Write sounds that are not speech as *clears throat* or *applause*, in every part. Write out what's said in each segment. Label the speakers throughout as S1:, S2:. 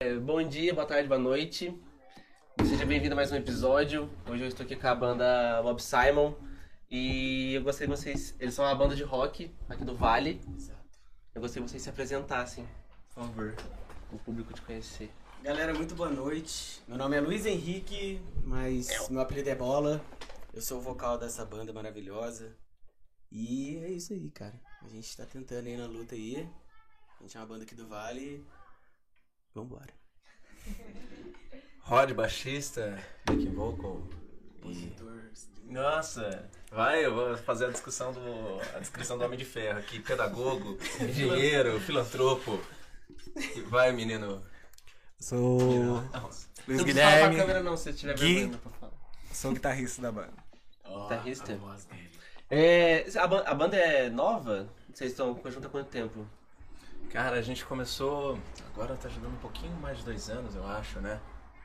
S1: É, bom dia, boa tarde, boa noite. Seja bem-vindo a mais um episódio. Hoje eu estou aqui com a banda Bob Simon. E eu gostaria que vocês. Eles são uma banda de rock aqui do Vale.
S2: Exato.
S1: Eu gostaria que vocês se apresentassem,
S2: Por favor.
S1: o público te conhecer.
S2: Galera, muito boa noite. Meu nome é Luiz Henrique, mas meu apelido é Bola. Eu sou o vocal dessa banda maravilhosa. E é isso aí, cara. A gente tá tentando aí na luta aí. A gente é uma banda aqui do Vale. Vambora.
S3: Rod, baixista, back vocal. Nossa, vai, eu vou fazer a discussão do a descrição do Homem de Ferro aqui,
S1: *laughs*
S3: pedagogo, engenheiro, filantropo. Vai, menino.
S4: Sou Luiz
S1: Você Não fala
S4: Guilherme,
S1: pra câmera, não, se você tiver
S4: Gui.
S1: vergonha pra falar.
S4: sou um guitarrista da banda.
S1: Guitarrista? É, a, ban- a banda é nova? Vocês estão junto há quanto tempo?
S3: Cara, a gente começou, agora tá ajudando um pouquinho mais de dois anos, eu acho, né?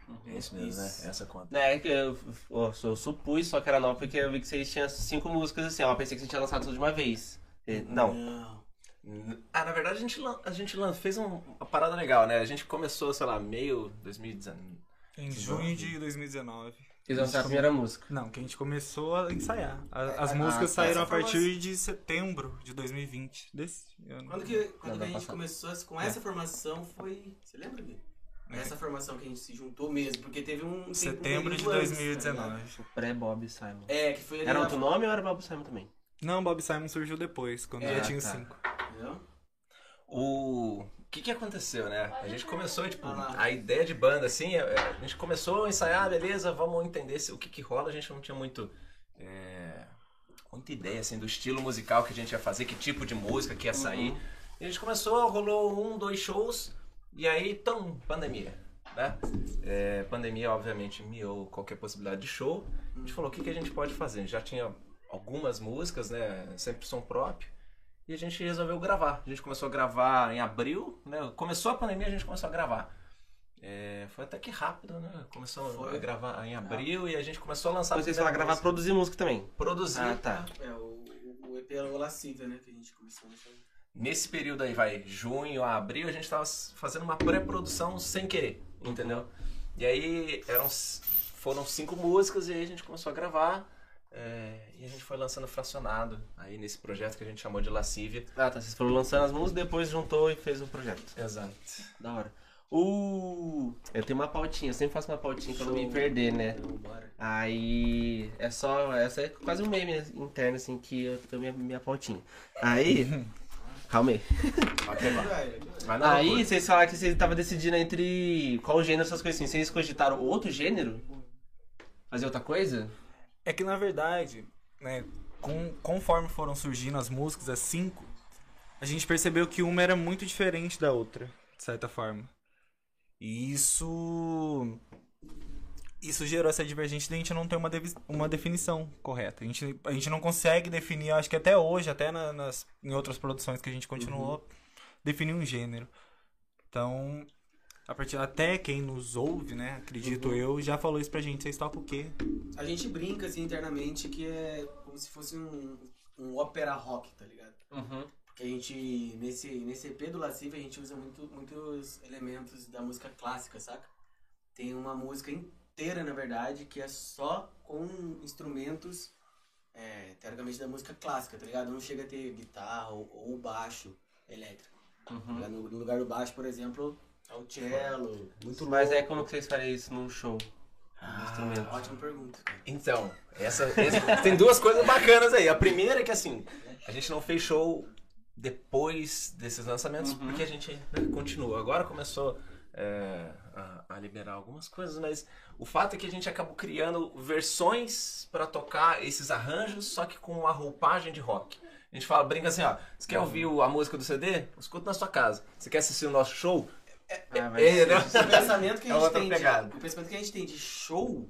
S1: Uhum.
S3: É isso mesmo,
S2: Isso.
S3: né? Essa conta.
S1: É, que eu, eu, eu supus só que era nova porque eu vi que vocês tinham cinco músicas assim. ó, Eu pensei que vocês tinham lançado tudo de uma vez. E- Não.
S2: Não.
S3: N- Ah, na verdade a gente, lan- a gente lan- fez um- uma parada legal, né? A gente começou, sei lá, meio 2019.
S4: Em junho de 2019.
S1: Eles lançaram a primeira música.
S4: Não, que a gente começou a ensaiar. É, A- As
S2: Ah,
S4: músicas
S2: tá. Essa
S4: saíram a partir
S2: formação.
S4: de setembro de 2020. Desse ano.
S2: Quando que,
S1: Não,
S2: quando que
S1: dá
S2: a gente
S1: pra-
S2: começou com essa formação foi. Você lembra, Gui?
S4: É.
S2: Essa formação que a gente se juntou mesmo, porque teve um. teve um
S4: Setembro de
S2: período antes, tá ligado?
S4: 2019.
S1: Pré-Bob Simon.
S2: É, que foi ali
S1: Era um
S2: na-
S1: outro nome ou era Bob Simon também?
S4: Não, Bob Simon surgiu depois, quando
S2: É,
S4: já tinha os
S1: tá.
S4: cinco.
S2: Entendeu?
S3: O que que aconteceu, né? A gente começou, tipo,
S2: Ah lá.
S3: a ideia de banda, assim, é- é, a gente começou a ensaiar, beleza, vamos entender se- o que que rola, a gente não tinha muito, é, muita ideia, assim, do estilo musical que a gente ia fazer, que tipo de música que ia
S2: Uhum.
S3: sair. E a gente começou, rolou um, dois shows, e aí, tam, pandemia, né? É, pandemia, obviamente, miou qualquer possibilidade de show. A gente falou, o que que a gente pode fazer? A gente já tinha algumas músicas, né, sempre som próprio. E a gente resolveu gravar. A gente começou a gravar em abril, né? Começou a pandemia, a gente começou a gravar. É, foi até que rápido, né? Começou
S2: Foi.
S3: a gravar
S1: Ah.
S3: em abril e a gente começou a lançar. a
S1: Vocês
S3: primeira
S1: falaram gravar,
S3: música.
S1: produzir música também.
S3: produzir.
S1: Ah, tá.
S2: É, o, o EP era o Lascívia, né? Que a gente começou a fazer.
S3: Nesse período aí, vai, junho a abril, a gente tava s- fazendo uma pré-produção sem querer, entendeu? E aí eram, s- foram cinco músicas e aí a gente começou a gravar. é, e a gente foi lançando fracionado aí nesse projeto que a gente chamou de Lascívia.
S1: Ah, tá. Vocês foram lançando as músicas, depois juntou e fez um projeto.
S3: Exato.
S1: Da hora. Uh, eu tenho uma pautinha, eu sempre faço uma pautinha pra não me
S2: Show.
S1: perder, né?
S2: Então, bora.
S1: Aí é só. Essa é quase um meme interno, assim, que eu tenho minha, minha pontinha. Aí. *laughs* Calma aí.
S3: Vai que vai.
S2: Vai,
S3: Vai na
S1: Aí
S3: loucura.
S1: vocês falaram que vocês estavam decidindo entre qual gênero essas coisas assim. Vocês cogitaram outro gênero? Fazer outra coisa?
S4: É que na verdade, né, com- conforme foram surgindo as músicas, as cinco, a gente percebeu que uma era muito diferente da outra, de certa forma. E isso. Isso gerou essa divergência de a gente não ter uma, devi- uma definição correta. A gente, a gente não consegue definir, eu acho que até hoje, até na- nas, em outras produções que a gente continuou, definir um gênero. Então, a partir até quem nos ouve, né, acredito eu, já falou isso pra gente, vocês tocam o quê?
S2: A gente brinca assim internamente que é como se fosse um, um ópera rock, tá ligado?
S1: Uhum.
S2: Porque a gente, nesse, nesse EP do Lascivia, a gente usa muito, muitos elementos da música clássica, saca? Tem uma música inteira, na verdade, que é só com instrumentos, é, teoricamente, da música clássica, tá ligado? Não chega a ter guitarra ou, ou baixo elétrico. tá ligado? No, no lugar do baixo, por exemplo, é o cello. Muito
S1: Mas é como que vocês fariam isso num show? Um
S2: Ah, instrumento. Ótima pergunta. cara.
S3: Então, essa, essa- tem duas coisas bacanas aí. A primeira é que assim, a gente não fez show depois desses lançamentos,
S1: Uhum.
S3: porque a gente né, continua. Agora começou é, a, a liberar algumas coisas, mas o fato é que a gente acabou criando versões pra tocar esses arranjos, só que com uma roupagem de rock. A gente fala, brinca assim, ó, você quer ouvir o- a música do CD? Escuta na sua casa. Você quer assistir o nosso show?
S1: Ah, vai
S3: É,
S1: ser-
S3: né?
S2: O pensamento que
S3: É
S2: a gente
S3: outra
S2: tem.
S3: pegada.
S2: De, o pensamento que a gente tem de show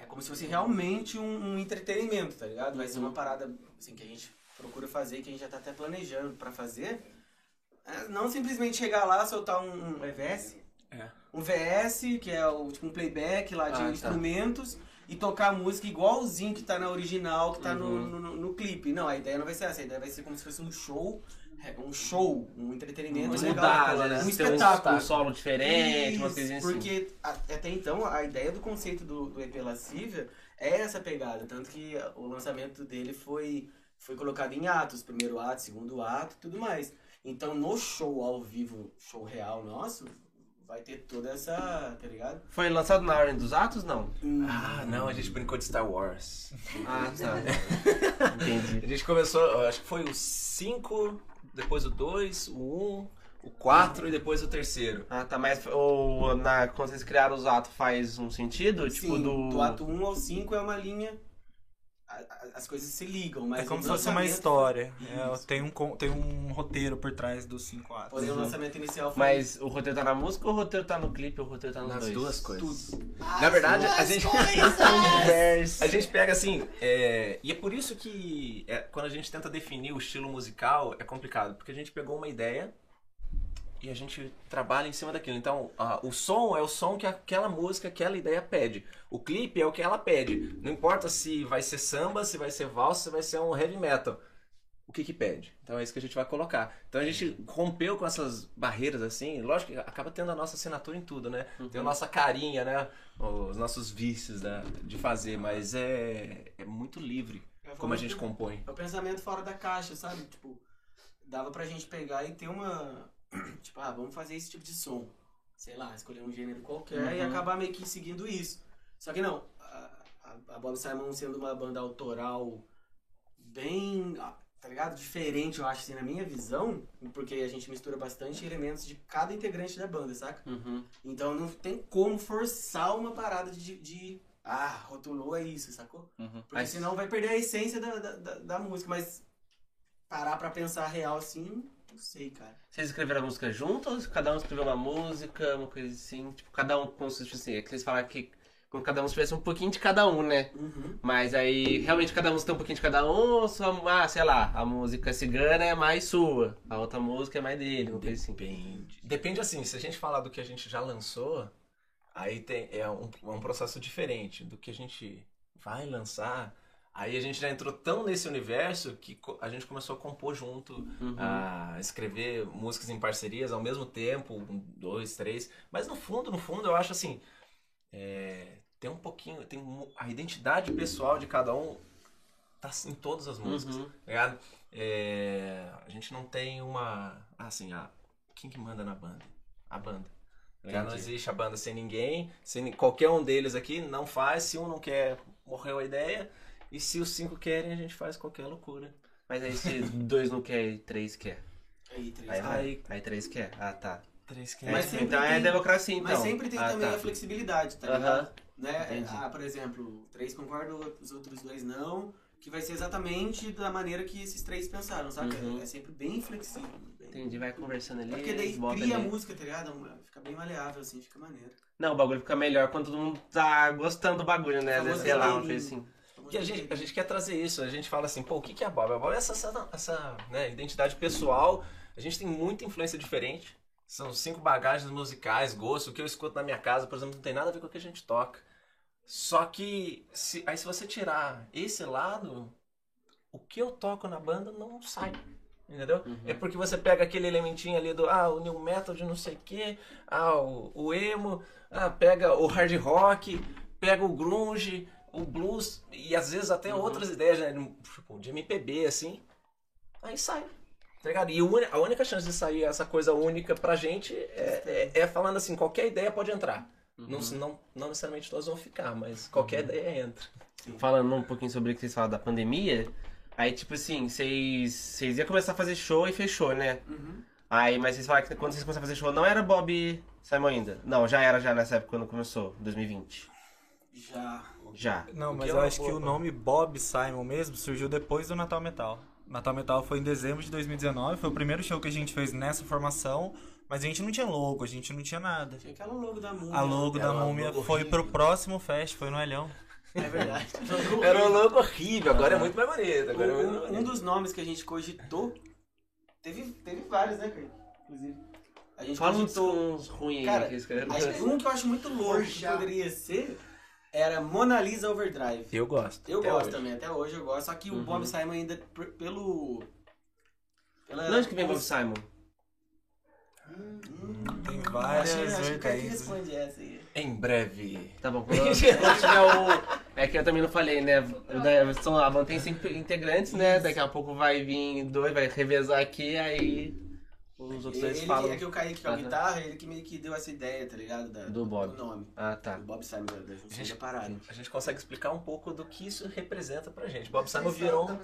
S2: é como se fosse realmente um, um entretenimento, tá ligado? Vai ser uma parada assim, que a gente procura fazer, que a gente já tá até planejando pra fazer. É, Não simplesmente chegar lá, soltar um, um EVS.
S3: É.
S2: Um VS, que é o, tipo um playback lá de
S1: Ah, tá.
S2: instrumentos, e tocar a música igualzinho que tá na original, que tá no-
S1: Uhum.
S2: no, no, no clipe. Não, a ideia não vai ser essa, a ideia vai ser como se fosse um show é, um show, um entretenimento
S1: Muito
S2: legal,
S1: mudada, né?
S2: um
S1: Tem
S2: espetáculo.
S1: Um solo diferente,
S2: Isso,
S1: umas coisinhas assim.
S2: Porque a- até então a ideia do conceito do, do EP Lascívia é essa pegada. Tanto que o lançamento dele foi, foi colocado em atos, primeiro ato, segundo ato e tudo mais. Então no show ao vivo, show real nosso, vai ter toda essa, tá ligado?
S1: Foi lançado na Ordem dos Atos? Não.
S3: Ah, não, a gente brincou de Star Wars.
S1: Ah, tá.
S2: *laughs*
S1: Entendi.
S3: A gente começou, eu acho que foi o 5, depois o 2, o 1, um, o 4 e depois o terceiro.
S1: Ah, tá, mas ou, na, quando vocês criaram os atos faz um sentido? tipo
S2: Sim,
S1: do.
S2: ato 1 ao 5 é uma linha. a- a- As coisas se ligam, mas.
S4: É como
S2: o
S4: se fosse uma
S2: lançamento-
S4: história.
S2: Isso.
S4: É, tem, um, con- tem um roteiro por trás dos cinco atos.
S2: Porém, o lançamento inicial foi.
S1: Mas o roteiro tá na música ou o roteiro tá no clipe ou o roteiro tá nos
S3: Nas
S1: dois?
S3: duas coisas. Na verdade, a gente, a gente pega assim, é, e é por isso que é, quando a gente tenta definir o estilo musical é complicado, porque a gente pegou uma ideia e a gente trabalha em cima daquilo. Então, a- o som é o som que aquela música, aquela ideia pede. O clipe é o que ela pede. Não importa se vai ser samba, se vai ser valsa, se vai ser um heavy metal. O que que pede? Então é isso que a gente vai colocar. Então a gente rompeu com essas barreiras assim. Lógico que acaba tendo a nossa assinatura em tudo, né? Tem a nossa carinha, né? Os nossos vícios né? de fazer, mas é, é muito livre
S2: É,
S3: como a gente
S2: muito-
S3: compõe.
S2: É o pensamento fora da caixa, sabe? Tipo, dava pra gente pegar e ter uma. *clears throat* Tipo, ah, vamos fazer esse tipo de som. Sei lá, escolher um gênero qualquer e
S1: Uhum.
S2: acabar meio que seguindo isso. Só que não, a, a- a Bob Simon sendo uma banda autoral bem. ah, Tá ligado? Diferente, eu acho, assim, na minha visão, porque a gente mistura bastante elementos de cada integrante da banda, saca?
S1: Uhum.
S2: Então não tem como forçar uma parada de. de- ah, rotulou é isso, sacou? Porque
S1: Uhum. Mas-
S2: senão vai perder a essência da, da, da- da música. Mas parar pra pensar real assim, não sei, cara.
S1: Vocês escreveram a música juntos? Cada um escreveu uma música, uma coisa assim? Tipo, cada um como se tipo assim, é que vocês falaram que como cada um tivesse um pouquinho de cada um, né?
S2: Uhum.
S1: Mas aí, realmente cada música tem um pouquinho de cada um, ou só, ah, sei lá, a música cigana é mais sua, a outra música é mais dele, não tem assim.
S3: Depende. Depende assim, se a gente falar do que a gente já lançou, aí tem, é, um, é um processo diferente do que a gente vai lançar. Aí a gente já entrou tão nesse universo que co- a gente começou a compor junto,
S1: Uhum.
S3: a escrever músicas em parcerias ao mesmo tempo, um, dois, três. Mas no fundo, no fundo, eu acho assim, é, tem um pouquinho, tem mu- a identidade pessoal de cada um tá em todas as músicas,
S1: Uhum.
S3: tá ligado? É, a gente não tem uma, ah, assim, a, quem que manda na banda? A banda. tá ligado? Não
S1: Entendi.
S3: existe a banda sem ninguém, sem ni- qualquer um deles aqui não faz, se um não quer, morreu a ideia. E se os cinco querem, a gente faz qualquer loucura.
S1: Mas aí se dois não quer e três quer.
S2: Aí, três.
S1: Aí, vai.
S3: Aí-
S1: aí três quer. Ah, tá.
S3: Três querem.
S2: Mas
S1: É,
S2: sempre
S1: então é
S2: tem-
S1: democracia, então.
S2: Mas sempre tem
S1: Ah,
S2: também
S1: tá.
S2: a flexibilidade, tá
S1: Aham.
S2: ligado? Né?
S1: Entendi.
S2: Ah, por exemplo, três concordam, os outros dois não. Que vai ser exatamente da maneira que esses três pensaram, saca?
S1: Uhum.
S2: É sempre bem flexível. bem-
S1: Entendi, vai conversando ali.
S2: É porque daí
S1: bota
S2: cria a
S1: ali.
S2: música, tá ligado? Uma- Fica bem maleável, assim, fica maneiro.
S1: Não, o bagulho fica melhor quando todo mundo tá gostando do bagulho, né? Às vezes, sei lá, uma coisa assim.
S3: E a gente, a gente quer trazer isso, a gente fala assim, pô, o que que é a Bob? A Bob é essa, essa, essa, né, identidade pessoal, a gente tem muita influência diferente, são cinco bagagens musicais, gosto, o que eu escuto na minha casa, por exemplo, não tem nada a ver com o que a gente toca. Só que, se, aí se você tirar esse lado, o que eu toco na banda não sai, entendeu? É porque você pega aquele elementinho ali do, ah, o new metal de não sei o que, ah, o, o emo, ah, pega o hard rock, pega o grunge, o blues, e às vezes até
S1: Uhum.
S3: outras ideias, né, de- tipo, de MPB, assim, aí sai. Tá ligado? E o uni- a única chance de sair essa coisa única pra gente é, é- é falando assim, qualquer ideia pode entrar. Não, não, não necessariamente todas vão ficar, mas qualquer ideia entra.
S1: Falando um pouquinho sobre o que vocês falaram da pandemia, aí, tipo assim, vocês, vocês iam começar a fazer show e fechou, né?
S2: Uhum.
S1: Aí, mas vocês falaram que quando vocês começaram a fazer show, não era Bob Simon ainda. Não, já era já nessa época quando começou, 2020.
S2: Já.
S1: Já.
S4: Não, mas
S3: é
S4: eu
S3: uma
S4: acho
S3: boa,
S4: que o
S3: mano.
S4: nome Bob Simon mesmo surgiu depois do Natal Metal. Natal Metal foi em dezembro de 2019, foi o primeiro show que a gente fez nessa formação, mas a gente não tinha logo, a gente não tinha nada.
S2: Tinha aquela logo da música.
S4: A logo
S3: Era
S4: da
S3: uma
S4: múmia
S3: logo
S4: foi
S3: horrível.
S4: pro próximo fest, foi no Elhão.
S2: É verdade.
S3: Era um logo horrível, agora é muito mais bonito. Agora é muito mais
S2: um, um
S3: bonito.
S2: dos nomes que a gente cogitou. Teve, teve vários, né, cara? Inclusive. A gente
S1: Fala uns,
S2: cogitou.
S1: uns ruins
S2: Cara,
S1: aí que eles querem.
S2: acho que um que eu acho muito louco que
S1: Forjado.
S2: poderia ser era Mona Lisa Overdrive.
S3: Eu gosto.
S2: Eu
S3: até
S2: gosto
S3: hoje.
S2: também, até hoje eu gosto. Só que
S1: Uhum.
S2: o Bob Simon ainda, p- pelo. Ela,
S1: De onde que vem Bob Simon?
S4: Tem
S2: Acho,
S4: várias
S2: acho que o Kaique
S4: vertentes.
S2: responde essa aí.
S3: Em breve.
S1: Tá bom, quando, quando tiver o. É que eu também não falei, né? O da- São a banda tem cinco integrantes, né? Daqui a pouco vai vir dois, vai revezar aqui, aí os outros dois
S2: Ele,
S1: falam.
S2: é que o Kaique com a
S1: Ah, tá.
S2: guitarra, ele que meio que deu essa ideia, tá ligado? Da-
S1: Do Bob.
S2: Do nome.
S1: Ah, tá.
S2: Do Bob Simon, da, da junção
S3: Gente,
S2: da parada.
S3: A gente consegue explicar um pouco do que isso representa pra gente. Bob Simon virou, um-
S2: tá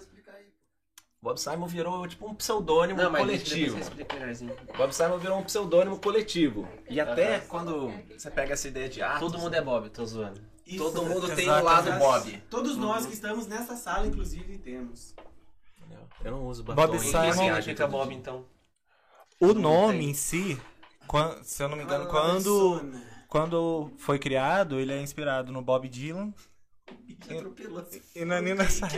S3: Bob Simon virou tipo um pseudônimo
S1: Não, mas depois
S3: coletivo.
S1: você explica melhorzinho.
S3: Bob Simon virou um pseudônimo coletivo. E até
S1: Aham.
S3: quando você pega essa ideia de arte,
S1: Todo mundo é Bob, tô zoando.
S3: todo mundo tem um
S4: Exato,
S3: lado
S2: exato.
S3: Bob.
S2: tá Todos nós que estamos nessa sala, inclusive, temos.
S3: Entendeu? Eu não uso
S4: Bob
S3: batom, eu
S1: O que
S4: Simon-
S3: uso maquiagem
S1: significa
S3: todo
S1: Bob,
S3: dia.
S1: então?
S4: O
S1: Não
S4: nome
S1: tem.
S4: em si, quan- se eu não me engano,
S2: Ah,
S4: quando,
S2: Sona.
S4: quando foi criado, ele é inspirado no Bob Dylan
S2: Que atropelou.
S4: e
S3: é
S4: na Nina Simon.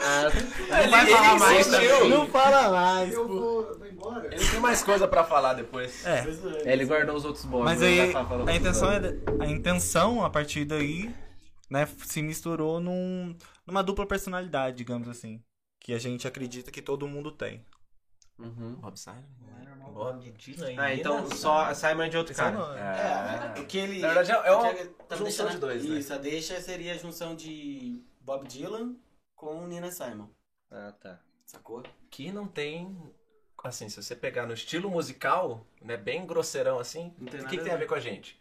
S1: Ah,
S3: Ele-
S1: não vai falar mais
S3: ele
S1: tá?
S3: insistiu.
S1: também.
S4: Não fala mais.
S2: Eu vou, eu vou embora.
S3: Ele tem mais coisa pra falar depois.
S4: É,
S2: Tô zoando.
S1: É, ele guardou os outros Bob.
S4: Mas
S1: né?
S4: aí
S1: Vai falar- falar
S4: a
S1: dos
S4: intenção, é
S1: outros
S4: era, a intenção, a partir daí, né, se misturou num, numa dupla personalidade, digamos assim. Que a gente acredita que todo mundo tem.
S1: Bob. Uhum.
S3: Bob Simon? Bob Dylan.
S1: Ah, então
S3: Nina
S1: só
S3: Simon.
S1: Simon é de outro
S4: né? Esse é o
S1: cara.
S4: nome.
S2: É, o que ele.
S3: Na verdade, é uma
S2: o que ele tá
S3: junção
S2: deixando-
S3: de dois, né?
S2: Isso, a deixa seria a junção de Bob Dylan com Nina Simon.
S1: Ah, tá.
S2: Sacou?
S3: que não tem. Assim, se você pegar no estilo musical, né, bem grosseirão assim, o
S2: Não tem
S3: que,
S2: nada
S3: que
S2: a
S3: tem a
S2: ver.
S3: ver com a gente?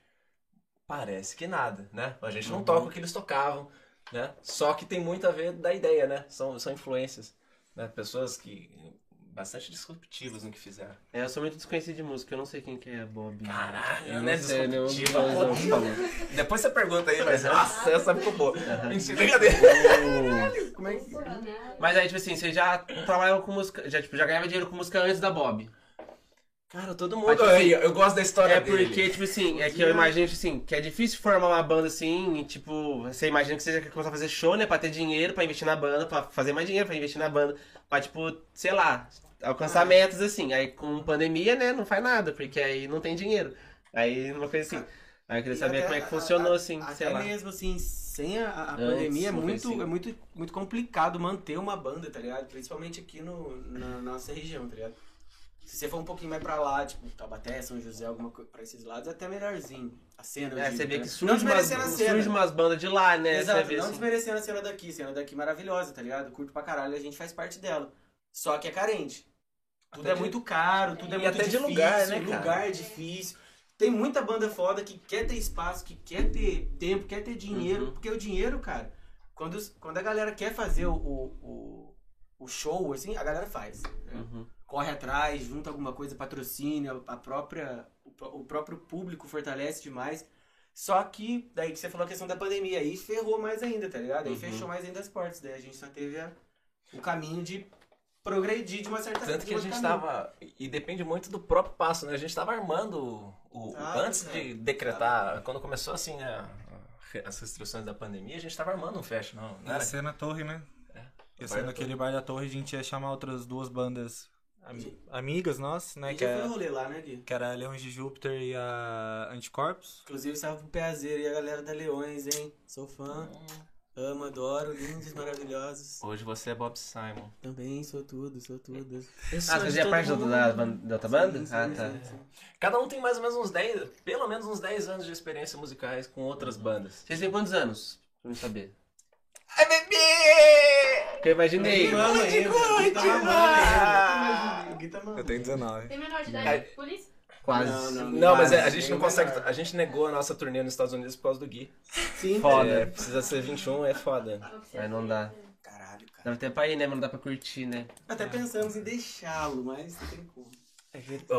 S3: Parece que nada, né? A gente não
S2: Uhum.
S3: toca o que eles tocavam, né? Só que tem muito a ver da ideia, né? São, são influências, né? Pessoas que bastante disruptivas no que fizeram.
S1: É, eu sou muito desconhecido de música, eu não sei quem que é Bob.
S3: Caralho,
S4: é
S1: eu
S3: né?
S1: não sei, né? Eu não
S4: tipo,
S1: sei,
S3: Disruptiva.
S1: não, por
S4: *laughs*
S1: favor.
S3: Depois você pergunta aí, mas nossa, essa ficou boa.
S1: Aham.
S3: Mentira, cadê?
S2: Como é que.
S1: Mas aí, tipo assim, você já trabalhava com música, já, tipo, já ganhava dinheiro com música antes da Bob.
S3: Cara, todo
S1: Mas,
S3: mundo.
S1: tipo,
S3: Aí, eu gosto da história
S1: É
S3: dele.
S1: porque, tipo assim, é que eu imagino, tipo assim, que é difícil formar uma banda assim, e, tipo, você imagina que você já quer começar a fazer show, né, pra ter dinheiro, pra investir na banda, pra fazer mais dinheiro, pra investir na banda, pra, tipo, sei lá,
S2: Ah.
S1: alcançar metas assim. Aí com pandemia, né, não faz nada, porque aí não tem dinheiro. Aí uma coisa assim. Aí eu queria
S2: E
S1: saber
S2: até
S1: como é que
S2: a-
S1: funcionou,
S2: a-
S1: assim,
S2: até
S1: sei lá.
S2: mesmo assim, sem a, a
S1: Antes,
S2: pandemia, é
S1: uma
S2: muito,
S1: coisa assim.
S2: é muito, muito complicado manter uma banda, tá ligado? Principalmente aqui no, na nossa região, tá ligado? Se você for um pouquinho mais pra lá, tipo, Tabaté, São José, alguma coisa pra esses lados, é até melhorzinho. A cena, eu
S1: É,
S2: digo,
S1: você vê
S2: tá
S1: que
S2: ligado?
S1: surge,
S2: Não
S1: umas,
S2: desmerecendo a cena.
S1: surge umas bandas de lá, né? você
S2: Exato,
S1: vê,
S2: não
S1: assim.
S2: desmerecendo a cena daqui, cena daqui maravilhosa, tá ligado? Curto pra caralho, a gente faz parte dela. Só que é carente. Tudo
S3: Até
S2: é
S3: de-
S2: muito caro, tudo é
S3: E
S2: muito
S3: até de
S2: difícil,
S3: lugar, né, cara?
S2: lugar é difícil. Tem muita banda foda que quer ter espaço, que quer ter tempo, quer ter dinheiro.
S1: Uhum.
S2: Porque o dinheiro, cara, quando, os- quando a galera quer fazer o, o, o- o show, assim, a galera faz.
S1: Uhum.
S2: Corre atrás, junta alguma coisa, patrocínio, a própria, o pró- o próprio público fortalece demais. Só que, daí que você falou a questão da pandemia, aí ferrou mais ainda, tá ligado? Aí
S1: Uhum.
S2: fechou mais ainda as portas. Daí a gente só teve a- o caminho de progredir de uma certa
S3: Tanto que
S2: de
S3: a
S2: outro
S3: gente
S2: caminho.
S3: estava. E depende muito do próprio passo, né? A gente estava armando o. o-
S2: Tava,
S3: antes
S2: cara.
S3: de decretar, quando começou assim a- a- as restrições da pandemia, a gente estava armando um festival, não
S4: Ia
S3: era?
S4: ser na torre, né?
S3: É.
S4: Ia
S3: Bar
S4: ser
S3: da
S4: naquele bar da torre, a gente ia chamar outras duas bandas ami- amigas nossas,
S2: A
S4: né?
S2: gente
S4: Que
S2: já
S1: é
S2: foi no
S4: era,
S2: rolê lá, né, Gui?
S4: que era a Leões de Júpiter e a Anticorpos.
S2: Inclusive, salve pro Piazeiro e a galera da Leões, hein? Sou fã, amo, adoro, lindos, maravilhosos.
S3: Hoje você é Bob Simon.
S2: Também sou tudo, sou tudo.
S1: Ah, você fazia parte da, da, da outra banda?
S2: Sim, sim,
S1: ah, tá.
S2: sim, sim.
S3: Cada um tem mais ou menos uns 10, pelo menos uns 10 anos de experiência musicais com outras bandas.
S1: Vocês têm quantos anos? Pra eu saber.
S3: Ai, bebê!
S1: Porque eu imaginei.
S2: Mano, aí, o Gui tá mamando
S3: Ah!
S2: ainda. O Gui tá mamando.
S4: 19.
S5: Tem menor de
S3: Ai.
S5: idade? Polícia?
S1: Quase.
S2: Não, não.
S3: Não, mas é, a
S2: Mas
S3: gente
S2: bem
S3: não consegue.
S2: melhor.
S3: A gente negou a nossa turnê nos Estados Unidos por causa do Gui.
S2: Sim.
S1: Foda.
S3: É, precisa ser 21, é foda.
S1: Mas não dá.
S5: assim,
S2: Caralho, cara.
S1: Dá até pra ir, né? Mas não dá pra curtir, né?
S2: Até pensamos em deixá-lo, mas não tem como.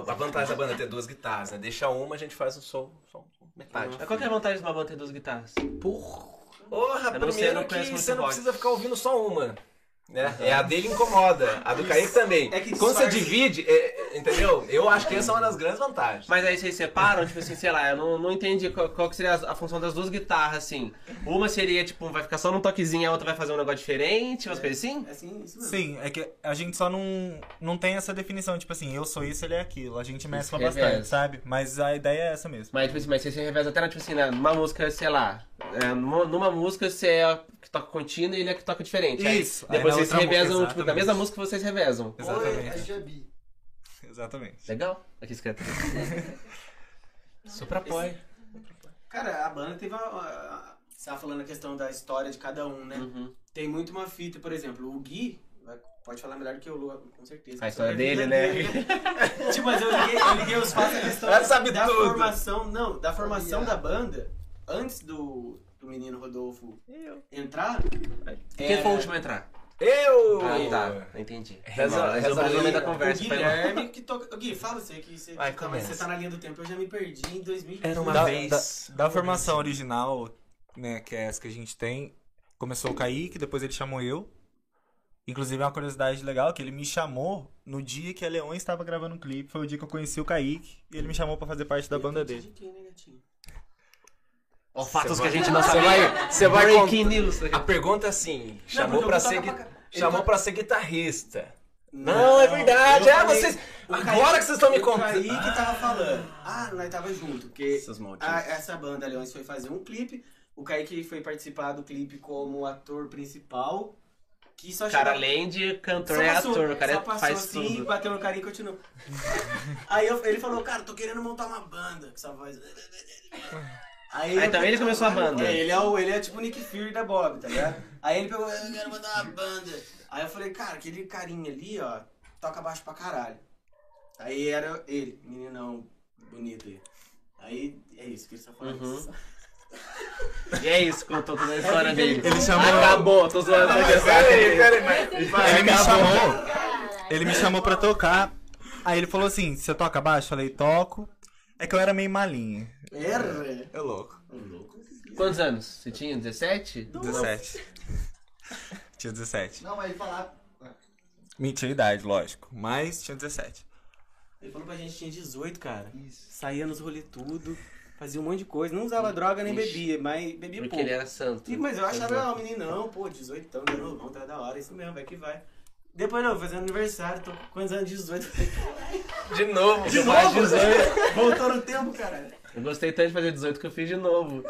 S3: A vantagem da banda é ter duas guitarras, né? Deixa uma, a gente faz o som, só metade.
S1: Mas qual que é a vantagem de uma banda ter duas guitarras?
S2: Porra.
S3: Porra,
S1: Eu não sei, eu não
S3: primeiro que
S1: conheço muito
S3: você não
S1: rock.
S3: precisa ficar ouvindo só uma. Né? É a dele incomoda, a do Kaique também.
S2: É que
S3: Quando você
S2: disfarça.
S3: divide, é- é, entendeu? Eu acho que essa é uma das grandes vantagens.
S1: Mas aí vocês separam, tipo assim, sei lá, eu não, não entendi qual, qual que seria a, a função das duas guitarras, assim. Uma seria, tipo, vai ficar só num toquezinho, a outra vai fazer um negócio diferente, umas coisas assim?
S2: É assim, isso mesmo.
S4: Sim, é que a gente só não, não tem essa definição, tipo assim, eu sou isso, ele é aquilo. A gente mescla
S1: Reveza.
S4: bastante, sabe? Mas a ideia é essa mesmo.
S1: Mas, tipo assim, mas vocês se revezam até, tipo assim, né, numa música, sei lá, é, numa, numa música você é a que toca contínua e ele é a que toca diferente. Aí
S4: Isso. Aí
S1: depois
S4: na
S1: vocês se
S4: outra música,
S1: revezam, tipo, na
S4: exatamente.
S1: mesma música vocês revezam.
S5: Oi, a
S4: Exatamente.
S5: gente é bi.
S4: Exatamente.
S1: Legal? Aqui escrito.
S3: Super apoio.
S2: Cara, a banda teve a, a- a- Você tava falando a questão da história de cada um, né?
S1: Uhum.
S2: Tem muito uma fita, por exemplo, o Gui vai- pode falar melhor que eu, Lu, com certeza.
S1: A história
S2: Sobre
S1: dele,
S2: vida
S1: né?
S2: dele. tipo, mas eu liguei, eu liguei os fatos da questão
S3: Ela
S2: da-
S3: sabe
S2: da
S3: tudo.
S2: formação, não, da formação
S5: Olha.
S2: da banda, antes do, do menino Rodolfo entrar.
S1: Quem foi o último a entrar?
S3: Eu!
S1: Ah, tá. Entendi.
S3: Reza-
S1: Não, mas eu preciso
S3: reza aí,
S1: momento da
S3: o
S1: conversa.
S2: O
S1: pra ele-
S2: Guilherme que toca. Gui, fala você que você,
S3: Vai,
S2: tá, mas
S3: começa.
S2: você tá na linha do tempo, eu já me perdi em 2015.
S3: Era uma
S4: Da-
S3: vez.
S4: Da formação original, né, que é essa que a gente tem, começou o Kaique, depois ele chamou eu. Inclusive, é uma curiosidade legal que ele me chamou no dia que a Leon estava gravando um clipe. Foi o dia que eu conheci o Kaique e ele me chamou pra fazer parte da banda dele.
S1: Ó, fatos
S3: Você
S1: que a
S3: vai-
S1: gente não
S3: Você
S1: sabe.
S3: vai, você vai
S1: Breaking news.
S3: A pergunta é assim, chamou
S2: porque o
S3: pra
S2: Gui
S3: ser,
S2: toca
S3: gui-
S2: pra ca- ele
S3: chamou
S2: toca-
S3: pra ser guitarrista. Não, é verdade.
S2: eu
S3: Ah,
S2: falei-
S3: vocês-
S2: o
S3: agora que vocês estão me contando.
S2: O Kaique tava falando. Ah, nós tava junto, porque
S3: Essas malditas.
S2: a- essa banda Leões foi fazer um clipe. O Kaique foi participar do clipe como ator principal. Que só
S1: O cara,
S2: chegou-
S1: além de
S2: só
S1: cantor, é
S2: passou-
S1: ator. O cara
S2: só passou
S1: faz
S2: assim,
S1: tudo.
S2: bateu no carinho e
S1: *laughs*
S2: continuou. Aí eu- ele falou, cara, tô querendo montar uma banda. Que só faz... Aí,
S1: Ah,
S2: eu-
S1: então ele começou a banda.
S2: É, ele é, o, ele é tipo o Nick Fury da Bob, tá ligado? Aí ele pegou, eu quero mandar uma banda. Aí eu falei, cara, aquele carinha ali, ó, toca baixo pra caralho. Aí era ele, meninão bonito aí. Aí é isso que ele tá falando.
S1: Uhum. E é isso, contou
S2: *laughs*
S1: toda a história dele.
S4: Ele chamou-
S1: Acabou, tô zoando. tá ligado?
S4: Ele me chamou.
S5: né?
S4: Ele me chamou pra tocar. Aí ele falou assim: você toca baixo? Eu falei, toco. É que eu era meio malinha.
S2: Erra!
S4: É louco.
S2: Ô, Um louco.
S1: Quantos anos? Você tinha 17?
S4: 17. Tinha 17.
S5: Não, mas falar.
S4: Mentira idade, lógico. Mas tinha 17.
S2: Ele falou pra gente que tinha 18, cara.
S5: Isso.
S2: Saía nos rolê tudo, fazia um monte de coisa. Não usava droga nem
S1: Ixi.
S2: bebia, mas bebia
S1: Porque
S2: pouco.
S1: ele é era santo.
S2: E, mas eu achava, ah, o menino, não, pô, 18 anos, meu irmão, tá da hora, isso mesmo, vai que vai. Depois não, fazendo aniversário, tô com quantos anos? *laughs* 18.
S3: De novo.
S2: De novo? *laughs* Voltou no tempo, caralho.
S1: Eu gostei tanto de fazer 18 que eu fiz de novo.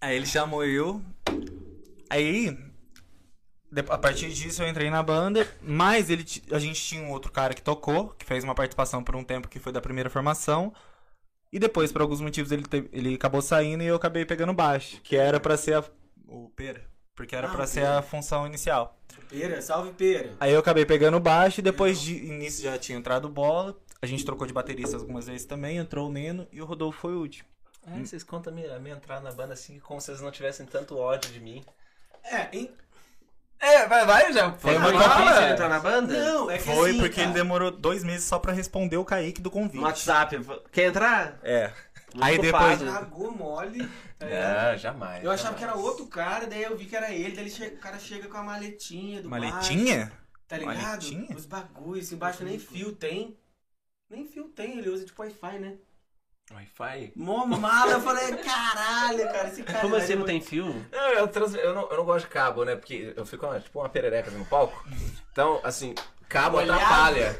S4: Aí ele chamou eu. Aí, de- a partir disso, eu entrei na banda. Mas ele, ti- a gente tinha um outro cara que tocou, que fez uma participação por um tempo que foi da primeira formação. E depois, por alguns motivos, ele, te- ele acabou saindo e eu acabei pegando baixo. Que era pra ser a. O Pera. Porque era
S2: Ah,
S4: pra
S2: o
S4: ser
S2: Pera.
S4: a função inicial.
S2: Pera, salve Pera.
S4: Aí eu acabei pegando baixo e depois de início já tinha entrado bola. A gente trocou de baterista algumas vezes também, entrou o Neno e o Rodolfo foi o último.
S3: Ah, vocês contam a minha, a minha entrada na banda assim, como se vocês não tivessem tanto ódio de mim.
S2: É, hein?
S3: É, vai, vai, já.
S4: Foi uma
S1: Foi difícil ele entrar na banda?
S2: Não, é que
S4: Foi
S2: assim,
S4: porque
S2: cara,
S4: ele demorou dois meses só pra responder o Kaique do
S1: No
S4: convite.
S1: WhatsApp. Quer entrar?
S4: É.
S1: Muito
S4: Aí
S1: culpado.
S2: Cagou mole, tá
S1: É.
S2: ligado?
S3: Não, É, jamais.
S2: Eu achava
S3: jamais.
S2: que era outro cara, daí eu vi que era ele, daí ele che- o cara chega com a maletinha do baixo,
S4: Maletinha?
S2: tá ligado?
S4: Maletinha?
S2: Os bagulhos, assim, embaixo nem fio tem. Nem fio tem, ele usa tipo Wi-Fi, né?
S3: Wi-Fi.
S2: Mó mala, eu falei, caralho, cara, esse cara. é
S1: Como
S2: vai
S1: assim não
S2: demorar-
S1: tem fio?
S3: Não, É, eu, trans... eu, não, eu não gosto de cabo, né? Porque eu fico uma- tipo uma perereca assim, no palco. Então, assim, cabo
S2: Molhado.
S3: atrapalha.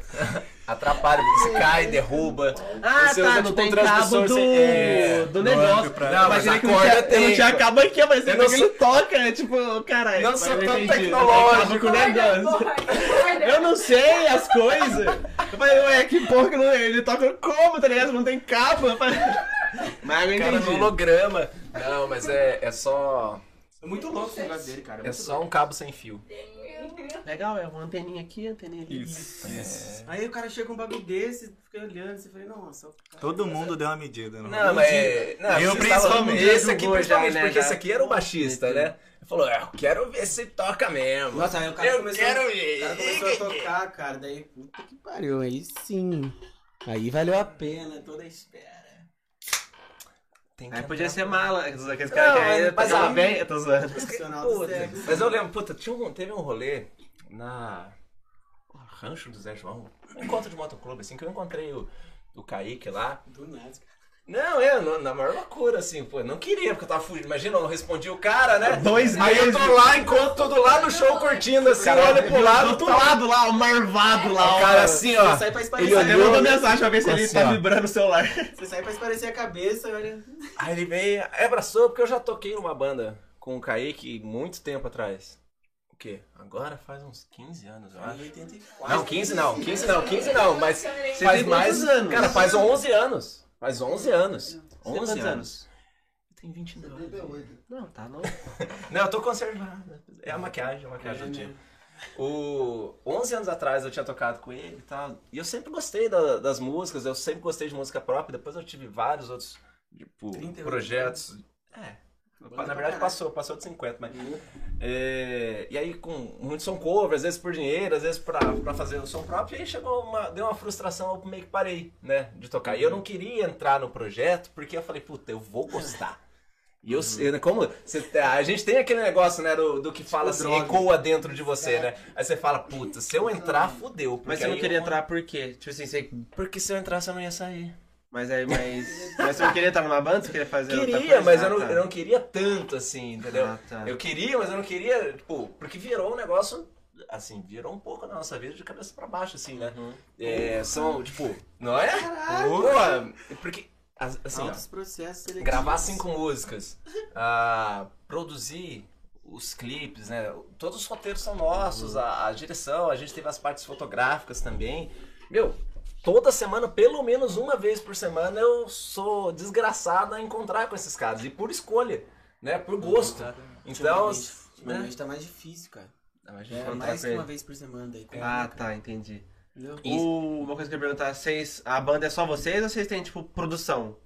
S3: atrapalha, porque você cai, derruba.
S1: Ah,
S3: Você
S1: tá,
S3: usa,
S1: não
S3: tipo,
S1: tem
S3: um
S1: cabo
S3: transmissor,
S1: do,
S3: você- é,
S1: do
S4: no
S1: negócio.
S4: âmbio pra-
S3: Não, mas
S1: Imaginei
S3: a
S1: que não tinha,
S3: corda
S1: eu não
S3: tem,
S1: tinha
S3: pô.
S1: cabo aqui, mas
S3: Eu
S1: não
S3: não
S1: ele toca, é tipo, caralho.
S3: Eu não sou
S1: mas
S3: tão
S1: entendi, Não tem cabo
S3: tecnológico.
S1: com o negócio. Eu não sei as coisas. Eu falei, ué, que porra que não, é? ele toca como, tá ligado? Não tem cabo. Eu falei- *laughs* Mas eu
S3: Cara
S1: entendi.
S3: no holograma. Não, mas é, é só.
S2: É muito louco esse negócio dele, cara.
S3: É só um cabo sem fio.
S1: Legal, é uma anteninha aqui, anteninha ali.
S4: Isso.
S2: Aí o cara chega com um bagulho desse, fica olhando, você fala, nossa, o cara-
S4: Todo mundo deu uma medida, não?
S3: Não, mas. é, Não,
S4: Eu
S3: vocês
S4: principalmente.
S3: estavam- Esse aqui,
S1: Julgou já,
S3: principalmente,
S1: né,
S3: porque
S1: já.
S3: esse aqui era o baixista, né? Ele falou, eu quero ver se toca mesmo.
S2: Nossa, aí o cara
S3: Eu
S2: começou.
S3: quero
S2: O cara começou a tocar, cara. Daí, puta que pariu, aí sim. Aí valeu a pena toda a espera.
S3: Tem
S1: Aí
S3: que
S1: podia
S2: tá
S3: entrar.
S1: ser mala, aqueles aqueles
S3: Não,
S1: caras que aí
S3: mas- mas
S1: tá
S3: aí-
S1: bem, eu tô zoando.
S2: Profissional do
S3: Puta,
S2: sexo.
S3: Mas eu lembro, puta, tinha um- teve um rolê na. no Rancho do Zé João. Um encontro de motoclube, assim, que eu encontrei o, o Kaique lá.
S2: Do nada, cara.
S3: Não, eu, não, na maior loucura, assim, pô, não queria, porque eu tava fugindo. Imagina, eu não respondi o cara, né?
S1: Dois
S3: Aí eu tô
S1: meses.
S3: lá, enquanto tudo lá no show curtindo, assim,
S1: Cara,
S3: olha pro lado,
S1: do
S3: tu
S1: outro
S3: lá.
S1: lado lá, o marvado lá,
S3: O
S1: ó.
S3: cara assim, ó.
S2: Você sai pra
S3: Ele
S2: esparecer,
S1: Ele
S3: olhou,
S1: mandou mensagem pra ver se ele
S4: Assim,
S1: tá
S4: ó.
S1: vibrando o celular.
S2: você sai pra esparecer a cabeça, olha.
S3: Aí ele veio, aí abraçou, porque eu já toquei numa banda com o Kaique muito tempo atrás. O quê? Agora faz uns 15 anos,
S2: Tá.
S3: eu acho.
S2: 84.
S3: Não, 15 não, 15 não, 15 não, mas
S1: Você
S3: faz
S1: tem
S3: mais.
S1: quantos anos?
S3: Cara, faz 11 anos. Faz 11 anos.
S1: tem
S3: 11
S1: quantos
S3: anos.
S1: anos?
S3: Tem 29.
S5: 78.
S1: Não, tá não.
S3: Não, eu tô conservado. É a maquiagem, a maquiagem do dia. O 11 anos atrás eu tinha tocado com ele e tal. E eu sempre gostei da- das músicas, eu sempre gostei de música própria. Depois eu tive vários outros tipo,
S2: 38.
S3: projetos. É. Na verdade passou, passou de 50, mas.
S1: Uhum.
S3: É, e aí com muito som cover, às vezes por dinheiro, às vezes pra, pra fazer o som próprio, e aí chegou uma. Deu uma frustração, eu meio que parei, né? De tocar. E eu não queria entrar no projeto, porque eu falei, puta, eu vou
S1: *laughs*
S3: gostar. E eu,
S1: Uhum.
S3: eu- como você- a gente tem aquele negócio, né, do, do que
S1: Tipo
S3: fala assim,
S2: droga.
S3: ecoa dentro de você, né? Aí você fala, puta, se eu entrar, fudeu. porque
S1: Mas você não
S3: aí
S1: queria
S3: eu-
S1: entrar por quê? Tipo assim, você.
S3: Porque se eu entrasse eu não ia sair.
S1: Mas aí, mas. Mas você não queria entrar numa banda? Você queria fazer outra
S3: Queria,
S1: coisa?
S3: mas
S1: Ah,
S3: eu não,
S1: tá.
S3: eu não queria tanto, assim, entendeu?
S1: Ah, tá.
S3: Eu queria, mas eu não queria, tipo, porque virou um negócio, assim, virou um pouco na nossa vida de cabeça pra baixo, assim, né? É, são, tipo, não é? Pô, é porque, as- assim, ó,
S2: Altos processos seletivos.
S3: gravar
S2: assim
S3: cinco músicas, ah, produzir os clipes, né? Todos os roteiros são nossos, a, a direção, a gente teve as partes fotográficas também. Meu, toda semana, pelo menos uma vez por semana, eu sou desgraçado a encontrar com esses caras. E por escolha, né? Por
S2: Uhum.
S3: gosto. Então,
S2: Ultimamente- Ultimamente tá mais difícil, cara. É,
S1: Encontrar
S2: mais
S1: com
S2: que
S1: ele.
S2: uma vez por semana daí.
S1: Ah,
S2: complica,
S1: tá, entendi.
S2: entendeu?
S1: O- uma coisa que eu ia perguntar, vocês, a banda é só vocês ou vocês têm, tipo, produção?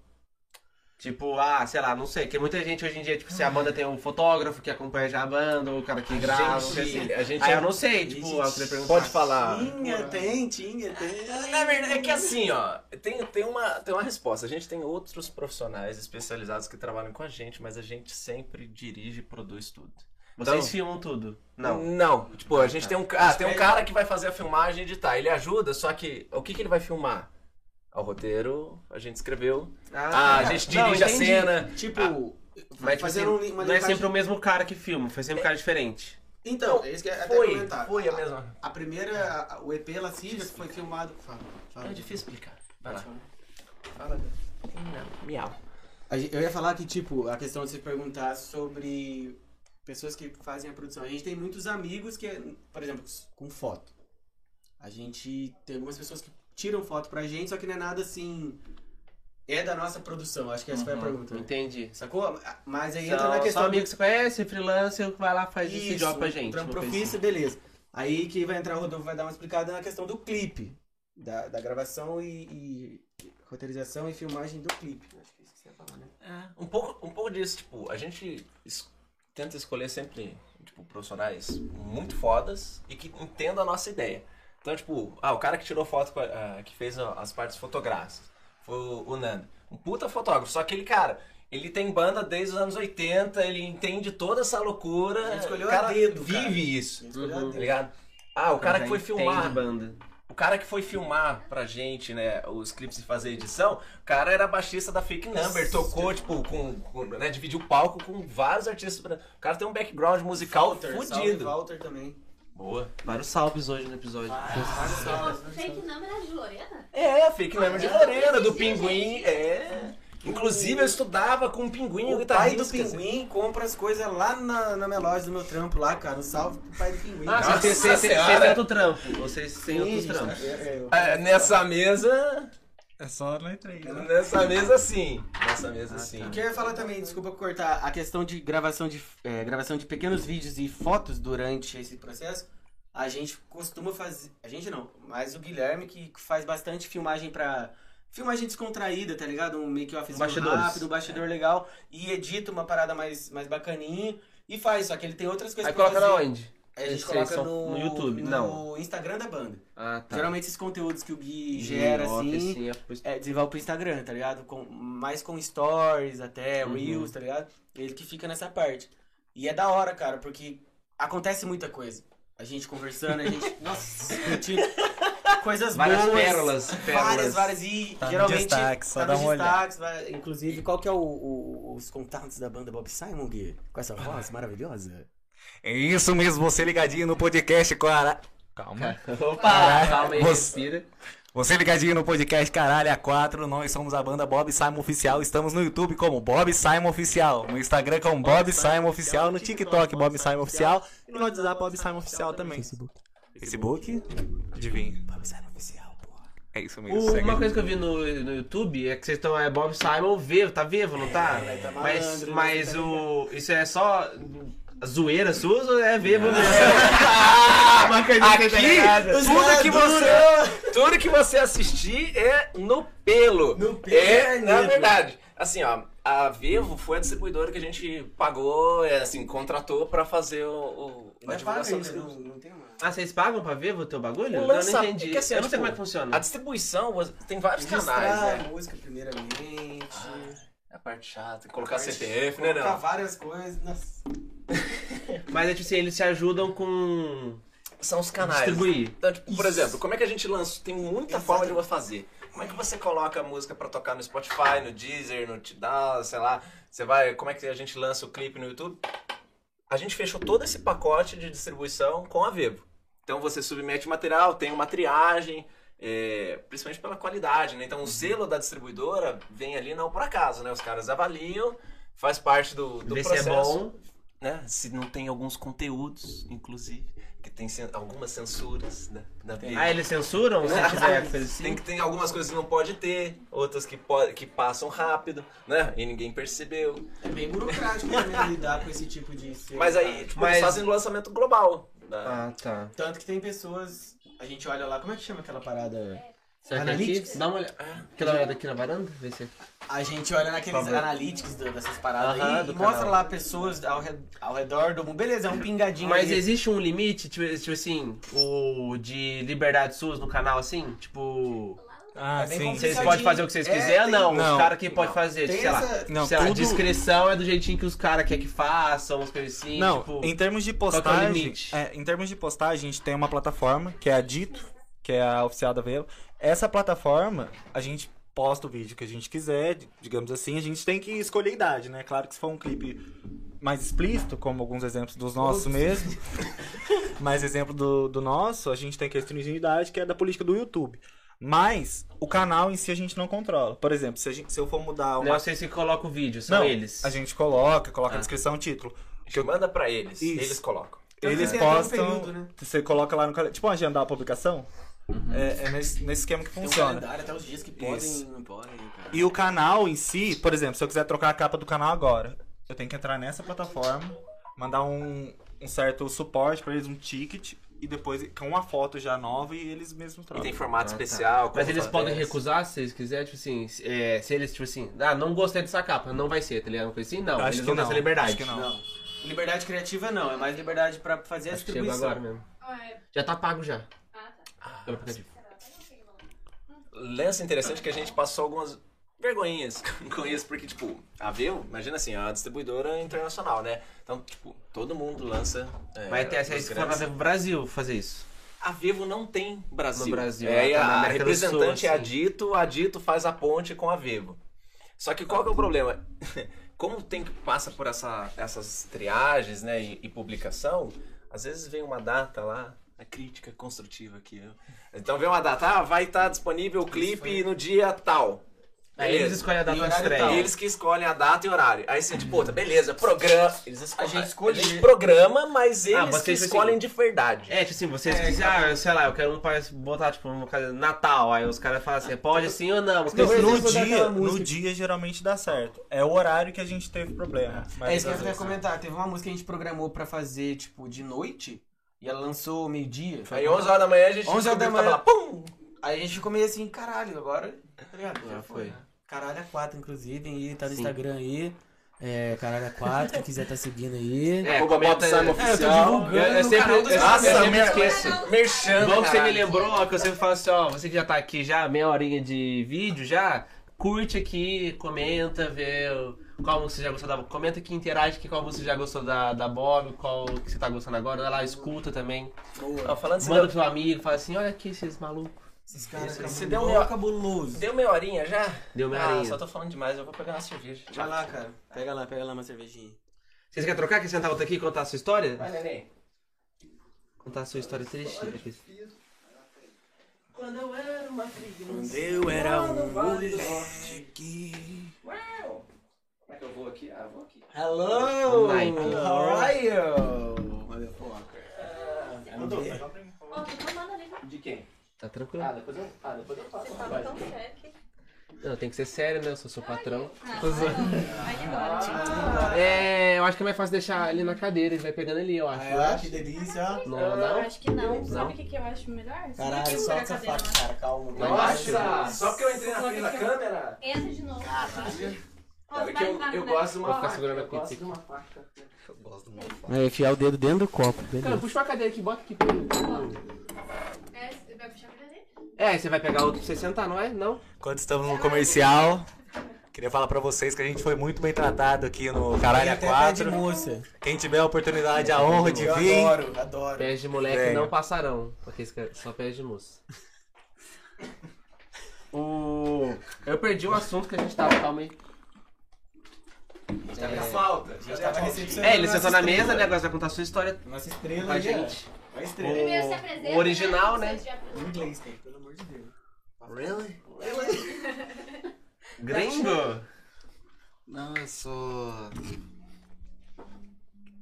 S1: Tipo, ah, sei lá, não sei, porque muita gente hoje em dia, tipo, se a banda tem um fotógrafo que acompanha já a banda, ou o cara que grava, não sei assim.
S3: gente, a gente
S1: Aí eu não sei, tipo,
S2: Gente,
S1: eu queria perguntar.
S3: pode falar.
S2: Tinha, tem, tinha, tem.
S3: Na verdade, é que assim, ó, tem, tem, uma, tem uma resposta. A gente tem outros profissionais especializados que trabalham com a gente, mas a gente sempre dirige e produz tudo.
S1: Vocês
S3: Então-
S1: filmam tudo? Não.
S3: Não. Tipo, a gente
S1: tá.
S3: tem um, ah,
S2: É.
S3: tem um cara que vai fazer a filmagem e editar. Ele ajuda, só que o que, que ele vai filmar? Ah, O roteiro, a gente escreveu. Ah, a gente
S1: Não,
S3: dirige a
S1: entendi.
S3: cena. Ah,
S2: Tipo,
S1: Mas, tipo
S2: fazendo
S1: assim,
S2: um- uma
S1: não é
S2: linkagem-
S1: sempre o mesmo cara que filma, foi sempre um cara diferente.
S2: Então, é isso que eu ia até Ah,
S3: Foi,
S2: comentar.
S3: foi a mesma.
S2: A primeira, a- a- o EP Lascivia foi filmado. Fala, fala.
S3: É difícil explicar. Vai lá.
S2: Fala.
S3: Não, Miau.
S2: A gen- Eu ia falar que, tipo, a questão de se perguntar sobre pessoas que fazem a produção. A gente tem muitos amigos que, é, por exemplo, s- com foto. A gente tem algumas pessoas que tiram foto pra gente, só que não é nada assim. É da nossa produção, acho que essa foi a pergunta. né?
S1: Entendi.
S2: Sacou? A- Mas aí
S1: São,
S2: entra na questão.
S1: Uhum. só amigo que você conhece, freelancer, que vai lá faz esse job pra gente.
S2: Trampo
S1: uma coisa assim.
S2: profício, beleza. Aí que vai entrar o Rodolfo, vai dar uma explicada na questão do clipe. Da, da gravação e, e roteirização e filmagem do clipe. Acho que é isso que você ia falar, né?
S3: Um pouco, um pouco disso, tipo, a gente es- tenta escolher sempre, tipo, profissionais muito fodas e que entendam a nossa ideia. Então, tipo, ah, o cara que tirou foto, com a- ah, que fez a- as partes fotográficas, foi o o Nando. Um puta fotógrafo, só aquele cara, ele tem banda desde os anos 80, ele entende toda essa loucura.
S2: Ele escolheu
S3: o cara
S2: a dedo,
S3: vive
S2: cara.
S3: isso,
S2: Uhum.
S3: tá ligado? Ah, o cara que
S1: já
S3: foi
S1: entende
S3: filmar
S1: banda.
S3: o cara que foi filmar pra gente, né, os clipes e fazer edição, o cara era baixista da Fake Number, tocou, tipo, com, com, né, dividiu o palco com vários artistas. bra- O cara tem um background musical
S2: Walter, salve
S3: fudido.
S2: Walter também.
S3: Boa.
S1: Vários salves hoje no episódio.
S2: Ah,
S5: Pô, Fake number é de Lorena?
S3: É, a Fake Number de
S5: Ah,
S3: Lorena, do
S5: sim,
S3: Pinguim,
S5: gente.
S3: é. Inclusive, eu estudava com o Pinguim, o
S2: O pai do
S3: guitarrista. assim.
S2: pinguim compra as coisas lá na, na minha loja do meu trampo lá, cara. Um salve pro pai do pinguim.
S1: Ah,
S3: Nossa
S1: vocês, vocês, vocês
S3: Senhora!
S1: têm outro trampo. Vocês têm outros
S2: Sim,
S1: trampos.
S2: é, é,
S3: É, nessa mesa,
S4: É só na entrega. né?
S3: nessa mesa sim, nessa mesa sim.
S2: O que eu ia falar também, desculpa cortar, a questão de gravação de, é, gravação de pequenos vídeos e fotos durante esse processo, a gente costuma fazer. A gente não, mas o Guilherme que faz bastante filmagem pra. Filmagem descontraída, tá ligado? Um make-off
S1: Bastidores. É.
S2: rápido, um bastidor legal. E edita uma parada mais, mais bacaninha. E faz, só que ele tem outras coisas
S1: Aí coloca
S2: fazer. É,
S1: na onde?
S2: A gente
S1: Vocês
S2: coloca
S1: são-
S2: no,
S1: no YouTube,
S2: no
S1: não.
S2: Instagram da banda.
S1: Ah,
S2: Geralmente esses conteúdos que o Gui gera, assim, é, desenvolve pro Instagram, tá ligado? Com, mais com stories, até
S1: Uhum.
S2: Reels, tá ligado? Ele que fica nessa parte. E é da hora, cara,
S4: *laughs*
S2: porque acontece muita coisa. A gente conversando, a gente. Nossa, discutindo. coisas
S1: Várias
S2: boas.
S1: pérolas, pérolas.
S2: Várias, várias. E
S4: Tá no
S2: geralmente.
S4: destaque, só
S2: tá
S4: dá
S2: nos
S4: uma
S2: destaques, vai- Inclusive, qual que é o- o- os contatos da banda Bob Simon, Gui? Com
S4: Ah.
S2: essa voz maravilhosa?
S4: É isso mesmo, você ligadinho no podcast com a... Calma.
S1: Opa, calma aí,
S4: Você-
S1: respira.
S4: Você ligadinho no podcast Caralho A4, nós somos a banda Bob Simon Oficial, estamos no YouTube como Bob Simon Oficial, no Instagram como Bob Simon Oficial, no TikTok Bob Simon Oficial e no WhatsApp Bob Simon Oficial também. Facebook? Adivinha.
S2: Bob Simon oficial, pô.
S4: É isso mesmo.
S1: O-
S4: segue
S1: uma
S4: aí.
S1: coisa que eu vi no, no YouTube é que vocês estão. É Bob Simon vivo, tá vivo, não tá?
S2: tá
S1: mas
S2: malandro,
S1: mas
S2: né?
S1: o. Isso é só. Zoeira sua ou é vivo mesmo? Ah, uma coisa que tá errada.
S2: Os
S3: Tudo que,
S2: caras
S3: você, tudo que você assistir é no pelo.
S2: No pelo
S3: É,
S2: é
S3: na
S2: nível.
S3: verdade. Assim, ó, a Vivo foi a distribuidora que a gente pagou, é, assim, contratou pra fazer o, o- a
S2: Ainda
S3: divulgação
S2: fala
S3: dos
S2: isso,
S3: livros.
S2: não, não tem uma.
S1: Ah, vocês pagam pra ver o teu bagulho?
S3: O
S1: Eu
S3: lança-
S1: não entendi.
S3: porque assim,
S1: eu não sei
S3: tipo,
S1: como é que funciona.
S3: A distribuição, você- tem vários
S2: Registrar
S3: canais, né?
S2: a música primeiramente.
S3: É a parte chata, colocar
S2: parte-
S3: CPF, né?
S2: Colocar
S3: Não.
S2: várias coisas. Nossa.
S1: Mas é tipo assim, eles se ajudam com.
S3: São os canais.
S1: Distribuir.
S3: Então, tipo, por
S2: Isso.
S3: exemplo, como é que a gente lança? Tem muita
S2: Exato.
S3: forma de você fazer. Como é que você coloca a música pra tocar no Spotify, no Deezer, no Tidal, sei lá. Você vai, como é que a gente lança o clipe no YouTube? A gente fechou todo esse pacote de distribuição com a Vevo. Então você submete o material, tem uma triagem, é, principalmente pela qualidade, né?
S1: Uhum.
S3: Então o selo da distribuidora vem ali não por acaso, né? Os caras avaliam, faz parte do, do
S1: Ver se é
S3: processo
S1: bom.
S3: né? Se não tem alguns conteúdos, inclusive, que tem cen- algumas censuras né, da, da Bíblia.
S1: Ah, eles censuram se tiver *laughs* coisa assim?
S3: Né? Tem que ter algumas coisas que não pode ter, outras que, po- que passam rápido, né? E ninguém percebeu.
S2: É bem burocrático também *laughs* lidar com esse tipo de.
S3: Mas aí, tipo,
S1: Mas-
S3: eles fazem o lançamento global. né?
S1: Ah, tá.
S2: Tanto que tem pessoas. A gente olha lá, como é que chama aquela parada?
S1: Será que é
S2: Analytics?
S1: aqui? Dá uma olhada. Quer dar uma olhada aqui na varanda? Vê se.
S2: A gente olha naqueles
S1: Por favor.
S2: analytics do- dessas paradas
S1: Aham,
S2: aí,
S1: do
S2: e mostra
S1: canal.
S2: lá pessoas ao, re- ao redor do mundo. Beleza, é um pingadinho.
S1: Mas
S2: ali.
S1: existe um limite, tipo, tipo assim, o de liberdade suas no canal, assim? Tipo,
S4: Ah,
S2: É bem
S4: sim.
S1: vocês
S2: complicadinho.
S1: podem fazer o que vocês
S2: É,
S1: quiserem ou
S2: tem-
S1: não?
S4: não,
S1: Os caras que podem
S2: não.
S1: fazer,
S2: Tem
S1: sei lá.
S2: essa-
S4: Não,
S1: sei lá, a
S4: tudo-
S1: discrição é do jeitinho que os caras querem que façam, umas coisas assim.
S4: Não, então,
S1: tipo,
S4: em termos de
S1: que é o
S4: postagem,
S1: limite?
S4: é, em termos de postagem, a gente tem uma plataforma que é a Dito, que é a oficial da Vevo. Essa plataforma, a gente posta o vídeo que a gente quiser, di- digamos assim, a gente tem que escolher a idade, né? Claro que se for um clipe mais explícito, como alguns exemplos dos nossos
S1: *laughs*
S4: mesmo, mais exemplo do, do nosso, a gente tem que restringir a idade, que é da política do YouTube. Mas o canal em si a gente não controla. Por exemplo, se, a gente- se eu for mudar uma
S1: não é vocês que colocam o vídeo, são
S4: Não,
S1: eles.
S4: a gente coloca, coloca
S1: Ah.
S4: a descrição, o título.
S3: A gente manda pra eles,
S4: Isso.
S3: eles colocam.
S2: Então,
S4: Eles
S2: tem até um
S4: postam.
S2: período, né? Uhum.
S4: Você coloca lá no calendário. Tipo, agendar a publicação. É, é nesse, nesse esquema que
S2: Tem um
S4: funciona.
S2: calendário até os dias que podem
S4: Isso.
S2: não podem. né, cara.
S4: e o canal em si, por exemplo, se eu quiser trocar a capa do canal agora, eu tenho que entrar nessa plataforma, mandar um, um certo suporte pra eles, um ticket, e depois com uma foto já nova e eles mesmos
S3: E
S4: trocam.
S3: tem formato
S1: Ah, tá.
S3: especial.
S1: Mas
S3: como
S1: eles
S3: fazer.
S4: é
S1: podem recusar se eles quiserem, tipo assim, se- é, se eles, tipo assim, ah, não gostei dessa capa, não vai ser, tá ligado? Uma coisa assim, não,
S4: Acho
S1: eles
S4: que
S1: vão ter
S4: não,
S1: essa liberdade.
S4: acho que não.
S2: Não. Liberdade criativa não, é mais liberdade pra fazer a
S1: Acho que chegou
S2: distribuição.
S1: agora mesmo.
S6: Ah, é.
S1: Já tá pago já.
S5: Ah, tá.
S3: Ah,
S1: pelo aplicativo.
S3: lance interessante que a gente passou algumas vergonhinhas *laughs* com isso, porque, tipo, a Vivo, imagina assim, é uma distribuidora internacional, né? Então, tipo, todo mundo lança. é,
S1: Vai ter essa
S3: os
S1: aí se for
S3: grandes.
S1: fazer pro Brasil fazer isso.
S3: A Vivo não tem Brasil.
S1: No Brasil,
S3: é,
S1: ela tá na
S3: a
S1: América do
S3: representante
S1: Sul,
S3: é a
S1: assim.
S3: Dito, a Dito faz a ponte com a Vivo. Só que
S1: Uhum.
S3: qual que é o problema? *laughs* Como tem que passa por essa, essas triagens, né, e, e publicação, às vezes vem uma data lá, a crítica construtiva aqui. eu- Então vem uma data, ah, vai estar disponível o clipe no dia tal.
S1: Aí É, eles escolhem a data
S2: E
S1: de
S2: horário
S1: estreia.
S2: tal.
S3: Eles que escolhem a data e horário. Aí você, tipo, puta, beleza, programa. Eles escolhem.
S2: A gente escolhe.
S3: A gente programa, mas eles
S1: vocês,
S3: que
S1: assim,
S3: escolhem de verdade.
S1: É, tipo assim, vocês quiserem,
S3: então.
S1: ah, sei lá, eu quero um pra botar, tipo, uma casa Natal. Aí os caras falam
S3: Ah,
S1: assim, pode sim ou não? Os
S2: Não,
S1: caras-
S2: eu-
S4: No
S2: exemplo daquela
S4: dia, no
S2: música.
S4: dia geralmente dá certo. É o horário que a gente teve problema.
S2: É isso que eu
S4: às
S2: ia
S4: vezes-
S2: comentar. Teve uma música que a gente programou pra fazer, tipo, de noite, e ela lançou meio-dia.
S3: Aí 11 horas da manhã a gente
S2: 11 horas da
S3: descobriu que
S2: manhã.
S3: tava lá, pum!
S2: Aí a gente ficou meio assim, caralho, agora. Tá ligado?
S1: Já foi.
S2: Caralho a 4, inclusive, aí, tá no
S1: Sim.
S2: Instagram aí. É, caralho a 4, quem quiser tá seguindo aí.
S1: É,
S3: Arroba
S1: comenta-
S3: Bob Simon
S1: Eu,
S3: Oficial. É,
S1: eu, eu
S2: no
S1: sempre,
S2: canal
S1: eu,
S2: do
S1: eu,
S2: Nossa,
S1: sempre
S4: merda.
S1: esqueço.
S3: Merchan,
S1: Bom que você me
S3: caralho.
S1: lembrou, ó, que eu sempre falo assim, ó, você que já tá aqui já, meia horinha de vídeo já, curte aqui, comenta, vê o- qual música você já gostou da Comenta aqui, interage aqui qual música você já gostou da, da Bob, qual que você tá gostando agora, vai lá, escuta também.
S2: Boa.
S3: Ó, falando assim,
S1: Manda
S3: da,
S1: pro seu amigo, fala assim, olha aqui esses malucos.
S2: Esses caras
S3: Esse-
S2: cabulosos.
S3: esse deu uma-
S2: cabuloso.
S3: Deu meia horinha já?
S1: Deu meia
S3: ah,
S1: horinha.
S3: só tô falando demais, eu vou pegar uma cerveja.
S2: *laughs* Vai lá, cara. Pega lá, pega lá uma cervejinha.
S1: Vocês querem trocar? Quer sentar outra aqui e contar a sua história?
S3: Vai, neném.
S1: Contar a sua história triste? né, Aqui.
S3: Quando eu era uma criança.
S2: Quando eu era
S3: Lá no
S2: um
S3: Vale do
S2: moleque que...
S3: Uau! Como é que eu vou aqui? Ah, vou aqui.
S1: é
S2: Hello!
S1: Mike.
S4: é
S2: How are you? Motherfucker.
S5: Ó, tô tomando ali.
S3: De quem?
S1: Tá
S2: Hum.
S1: tranquilo?
S3: Ah, depois eu, ah, depois eu faço.
S5: Você
S3: uma
S5: fala tão
S3: voz.
S5: chefe.
S1: Não, tem que ser sério, né? Eu sou seu patrão.
S5: Ah, vai agora.
S1: É, eu acho que é mais fácil deixar ali na cadeira, ele vai pegando ali, É, eu acho.
S2: Ah, que delícia, ó.
S1: Não,
S6: Eu
S1: Ah, não.
S6: acho que não.
S1: Não?
S6: Sabe o que, que eu acho melhor?
S2: Caralho,
S6: Segura a
S2: solta essa
S6: cadeira né?
S2: faca,
S6: lá.
S2: cara. Calma.
S3: Nossa! Só porque eu entrei na frente da câmera.
S5: Entra de novo. Ó,
S3: Sabe
S5: você
S3: que
S5: vai
S3: eu,
S5: entrar
S3: eu
S5: no
S3: gosto de uma
S1: Vou ficar
S3: faca.
S1: segurando a
S3: eu gosto
S1: pizza
S3: de uma faca.
S2: Vai enfiar o dedo dentro do copo.
S1: Cara,
S2: Beleza.
S1: puxa uma cadeira aqui, bota aqui.
S5: negócio. É, você vai puxar pra dentro.
S1: É, você vai pegar outro pra você sentar, não é? Não?
S4: Enquanto estamos no comercial, queria falar pra vocês que a gente foi muito bem tratado aqui no Caralho
S2: de
S4: A4.
S2: moça.
S4: Quem tiver a oportunidade, a honra de
S2: Eu
S4: vir.
S2: adoro, adoro.
S1: Pés de moleque
S4: Venha.
S1: não passarão. Porque esse cara- só pés de moço. *laughs* O... Eu perdi o assunto que a gente tava. Calma aí.
S3: Cadê a falta?
S2: Já estava recepcionando
S1: É, ele sentou
S2: nossa
S1: na mesa,
S2: estrela.
S1: né? Agora você vai contar a sua história
S2: Nossa
S1: com
S2: estrela,
S1: a
S2: aí,
S1: gente.
S2: ó. A estrela.
S5: Primeiro se apresenta.
S1: o original, né?
S5: Você já
S2: Em inglês, tem, pelo amor de Deus.
S7: Really?
S1: Gringo?
S7: Não, eu sou.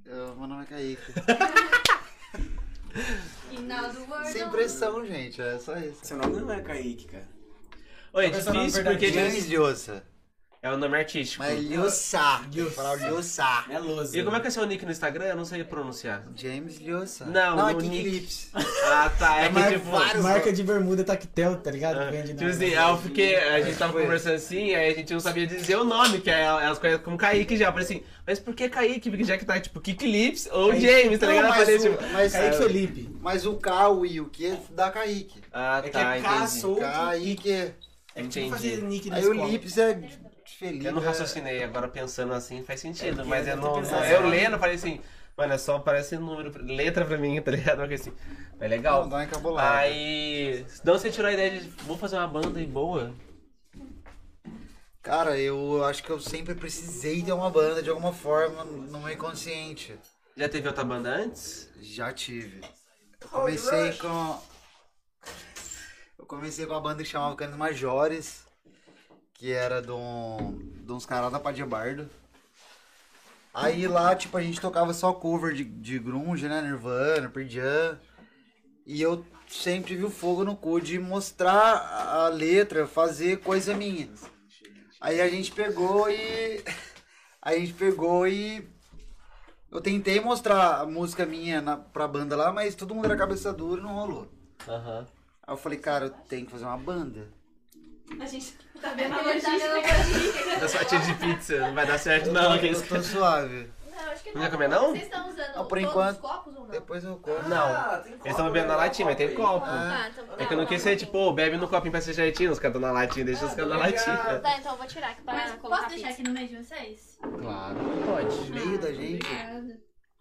S7: Eu, meu nome é Kaique.
S5: In other words,
S7: Sem pressão, gente, é só isso.
S2: Seu nome não é Kaique, cara.
S1: Oi, é
S2: Qual que é seu nome
S1: difícil porque...
S2: verdadeiro?
S1: diz-
S7: James Lhosa.
S1: É o nome artístico.
S7: Mas Lhosa. Tem que falar Lhosa.
S2: É lousa.
S1: E como é que é seu nick no Instagram? Eu não sei pronunciar.
S7: James Lhosa.
S1: Não,
S7: não é
S1: no
S7: Kiki
S1: nick.
S7: Lips.
S1: Ah, tá. É,
S7: Mas
S1: que tipo...
S7: vários
S2: Marca de bermuda tactel, tá ligado?
S1: Ah,
S2: Vende na-
S1: Tipo assim, ah, porque a gente tava conversando assim, aí a gente não sabia dizer o nome, que é as coisas como Kaique já. Eu falei assim, mas por que Kaique? Porque já que tá tipo Kiklips ou
S2: Kaique.
S1: James, tá
S7: Não,
S1: ligado? Eu
S7: mas,
S1: falei,
S7: o,
S1: tipo,
S7: mas, é,
S2: Kaique Felipe.
S7: mas o K, o I, o Q dá Kaique.
S1: Ah,
S2: É que
S1: tá,
S2: é K,
S1: entendi.
S2: sou-
S7: Kaique.
S2: É que tinha
S1: Entendi.
S2: que fazer nick na
S7: Aí o
S2: escola.
S7: Lips é Felipe.
S1: Eu não raciocinei, agora pensando assim faz sentido,
S2: É,
S1: mas
S2: eu
S1: eu
S2: tô
S1: não...
S2: pensando
S1: Eu
S2: assim.
S1: lendo, eu falei assim, mano, é só parece número, letra pra mim, *laughs* tá ligado? Eu falei assim, é
S7: Não,
S1: legal.
S7: dá uma encabulada.
S1: Aí, não você tirou a ideia de, vou fazer uma banda e boa?
S7: Cara, eu acho que eu sempre precisei ter uma banda de alguma forma no meu inconsciente.
S1: Já teve outra banda antes?
S7: Já tive. Eu comecei com. Eu comecei com a banda que chamava Canos Majores, que era de, um, de uns caras da Padia Bardo. Aí lá, tipo, a gente tocava só cover de, de grunge, né? Nirvana, Pearl Jam. E eu sempre vi o fogo no cu de mostrar a letra, fazer coisa minha. Aí a gente pegou e. *laughs* A gente pegou e eu tentei mostrar a música minha na, pra banda lá, mas todo mundo era cabeça dura e não rolou.
S1: Aham.
S7: Aí eu falei, cara, eu tenho que fazer uma banda.
S6: A gente tá vendo a
S5: ele tá dando
S6: logística.
S5: pra gente.
S1: Da sua tia de pizza, não vai dar certo
S7: Eu
S1: não,
S7: tô,
S1: aqueles
S7: eu tô suave.
S5: Não, acho que
S1: Não quer comer, não?
S5: Vocês estão usando
S7: Não, por
S5: todos
S7: enquanto.
S5: os copos ou não?
S7: Depois eu
S1: Ah,
S7: corro.
S1: Não. Eles estão bebendo na latinha, mas tem copo.
S7: Ah,
S6: então,
S1: É que eu não quis ser tipo, ô, bebe no copinho pra ser certinho, os caras estão na latinha, deixa os caras na latinha.
S6: Tá, então eu vou tirar aqui pra
S5: Mas
S6: colocar
S5: posso deixar
S6: a
S5: aqui no meio de vocês?
S1: Claro, pode.
S7: no meio da gente.
S6: Obrigada.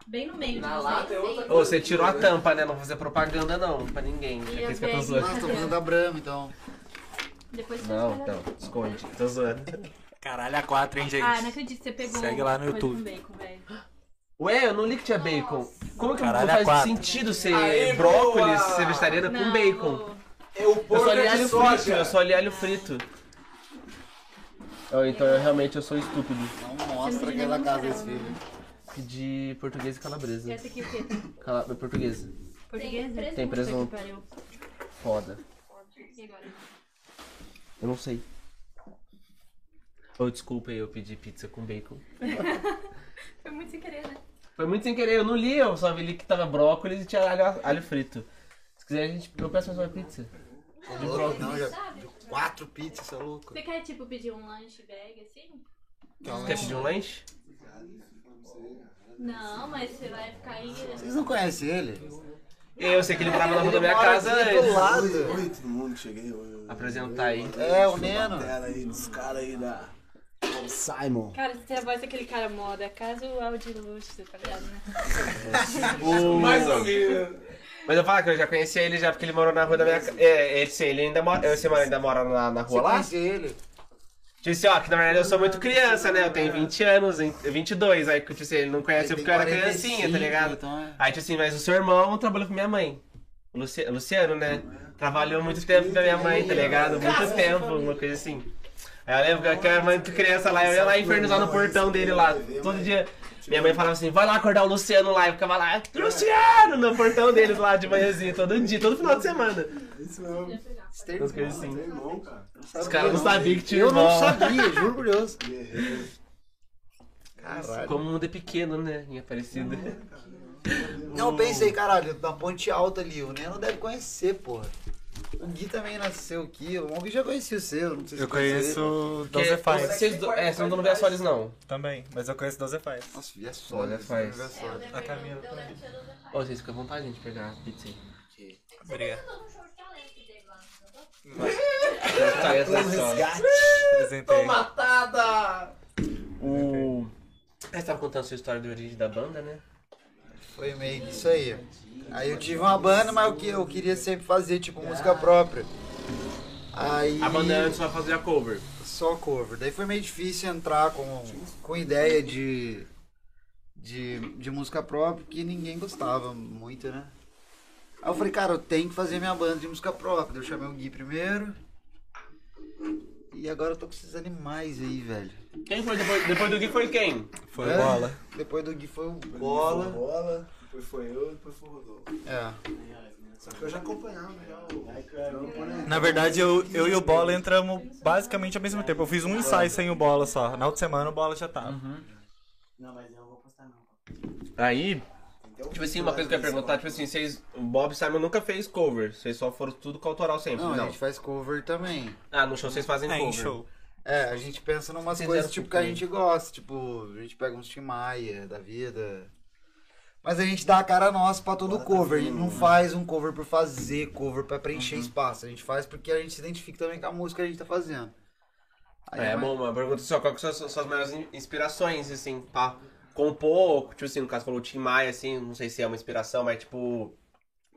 S5: Bem no meio
S3: Na
S5: de vocês.
S3: lata é outra
S1: Ô, você tirou a tampa, né? Não vou fazer propaganda não, pra ninguém.
S6: E
S1: Aqueles que eu
S6: eu
S1: tô
S6: bem.
S1: zoando.
S7: Nossa, tô fazendo da Brahma, então.
S6: Depois você
S1: Não,
S6: tira.
S1: não, esconde, tô zoando.
S4: Caralho A4, hein,
S6: Ah, não
S4: gente?
S6: acredito, você pegou.
S4: Segue lá no
S6: coisa
S4: YouTube.
S6: com bacon, velho.
S1: Ué, eu não li que tinha bacon. Como que
S4: Caralho,
S1: faz
S4: é quatro.
S1: sentido ser
S3: Aê,
S1: brócolis,
S3: boa!
S1: ser vegetariana com
S6: Não,
S1: bacon?
S3: É o
S1: Eu só li
S3: porco de
S1: alho frito, eu
S3: soja.
S1: só li alho frito. Oh, então eu realmente eu sou estúpido.
S7: Não
S6: Você
S7: mostra
S6: não
S7: aquela
S6: tem
S7: casa
S6: nem
S7: desse filho.
S1: Pedi português e calabresa.
S6: Essa aqui o quê?
S1: Cala... Portuguesa.
S6: Portuguesa?
S1: Tem presunto.
S6: Puta que pariu.
S1: Foda.
S6: E agora?
S1: Eu não sei. Oh, desculpa aí, eu pedi pizza com bacon.
S6: Foi muito sem querer, né?
S1: Foi muito sem querer, eu não li, eu só vi que tava brócolis e tinha alho, alho frito. Se quiser, a gente, eu peço mais uma pizza.
S7: Tá louco? Não, já.
S5: Sabe?
S7: Quatro pizzas, você é louco?
S6: Você quer, tipo, pedir um lanche bag, assim?
S7: Tá
S1: Você quer pedir um lanche?
S6: Não, mas você vai ficar aí...
S7: Vocês não conhecem ele?
S1: Eu sei que ele morava na rua da minha
S7: mora
S1: casa
S7: aqui do
S1: antes.
S7: lado.
S2: Oi, todo mundo, cheguei. Oi, oi.
S1: Apresentar aí.
S7: É, o
S2: Sou
S7: Neno.
S2: batera aí dos caras aí da... Bob Simon.
S6: Cara, você tem a voz daquele cara moda. Caso o de luxo, tá ligado, né?
S1: O...
S3: Mais ou menos.
S1: Mas eu falo que eu já conhecia ele já porque ele morou na rua da minha casa. É, ele, sim, ele ainda mora. Eu sei, mas ainda mora na, na rua
S7: Você
S1: lá.
S7: conhece ele?
S1: Tipo assim, ó, que na verdade eu sou muito criança, né? Eu tenho 20 anos, em- 22. Aí, tipo assim, ele não conhece eu
S7: Ele
S1: porque eu
S7: tem
S1: era
S7: 45,
S1: criancinha, tá ligado?
S7: Então é.
S1: Aí, tipo assim, mas o seu irmão trabalhou com minha mãe. O Luci- Luciano, né? Trabalhou muito tempo com a minha mãe, tá ligado? Muito tempo, uma coisa assim. Aí eu lembro que aquela mãe que criança lá, eu ia lá infernizar no portão dele lá, todo dia. Minha mãe falava assim, vai lá acordar o Luciano lá, e eu ficava lá, Luciano, no portão deles lá de manhãzinha, todo dia, todo final de semana.
S2: Isso mesmo.
S7: Você tem
S1: Umas coisas
S7: irmão?
S1: assim.
S2: Meu irmão, cara.
S1: Os caras não sabiam que tinha
S7: Eu não
S1: irmão.
S7: sabia, juro por Deus.
S2: Guerreiro.
S7: Caralho.
S1: Como o mundo é pequeno, né, em Aparecida.
S7: Não, pensei, caralho, na ponte alta ali, o Neno deve conhecer, porra. O Gui também nasceu aqui, o Gui já conhecia o seu, não sei se
S4: Eu
S7: conhece ele.
S4: conheço
S1: Porque
S4: Doze Faz
S1: vocês do- É, vocês não vê as folhas não.
S4: também, mas eu conheço Doze Faz.
S7: Nossa, via só,
S1: Olha,
S7: via só,
S1: faz.
S7: via só.
S5: lembro,
S4: A Camila
S5: eu lembro que eu não
S1: Ô, vocês ficam à vontade, gente, pegar a pizza aí.
S4: Obrigado.
S5: tô num show de talento dele lá. não tô?
S1: Tá, Talento da escola.
S4: Apresentei.
S1: matada! O. Aí você tava contando a sua história de origem da banda, né?
S7: Foi meio que isso aí. Aí eu tive uma banda, mas o que eu queria sempre fazer, tipo, música própria. Aí...
S1: A banda antes só fazia cover.
S7: Só cover. Daí foi meio difícil entrar com, com ideia de, de, de música própria, que ninguém gostava muito, né? Aí eu falei, cara, eu tenho que fazer minha banda de música própria. Daí eu chamei o Gui primeiro. E agora eu tô precisando de mais aí, velho.
S1: Quem foi depois, depois do Gui foi quem?
S4: Foi
S7: É,
S4: bola.
S7: Depois do Gui foi o
S8: Bola.
S7: Bola.
S8: Bola. Depois foi eu, depois foi o Rodolfo.
S7: É.
S8: Só que eu já acompanhava já o
S2: Então,
S8: trampo,
S2: é?
S8: né?
S4: Na verdade, eu, eu e o Bola entramos basicamente ao mesmo tempo. Eu fiz um ensaio sem o Bola só. Na outra semana o Bola já tava.
S2: Não, mas eu não vou postar não.
S1: Aí,
S8: Então,
S1: tipo assim, uma coisa que eu ia perguntar, tipo assim, vocês. O Bob Simon nunca fez cover. Vocês só foram tudo com autoral sempre,
S7: Não,
S1: não.
S7: a gente faz cover também.
S1: Ah, no show vocês fazem
S4: É,
S1: cover.
S4: em show.
S7: É, a gente pensa numas
S1: Vocês
S7: coisas
S1: eram
S7: tipo
S1: tipo
S7: que a gente gosta, tipo, a gente pega uns Tim Maia da vida. Mas a gente dá a cara nossa pra todo cover, a gente não faz um cover por fazer cover, pra preencher espaço, a gente faz porque a gente se identifica também com a música que a gente tá fazendo. Aí
S1: É,
S7: vai-
S1: bom, uma pergunta só, qual que são as suas maiores in- inspirações, assim, pra compor, tipo assim, no caso falou o Tim Maia, assim, não sei se é uma inspiração, mas tipo,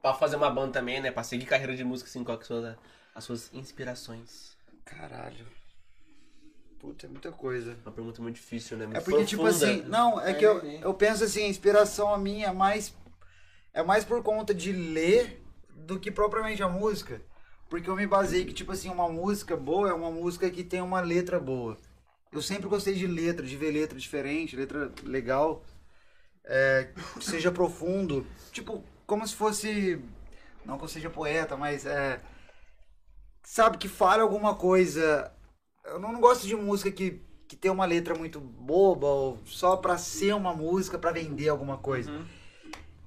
S1: pra fazer uma banda também, né, pra seguir carreira de música, assim, qual que são as, as suas inspirações?
S7: Caralho. Puta, é muita coisa.
S1: Uma pergunta muito difícil, né, muito
S7: É porque, tipo
S1: profunda.
S7: assim, não, é,
S2: É,
S7: que eu,
S2: né?
S7: eu penso assim, a inspiração a minha é mais, é mais por conta de ler do que propriamente a música. Porque eu me baseei que, tipo assim, uma música boa é uma música que tem uma letra boa. Eu sempre gostei de letra, de ver letra diferente, letra legal, é, que seja profundo. Tipo, como se fosse. Não que eu seja poeta, mas é. Sabe, que fale alguma coisa. Eu não, não gosto de música que que tem uma letra muito boba ou só pra ser uma música pra vender alguma coisa.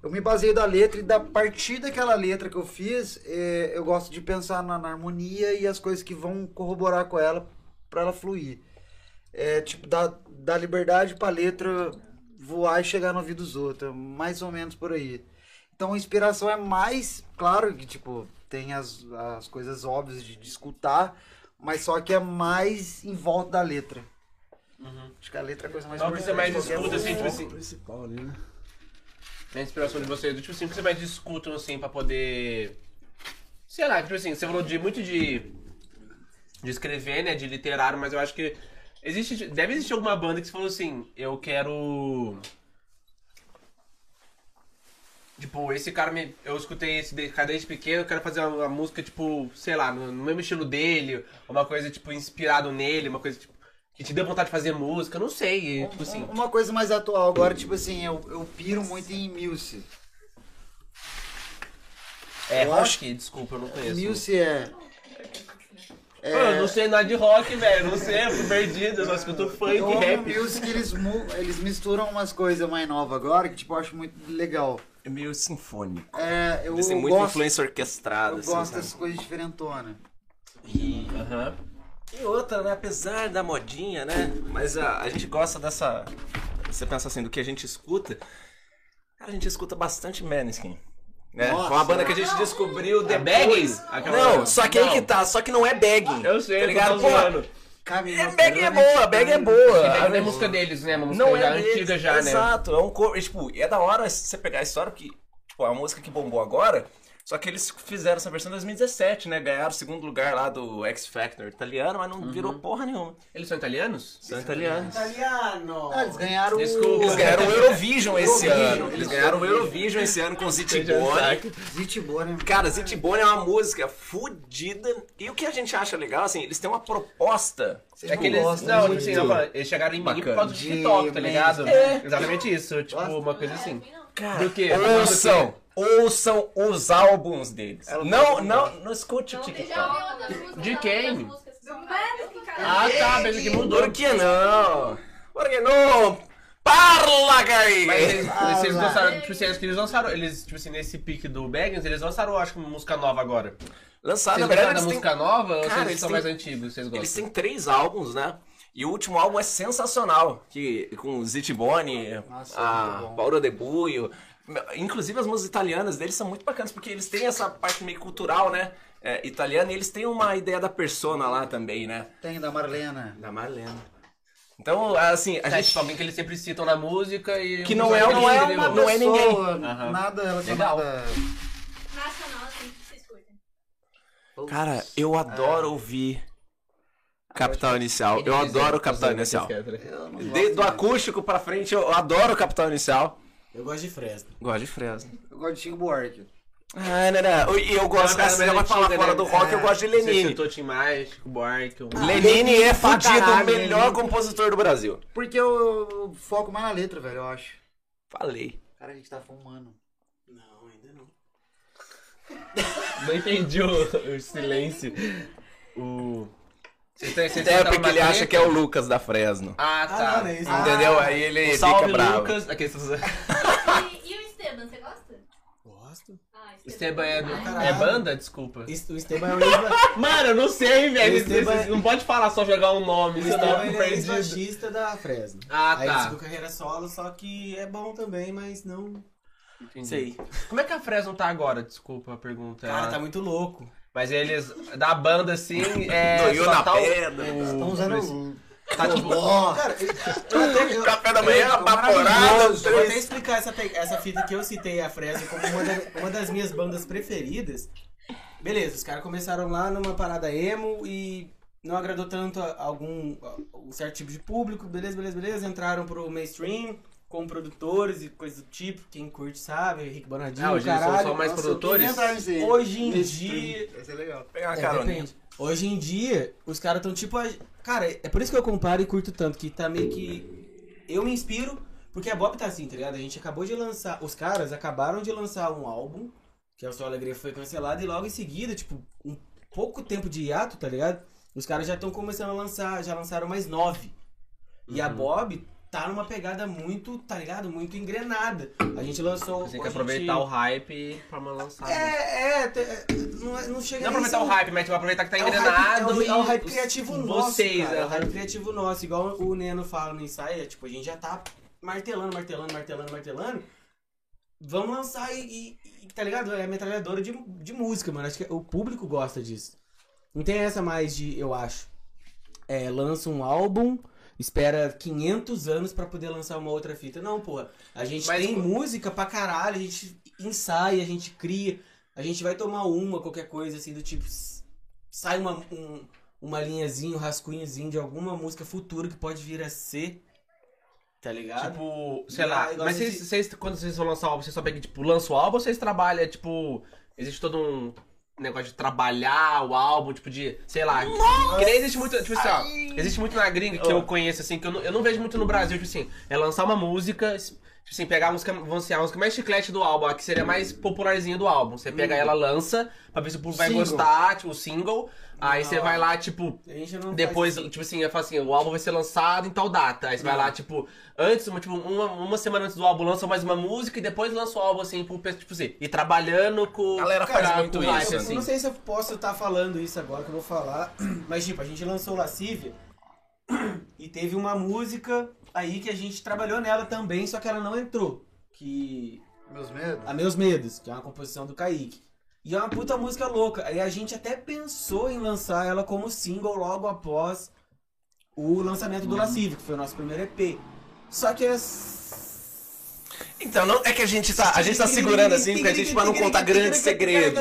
S7: Eu me baseio da letra e da partir daquela letra que eu fiz, eh, eu gosto de pensar na, na harmonia e as coisas que vão corroborar com ela pra ela fluir. É tipo dar da liberdade pra letra voar e chegar no ouvido dos outros, é mais ou menos por aí. Então a inspiração é mais, claro que tipo tem as, as coisas óbvias de, de escutar, mas só que é mais em volta da letra.
S1: Uhum.
S7: Acho que a letra é a coisa mais
S1: Qual que você mais
S7: importante de
S1: escuta,
S7: qualquer um.
S1: assim, tipo
S7: música.
S1: assim,
S8: principal ali, né?
S1: a inspiração de vocês, do tipo assim, o que vocês mais escutam, assim, pra poder, sei lá, tipo assim, você falou de, muito de, de escrever, né, de literário, mas eu acho que existe, deve existir alguma banda que você falou assim, eu quero... Tipo, esse cara me. Eu escutei esse de- cara desde pequeno, eu quero fazer uma, uma música, tipo, sei lá, no, no mesmo estilo dele, uma coisa, tipo, inspirado nele, uma coisa, tipo, que te dê vontade de fazer música, não sei, tipo assim.
S7: Um- Uma coisa mais atual agora, tipo assim, eu, eu piro muito em Milce.
S1: É
S7: Eu
S1: rock?
S7: acho
S1: Desculpa, eu não conheço.
S7: Milce é.
S1: Pô, eu não sei nada de rock, velho. Não sei, eu fico perdido. Eu só escuto funk,
S7: Eu amo
S1: rap.
S7: Milce que eles, mu- eles misturam umas coisas mais novas agora, que tipo, eu acho muito legal.
S3: É meio sinfônico.
S7: É, eu,
S3: Eles têm
S7: eu
S3: muita
S7: gosto,
S3: influência orquestrada.
S7: eu
S3: assim,
S7: gosto
S3: sabe?
S7: dessas coisas diferentonas.
S1: Aham.
S3: E outra, né? Apesar da modinha, né? Mas a, a gente gosta dessa. Você pensa assim, do que a gente escuta. Cara, a gente escuta bastante Maneskin. Né?
S7: Nossa.
S3: Foi uma banda que a gente descobriu
S1: É
S3: The
S1: Baggins?
S3: Baggins.
S1: Aquela-
S3: Não, só que
S1: Não.
S3: aí que tá, só que não é bagging.
S1: Eu sei,
S3: tá
S1: eu
S3: ligado?
S1: tô
S3: Pô,
S1: zoando.
S7: Caminho
S3: é, bag é boa, bag é boa.
S1: É,
S3: A
S1: a música deles, né? Uma música
S3: não
S1: já
S3: é deles.
S1: antiga já, né?
S3: Exato, é um cover. Tipo, e é da hora você pegar a história, porque Tipo, a música que bombou agora. Só que eles fizeram essa versão em 2017, né? Ganharam o segundo lugar lá do X Factor italiano, mas não
S1: Uhum.
S3: virou porra nenhuma.
S1: Eles são italianos?
S3: São italianos.
S2: Italiano!
S7: Ah, eles ganharam
S1: Desculpa.
S3: Eles
S7: o
S3: ganharam o Eurovision esse
S7: Eurovision,
S3: ano. Eles
S7: eles
S3: ganharam o Eurovision esse ano com Zitibone.
S1: Zitibone.
S7: Zit boa, né?
S3: Cara, Zitbone é uma música fodida. E o que a gente acha legal, assim, eles têm uma proposta.
S7: Vocês
S1: É que eles.
S7: gostam
S1: Não,
S7: muito.
S1: tipo assim, eu falo, eles chegaram em mim por
S3: Bacana. É.
S1: causa do
S7: De
S1: TikTok, tá ligado?
S3: mainstream.
S1: Exatamente isso. Tipo,
S7: Gosta?
S1: uma coisa assim.
S5: Não, não.
S3: Cara,
S1: Do quê?
S3: ouçam, ouçam os álbuns deles.
S7: Ela
S3: Não,
S7: tá-
S3: não, não escute o
S5: Você já
S3: TikTok.
S5: ouviu outras músicas?
S1: De
S5: outras
S1: quem?
S5: músicas que
S6: Do
S5: são
S6: Maneskin, cara.
S1: Ah, tá, beleza que mudou.
S3: Por que não? Por que não? Parla,
S1: Mas
S3: Gaí!
S1: eles, eles
S7: lá.
S1: lançaram, tipo assim, acho que eles lançaram, eles, tipo assim, nesse pique do Baggins, eles lançaram, acho que uma música nova agora.
S3: Lançaram, Ah, na
S1: vocês
S3: verdade,
S1: gostaram da
S3: eles têm,
S1: música nova ou
S3: Cara,
S1: vocês
S3: eles
S1: são
S3: têm-
S1: mais antigos? Vocês
S3: eles
S1: gostam?
S3: têm três álbuns, né? E o último álbum é sensacional, que com o Zitibone,
S7: Nossa,
S3: a
S7: muito bom.
S3: Paula De Buio, inclusive as músicas italianas deles são muito bacanas porque eles têm essa parte meio cultural, né? é, italiana e eles têm uma ideia da persona lá também, né?
S7: Tem da Marlena.
S3: Da Marlena. Então, assim, a
S1: Tá,
S3: gente
S1: tipo, alguém que eles sempre citam na música e.
S3: Que
S1: um
S3: não
S1: dos
S3: é o-
S1: amigos,
S3: não é
S1: entendeu?
S3: uma- não é ninguém.
S7: Pessoa,
S1: Aham.
S7: Nada
S1: Legal.
S7: relacionada.
S5: Nacional, assim, que vocês curtem.
S3: Cara, eu
S7: Ah.
S3: adoro ouvir Capital Inicial. Eu adoro assim, Capital Inicial.
S1: né?
S7: É, Eu não
S3: De- do
S7: gosto muito.
S3: acústico pra frente, eu adoro Capital Inicial.
S2: Eu gosto de Fresno.
S3: Gosto de Fresno.
S7: Eu gosto de Chico Buarque.
S3: Ah, não, não. E eu gosto,
S1: Cara,
S3: cara, você
S1: mas
S3: já vai
S1: antiga,
S3: falar
S1: né?
S3: fora do rock, eu
S7: É,
S3: gosto de
S1: Você
S3: Lenine.
S1: citou Tim Maia, Chico Buarque. um o-
S3: Lenine é
S7: pra
S3: fodido, o
S7: caralho,
S3: melhor
S7: Lenine.
S3: compositor do Brasil.
S7: Porque eu foco mais na letra, velho, eu acho.
S3: Falei.
S7: Cara, a gente tá fumando.
S2: Não, ainda não.
S1: Não entendi o, o silêncio. O. Vocês têm- vocês
S3: É
S1: citaram
S3: porque ele
S1: uma
S3: acha
S1: treta?
S3: que é o Lucas da Fresno.
S1: Ah, tá.
S2: Ah, não, é isso.
S3: Entendeu? Aí ele
S1: Salve,
S3: fica bravo.
S1: Lucas. Aqui, vocês-
S5: E, e o Esteban, você gosta?
S2: Gosto.
S5: Ah,
S1: Esteban é, do-
S2: Caralho.
S1: é banda? Desculpa.
S2: Isso- O Esteban é um *laughs* ex-
S1: Mano, eu não sei, velho.
S2: Esteban-
S1: Vocês Não pode falar só jogar um nome,
S2: o
S1: senão
S2: Esteban,
S1: eu
S2: ele
S1: fico
S2: é
S1: perdido.
S2: ex-baixista da Fresno.
S1: Ah,
S2: Aí ele
S1: tá.
S2: seguiu carreira solo, só que é bom também, mas não
S1: Entendi.
S2: sei.
S1: Como é que a Fresno tá agora? Desculpa a pergunta.
S2: Cara,
S1: Ela-
S2: tá muito louco.
S1: Mas eles, da banda
S3: *laughs*
S1: assim, é.
S3: Noiou
S1: só
S3: na
S1: tá o-
S3: pedra.
S1: o-
S7: Estão usando.
S1: Tá tipo.
S2: *laughs* Cara, Tá eu, eu até, eu,
S3: Café da manhã, apavorado.
S2: eu vou até explicar essa, pe- essa fita que eu citei a Fresno como uma, da- uma das minhas bandas preferidas. Beleza, os caras começaram lá numa parada emo e não agradou tanto a algum a um certo tipo de público, beleza, beleza, beleza. Entraram pro mainstream com produtores e coisa do tipo. Quem curte sabe, Henrique Bonadinho,
S1: Ah, hoje eles são
S2: caralho.
S1: só mais produtores?
S2: Hoje em dia,
S7: Esse é legal.
S3: Pegar uma
S2: É,
S3: caroninha.
S2: depende. Hoje em dia, os caras estão tipo. a- Cara, é por isso que eu comparo e curto tanto, que tá meio que. Eu me inspiro, porque a Bob tá assim, tá ligado? A gente acabou de lançar. Os caras acabaram de lançar um álbum, que a sua alegria foi cancelada, e logo em seguida, tipo, um pouco tempo de hiato, tá ligado? Os caras já estão começando a lançar, já lançaram mais nove. E
S1: Uhum.
S2: a Bob tá numa pegada muito, tá ligado? Muito engrenada. A gente lançou.
S1: Você tem
S2: a gente-
S1: que aproveitar o hype pra uma lançar. né?
S2: É, é, te- é, não, é- não chega
S1: Não
S2: nem
S1: aproveitar
S2: ser
S1: o
S2: um-
S1: hype, mas tipo, aproveitar que tá
S2: é o hype-
S1: engrenado.
S2: é o-
S1: e
S2: é o hype criativo
S1: vocês,
S2: nosso. cara. É o
S1: né?
S2: hype criativo nosso. Igual o Neno fala no ensaio, é, tipo, a gente já tá martelando, martelando, martelando, martelando. Vamos lançar e, e- e, tá ligado? É metralhadora de, de música, mano. Acho que o público gosta disso. Não tem essa mais de, eu acho. É, lança um álbum, espera 500 anos pra poder lançar uma outra fita. Não, porra. A gente
S1: Mas-
S2: tem música pra caralho, a gente ensaia, a gente cria, a gente vai tomar uma, qualquer coisa assim, do tipo. s- Sai uma, um, uma linhazinha, um rascunhozinho de alguma música futura que pode vir a ser. Tá ligado?
S1: Tipo, sei
S2: Ah,
S1: lá.
S2: igual
S1: Mas
S2: a gente-
S1: vocês, vocês- quando vocês vão lançar o álbum, vocês só pegam, tipo, lança o álbum ou vocês trabalham, tipo. Existe todo um negócio de trabalhar o álbum, tipo, de, sei lá. Que nem existe muito. Tipo assim, ó. Existe muito na gringa que eu
S2: Ah.
S1: conheço, assim, que eu não, eu não vejo muito no Brasil, tipo assim, é lançar uma música. es- Tipo assim, pegar a música, vamos assim, a música mais chiclete do álbum, a que seria a mais popularzinha do álbum. Você pega ela, lança, pra ver se o público vai
S7: Single.
S1: gostar, tipo, o single. Aí
S2: Não.
S1: você vai lá, tipo,
S2: a gente não
S1: depois,
S2: faz-
S1: tipo assim, eu falo assim, o álbum vai ser lançado em tal data. Aí você vai lá, tipo, antes, uma, tipo, uma, uma semana antes do álbum lança mais uma música e depois lança o álbum, assim, pro pessoal, tipo assim, e trabalhando com.
S3: A galera faz
S1: pra-
S3: muito
S1: com hype,
S3: isso,
S2: Eu, eu
S1: assim.
S2: não sei se eu posso estar falando isso agora que eu vou falar, *clears throat* mas tipo, a gente lançou Lascívia *clears throat* e teve uma música aí que a gente trabalhou nela também, só que ela não entrou. Que.
S7: Meus medos.
S2: A Meus Medos, que é uma composição do Kaique. E é uma puta música louca. Aí a gente até pensou em lançar ela como single logo após
S3: Uhum.
S2: é o lançamento do Lascívia, que foi o nosso primeiro EP. Só que as.
S3: Então, não é que a gente tá, a gente tá segurando assim, porque a gente pra não contar grandes segredos.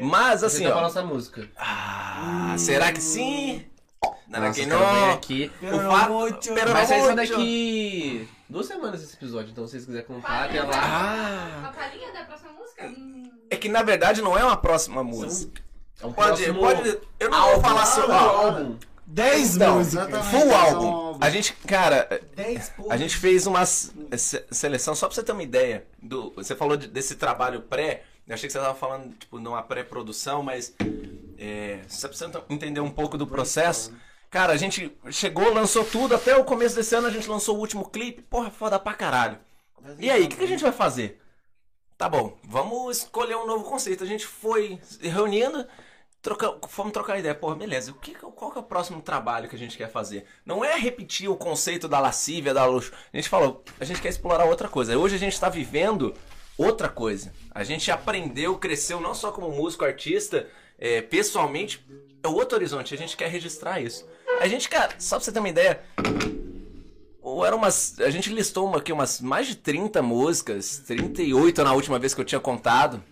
S3: Mas assim,
S1: Assim, ó.
S3: ó.
S1: nossa música.
S3: Ah, será que sim? Nada
S1: Nossa,
S3: que
S1: eu quero ver
S3: não.
S1: aqui.
S3: O fato. Pero
S1: Vai sair só
S3: muito.
S1: daqui duas semanas esse episódio, então se vocês quiserem comprar até lá.
S6: É
S3: Ah,
S5: A palhinha da próxima música?
S6: Hum,
S3: é que na verdade não é uma próxima música.
S1: É um
S3: *laughs* Pode,
S1: próximo
S3: pode. Eu não vou falar sobre. ó,
S1: álbum.
S8: 10
S3: Então,
S8: músicas.
S3: Full
S7: São
S3: álbum.
S7: álbuns.
S3: A gente, cara,
S8: 10
S3: A gente fez uma se- se- seleção, só pra você ter uma ideia. Do, você falou de- desse trabalho pré. Eu achei que você tava falando, tipo, não a pré-produção, mas. É, só pra você entender um pouco do processo. Cara, a gente chegou, lançou tudo, até o começo desse ano a gente lançou o último clipe. Porra, foda pra caralho. E aí, o que, que a gente vai fazer? Tá bom, vamos escolher um novo conceito. A gente foi se reunindo, troca, fomos trocar ideia. Porra, beleza, o que, que- qual que é o próximo trabalho que a gente quer fazer? Não é repetir o conceito da lascívia, da luxo. A gente falou, a gente quer explorar outra coisa. Hoje a gente está vivendo outra coisa. A gente aprendeu, cresceu não só como músico, artista, é, pessoalmente, é outro horizonte. A gente quer registrar isso. A gente quer, só pra você ter uma ideia, ou era umas. A gente listou uma aqui umas mais de 30 músicas, 38 na última vez que eu tinha contado.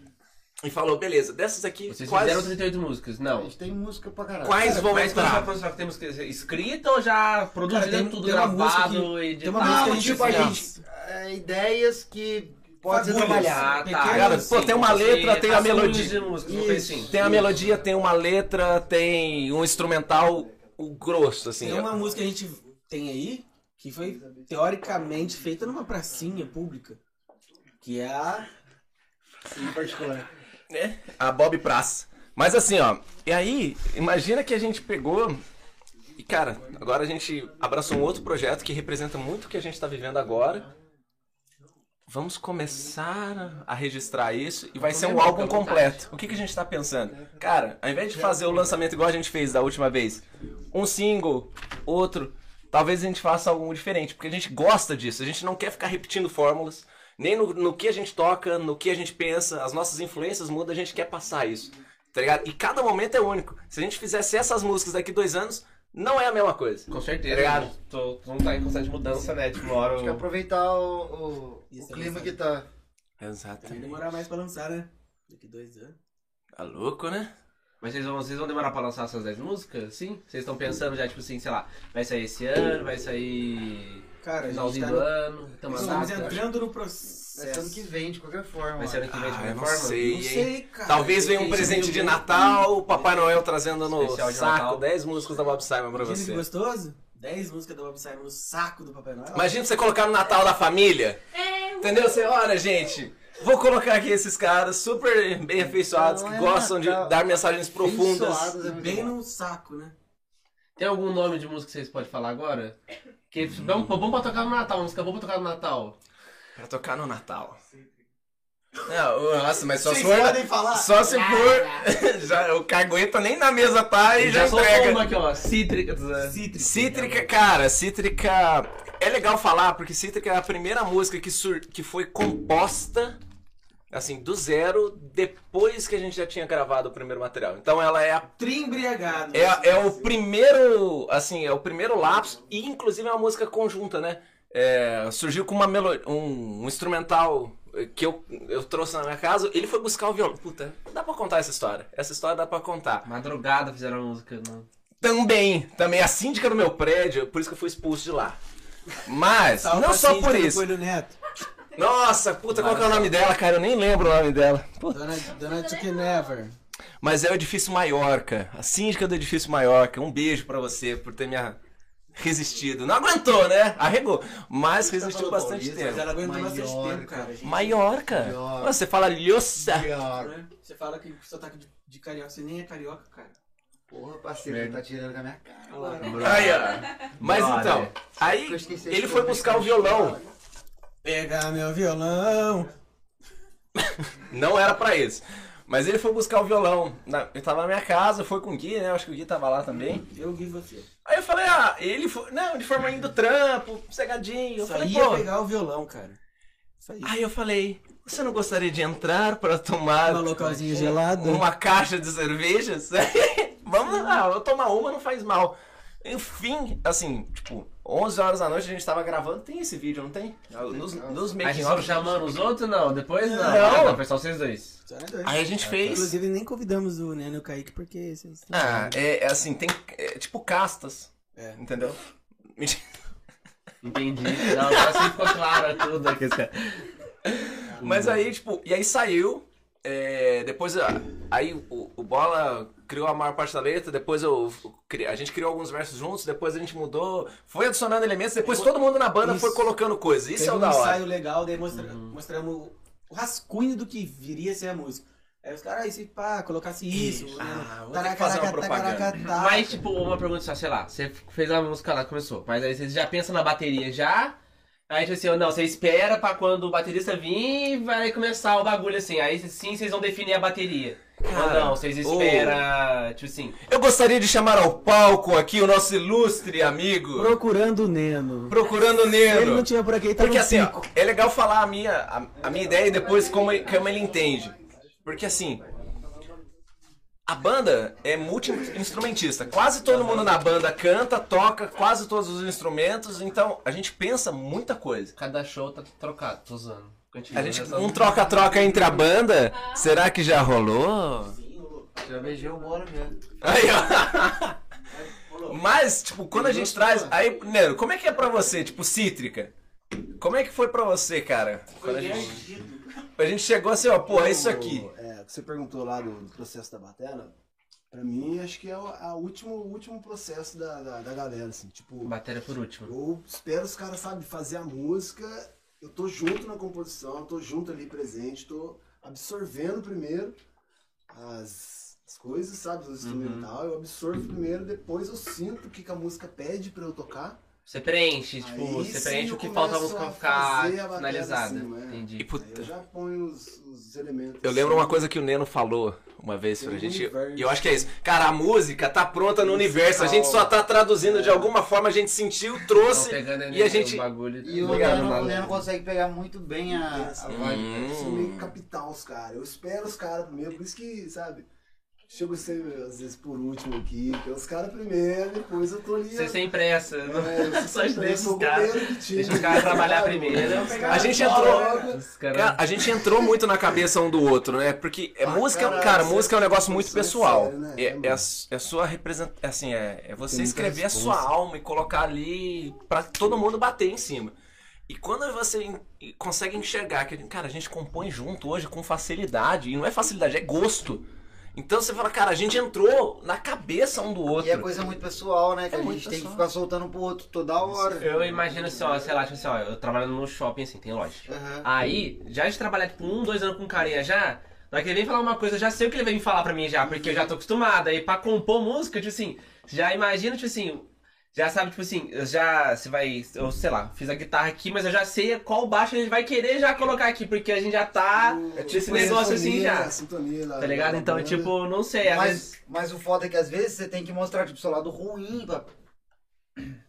S3: E falou, beleza, dessas aqui,
S1: Vocês
S3: quais,
S1: fizeram 38 músicas?
S7: A
S1: Não.
S7: gente tem música pra caralho.
S3: quais vão
S1: Mas quando
S3: entrar?
S1: você fala que temos que dizer, escrita ou já produzida,
S8: Cara, tem-
S1: tudo
S8: tem uma música
S1: gravado, editado?
S8: tem uma
S3: tá,
S7: Não,
S8: música que a gente
S7: tipo, a
S8: fez.
S7: gente... é, ideias que pode ser
S8: Fagulhas.
S7: trabalhada.
S1: Ah, tá.
S3: Cara,
S1: Assim,
S3: pô, tem uma
S1: assim,
S3: letra, tem a
S1: as cores
S3: melodia.
S1: de música, não foi
S7: Isso.
S1: assim.
S3: Tem a melodia, tem uma letra, tem um instrumental o grosso, assim.
S2: Tem uma música que a gente tem aí que foi teoricamente feita numa pracinha pública. Que é a.
S8: Em particular.
S3: A Bob Praça. Mas assim, ó. E aí, imagina que a gente pegou. E, cara, agora a gente abraçou um outro projeto que representa muito o que a gente tá vivendo agora. Vamos começar a registrar isso e vai ser um álbum completo. O que, que a gente tá pensando? Cara, ao invés de fazer o lançamento igual a gente fez da última vez, um single, outro, talvez a gente faça algo diferente, porque a gente gosta disso, a gente não quer ficar repetindo fórmulas, nem no, no que a gente toca, no que a gente pensa, as nossas influências mudam, a gente quer passar isso, tá ligado? E cada momento é único. Se a gente fizesse essas músicas daqui dois anos, não é a mesma coisa.
S1: Com certeza.
S3: Obrigado.
S1: Tô, tô, tá em constante mudança, né? Tipo, uma hora
S3: é
S7: Acho que
S1: eu...
S7: aproveitar o, o,
S2: Isso
S7: o
S2: é
S7: clima
S2: mensagem.
S7: que tá.
S2: Vai
S3: Exatamente.
S2: demorar mais pra lançar, né? Daqui dois anos.
S3: Tá louco, né?
S1: Mas vocês vão, vocês vão demorar pra lançar essas 10 músicas? Sim? Vocês estão pensando já, tipo assim, sei lá, vai sair esse ano, vai sair
S2: Cara, a gente
S1: finalzinho
S2: tá
S1: do
S2: no...
S1: ano, então uma
S2: Estamos
S1: data.
S2: entrando no
S7: Vai ser ano que
S2: processo.
S7: vem, de qualquer forma.
S1: Vai ser ano que vem de
S3: Ah, eu
S1: qualquer
S3: não
S1: forma.
S3: sei,
S2: Não
S3: hein?
S2: sei, cara.
S3: Talvez venha um
S2: Esse
S3: presente
S2: meu
S3: de
S2: bom.
S3: Natal, o Papai Noel trazendo no
S1: Especial de
S3: saco
S1: Natal.
S3: 10 músicas da Bob Simon pra
S2: Dizem que
S3: você.
S2: gostoso? 10 músicas da Bob Simon no saco do Papai Noel.
S3: Imagina você colocar no Natal da família. Entendeu? Você, olha, gente, vou colocar aqui esses caras super bem afeiçoados, que
S7: Não é
S3: gostam
S7: Natal.
S3: de dar mensagens profundas.
S7: Abençoadas é muito
S2: Bem
S7: bom.
S2: no saco, né?
S1: Tem algum nome de música que vocês podem falar agora? Que é um bom pra tocar no Natal, uma música boa pra tocar no Natal.
S3: Pra tocar no Natal. Não, nossa, mas só se
S2: Vocês
S3: for.
S2: podem falar.
S3: Só se for. *laughs* já, o cagueta nem na mesa tá e
S1: Eu
S3: já,
S1: já soltou
S3: entrega.
S1: uma né? aqui, ó. né? Cítrica.
S2: Cítrica.
S3: Cítrica, cara, Cítrica. É legal falar, porque Cítrica é a primeira música que, sur... que foi composta, assim, do zero, depois que a gente já tinha gravado o primeiro material. Então ela é a
S2: Trimbriagado.
S3: é, é o primeiro, assim, é o primeiro lapso e inclusive é uma música conjunta, né? É, surgiu com uma melo um, um instrumental eh, que eu, eu trouxe na minha casa, ele foi buscar o violão. Puta, dá pra contar essa história. Essa história dá pra contar.
S1: Madrugada fizeram a música. né? Não.
S3: Também, também a síndica do meu prédio, por isso que eu fui expulso de lá. Mas,
S2: Salve
S3: não
S2: pra
S3: só
S2: Cíntia
S3: por
S2: do
S3: isso.
S2: Coelho Neto.
S3: Nossa, puta, qual que é o nome dela, cara? Eu nem lembro o nome dela. Puta.
S2: Dona, Dona Chicken Never.
S3: Mas é o Edifício Maiorca, a síndica do Edifício Maiorca. Um beijo pra você por ter me a- resistido. Não aguentou, né? Arregou. Mas resistiu
S7: tá falando
S3: bastante
S7: paulista,
S2: Mas
S3: tempo.
S2: ela aguentou bastante
S7: Maior,
S2: tempo, cara. gente.
S3: Maiorca?
S7: Maiorca.
S3: Nossa, Você fala lhosa.
S7: Pior.
S2: Né? Você fala que o sotaque de, de carioca, você nem é carioca, cara.
S7: Porra, parceiro, você tá tirando com a minha cara.
S2: Olha lá, né?
S3: Aí, ó. Mas
S1: Bora.
S3: então, aí
S7: Eu esqueci
S3: ele
S7: de
S3: foi
S7: comer
S3: buscar o
S7: esse
S3: violão.
S2: Pega meu violão.
S3: Não era pra isso. Mas ele foi buscar o violão. Na- Ele tava na minha casa, foi com o Gui, né? Eu Acho que o Gui tava lá também.
S2: Eu vi você.
S3: Aí eu falei, ah, ele foi. Não, de forma indo trampo, cegadinho. Eu
S2: Só
S3: falei,
S2: ia
S3: pô.
S2: pegar o violão, cara. é Isso aí.
S3: Aí eu falei, você não gostaria de entrar pra tomar
S2: Uma
S3: É.
S2: localzinha gelada.
S3: uma caixa de *laughs* cervejas? Vamos lá, eu tomar uma não faz mal. Enfim, assim, tipo, 11 horas da noite a gente tava gravando. Tem esse vídeo, não tem? Nos, nos
S1: A gente
S3: making
S1: só
S3: of.
S1: chamando os outros, não. Depois não.
S3: Não.
S1: Não, foi só vocês dois.
S2: Só nós dois.
S3: Aí a gente
S2: Ah,
S3: fez.
S2: tá. Inclusive, nem convidamos o Neno e o Kaique, porque... vocês-
S3: Ah, é, é assim, tem é, tipo castas,
S2: É.
S3: entendeu? Mentira.
S1: Entendi. Não, agora sim ficou claro tudo aqui. cara.
S3: Mas
S2: Uhum.
S3: aí, tipo, e aí saiu. é, depois a- aí o, o Bola criou a maior parte da letra, depois eu cri- a gente criou alguns versos juntos, depois a gente mudou, foi adicionando elementos, depois todo mundo na banda foi
S2: Isso.
S3: colocando coisas. Isso
S2: Teve
S3: é o
S2: um
S3: da hora. Uhum.
S2: ensaio legal, daí mostra, mostramos o- o rascunho do que viria a ser a música. Aí os caras, ah, e se pá, colocasse isso,
S3: Isso.
S2: né?
S3: Ah, vou ter que fazer uma propaganda. Uhum.
S2: tacaracatá.
S1: Mas, tipo, uma pergunta só, sei lá. Você fez uma música lá, começou. Mas aí vocês já pensam na bateria já? Aí, tipo assim, ou não, você espera pra quando o baterista vir e vai começar o bagulho assim. Aí sim vocês vão definir a bateria. ou
S3: Cara,
S1: não, vocês esperam. Tipo assim.
S3: Eu gostaria de chamar ao palco aqui o nosso ilustre amigo,
S2: Procurando o Neno.
S3: procurando o
S2: Ele não
S3: Neno.
S2: tinha por aqui, ele tá
S3: Porque
S2: no
S3: assim, ó,
S2: pico.
S3: é legal falar a minha, a, a minha ideia e depois como, ele- como ele entende. Porque assim, a banda é multi-instrumentista. Quase todo mundo na banda canta, toca quase todos os instrumentos. Então a gente pensa muita coisa.
S1: Cada show tá trocado, tô usando. Continua
S3: A gente,
S1: nessa-
S3: um troca-troca entre a banda, será que já rolou?
S1: Já beijei o bolo mesmo.
S3: Aí, ó. Mas, tipo, quando a gente traz. Aí, Nero, como é que é pra você, tipo, cítrica? Como é que foi pra você, cara? Quando a gente. A gente chegou assim, ó, pô, é isso aqui.
S8: É, que você perguntou lá do, do processo da batera. Pra mim, acho que é o a último, o último processo da, da, da galera, assim. Tipo,
S1: Bateria por último.
S8: eu espero os caras, sabe, fazer a música. Eu tô junto na composição, eu tô junto ali presente, tô absorvendo primeiro as, as coisas, sabe, os instrumental.
S3: Uhum.
S8: Eu absorvo primeiro, depois eu sinto o que, que a música pede pra eu tocar.
S1: Você preenche, tipo,
S8: Aí
S1: você
S8: sim
S1: preenche
S8: eu
S1: o que falta a
S8: começo
S1: música
S8: a
S1: ficar
S8: fazer a bateria
S1: finalizada.
S8: assim, né?
S3: E,
S1: Entendi.
S3: puta,
S8: Aí eu já ponho os, os
S3: Tá.
S8: elementos.
S3: eu lembro
S8: assim.
S3: uma coisa que o Neno falou uma vez pra
S8: Tem um
S3: gente.
S8: universo.
S3: E eu acho que é isso. Cara, a música tá pronta no universo. A gente só tá traduzindo de alguma forma, a gente sentiu,
S1: Tão
S3: trouxe.
S1: pegando
S3: E a gente.
S1: o bagulho. tá
S7: E o
S3: Obrigado,
S7: Leno, o
S3: Malu.
S7: Leno consegue pegar muito bem a, a vibe.
S8: Eu sou meio
S3: Hum.
S8: capital os caras. Eu espero os caras primeiro, por isso que, sabe? Chego a ser, às vezes, por último aqui. porque Os caras primeiro, depois eu tô ali.
S1: Você sem pressa. não- *laughs*
S8: é,
S1: só deixa
S8: sou
S1: os caras.
S8: goleiro do time,
S1: Deixa o cara trabalhar
S8: sabe? *laughs*
S1: primeiro.
S8: Os
S1: A
S8: caras
S3: gente entrou-
S8: jogam,
S1: Os caras.
S3: Cara, a gente entrou muito na cabeça um do outro, né? Porque é
S8: Ah,
S3: música,
S8: caralho,
S3: cara,
S8: isso é-
S3: música é um negócio
S8: isso
S3: muito
S8: é
S3: pessoal.
S8: sério, né?
S3: É, é,
S8: Realmente.
S3: a, su- é a sua representação. Assim, é, é você
S8: Tem muita
S3: escrever a sua
S8: responsa.
S3: alma e colocar ali pra todo mundo bater em cima. E quando você en- e consegue enxergar que, cara, a gente compõe junto hoje com facilidade. E não é facilidade, é gosto. Então você fala, cara, a gente entrou na cabeça um do outro.
S7: E é coisa muito pessoal, né? Que
S3: É
S7: a
S3: muito
S7: gente tem que
S3: pessoal.
S7: ficar soltando pro outro toda hora.
S1: Eu imagino assim, ó, sei lá, tipo assim, ó, eu trabalho num shopping assim, tem loja.
S7: Aham.
S1: Aí, já de trabalhar tipo um, dois anos com um carinha já, na hora que ele vem falar uma coisa, eu já sei o que ele vem falar pra mim já, porque eu já tô acostumado. Aí pra compor música, tipo assim, já imagino, tipo assim, já sabe, tipo assim, eu já, se vai, eu sei lá, fiz a guitarra aqui, mas eu já sei qual baixo ele vai querer já colocar aqui, porque a gente já tá esse
S8: Põe a
S1: negócio assim
S8: sintonia,
S1: já.
S8: a sintonia né? lá
S1: Tá ligado?
S8: da
S1: Então,
S8: banda.
S1: tipo, não sei, às vezes.
S7: Mas, mas o foda é que às vezes você tem que mostrar, tipo, seu lado ruim pra...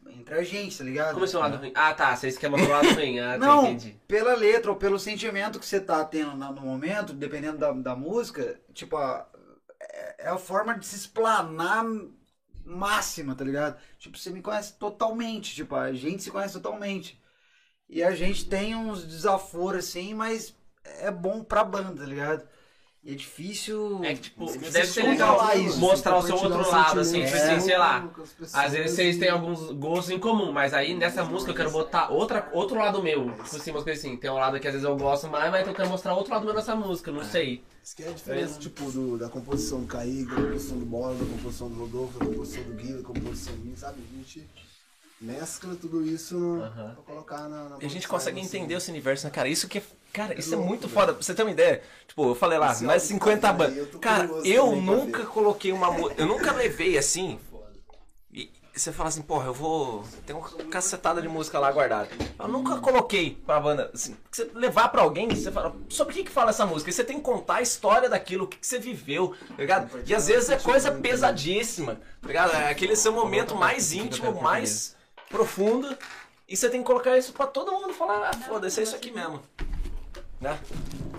S7: entre a gente, tá ligado?
S1: Como é seu lado ruim? Ah, tá, vocês querem pro lado ruim. Ah, tá,
S7: Não.
S1: entendi.
S7: Pela letra ou pelo sentimento que você tá tendo na- no momento, dependendo da, da música, tipo, a, é, é a forma de se explanar máxima, tá ligado? Tipo, você me conhece totalmente, tipo, a gente se conhece totalmente. E a gente tem uns desaforos assim, mas é bom pra banda, tá ligado? E é difícil.
S1: É que, tipo,
S7: você
S1: deve ser
S7: controlar
S1: legal
S8: Falar
S7: isso.
S1: mostrar o seu
S8: compartilhar
S1: outro
S8: os
S1: lado, assim,
S8: sentimentos
S1: tipo assim,
S7: É.
S1: sei lá.
S8: com as pessoas assim.
S1: Às vezes vocês
S8: e-
S1: têm alguns gostos em comum, mas aí nessa música eu quero botar outra, outro lado meu. Tipo assim, umas coisas assim. Tem um lado que às vezes eu gosto mais, mas eu quero mostrar outro lado meu nessa música, não sei.
S8: Isso que é a diferença, tipo, do- da composição do Kaique, da composição do Bola, da composição do Rodolfo, da composição do Gui, da composição minha, sabe? A gente mescla tudo isso no,
S1: Aham.
S8: pra colocar na, na
S3: E a gente
S8: produção,
S3: consegue
S8: assim.
S3: entender esse universo, né, cara? Isso que é. Cara, isso é
S8: louco,
S3: muito
S8: velho.
S3: foda. Pra você ter uma ideia, tipo, eu falei lá,
S8: Esse
S3: mais
S8: álbum
S3: 50
S8: tá vindo aí,
S3: bandas.
S8: eu tô
S3: Cara,
S8: curioso
S3: eu
S8: também pra
S3: nunca
S8: ver.
S3: coloquei uma música. Eu nunca levei assim. E você fala assim, porra, eu vou. Tem uma cacetada de música lá guardada. Eu nunca coloquei pra banda. Assim, que você levar pra alguém, você fala, sobre o que, que fala essa música? E você tem que contar a história daquilo, o que, que você viveu, tá ligado? E às vezes é coisa pesadíssima, tá ligado? É aquele seu momento mais íntimo, mais profundo. E você tem que colocar isso pra todo mundo falar, ah, foda-se, é isso aqui mesmo. Né?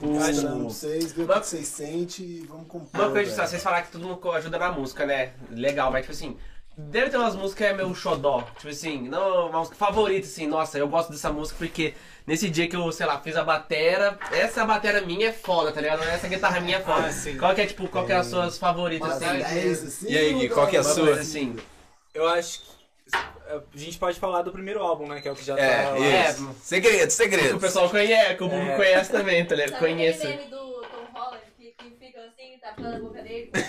S8: Um Misturando vocês, ver o que
S1: Mas-
S8: vocês sentem e vamos comprar.
S3: tá
S1: Uma coisa só, vocês falaram que todo mundo ajuda na música, né? Legal, mas tipo assim, Deve ter umas músicas que é meu xodó. Tipo assim, não, uma música favorita, assim, nossa, eu gosto dessa música porque nesse dia que eu, sei lá, fiz a batera, essa batera minha é foda, tá ligado? Essa guitarra minha é foda. Qual que é, tipo, qual que é as suas favoritas,
S8: Umas
S1: assim?
S8: 10 assim.
S3: né? E aí, Gui, qual que é a
S1: Uma
S3: é sua?
S1: coisa assim.
S4: Eu acho que. A gente pode falar do primeiro álbum, né? Que é o que já tá. lá.
S3: É, isso. Segredo,
S1: Que
S3: segredo.
S1: o pessoal conhece, que o público
S4: É.
S1: conhece também, tá ligado?
S6: Sabe aquele
S1: Conheça.
S6: meme do Tom Holland que, que fica assim, tapando a boca dele?
S1: *laughs*
S6: é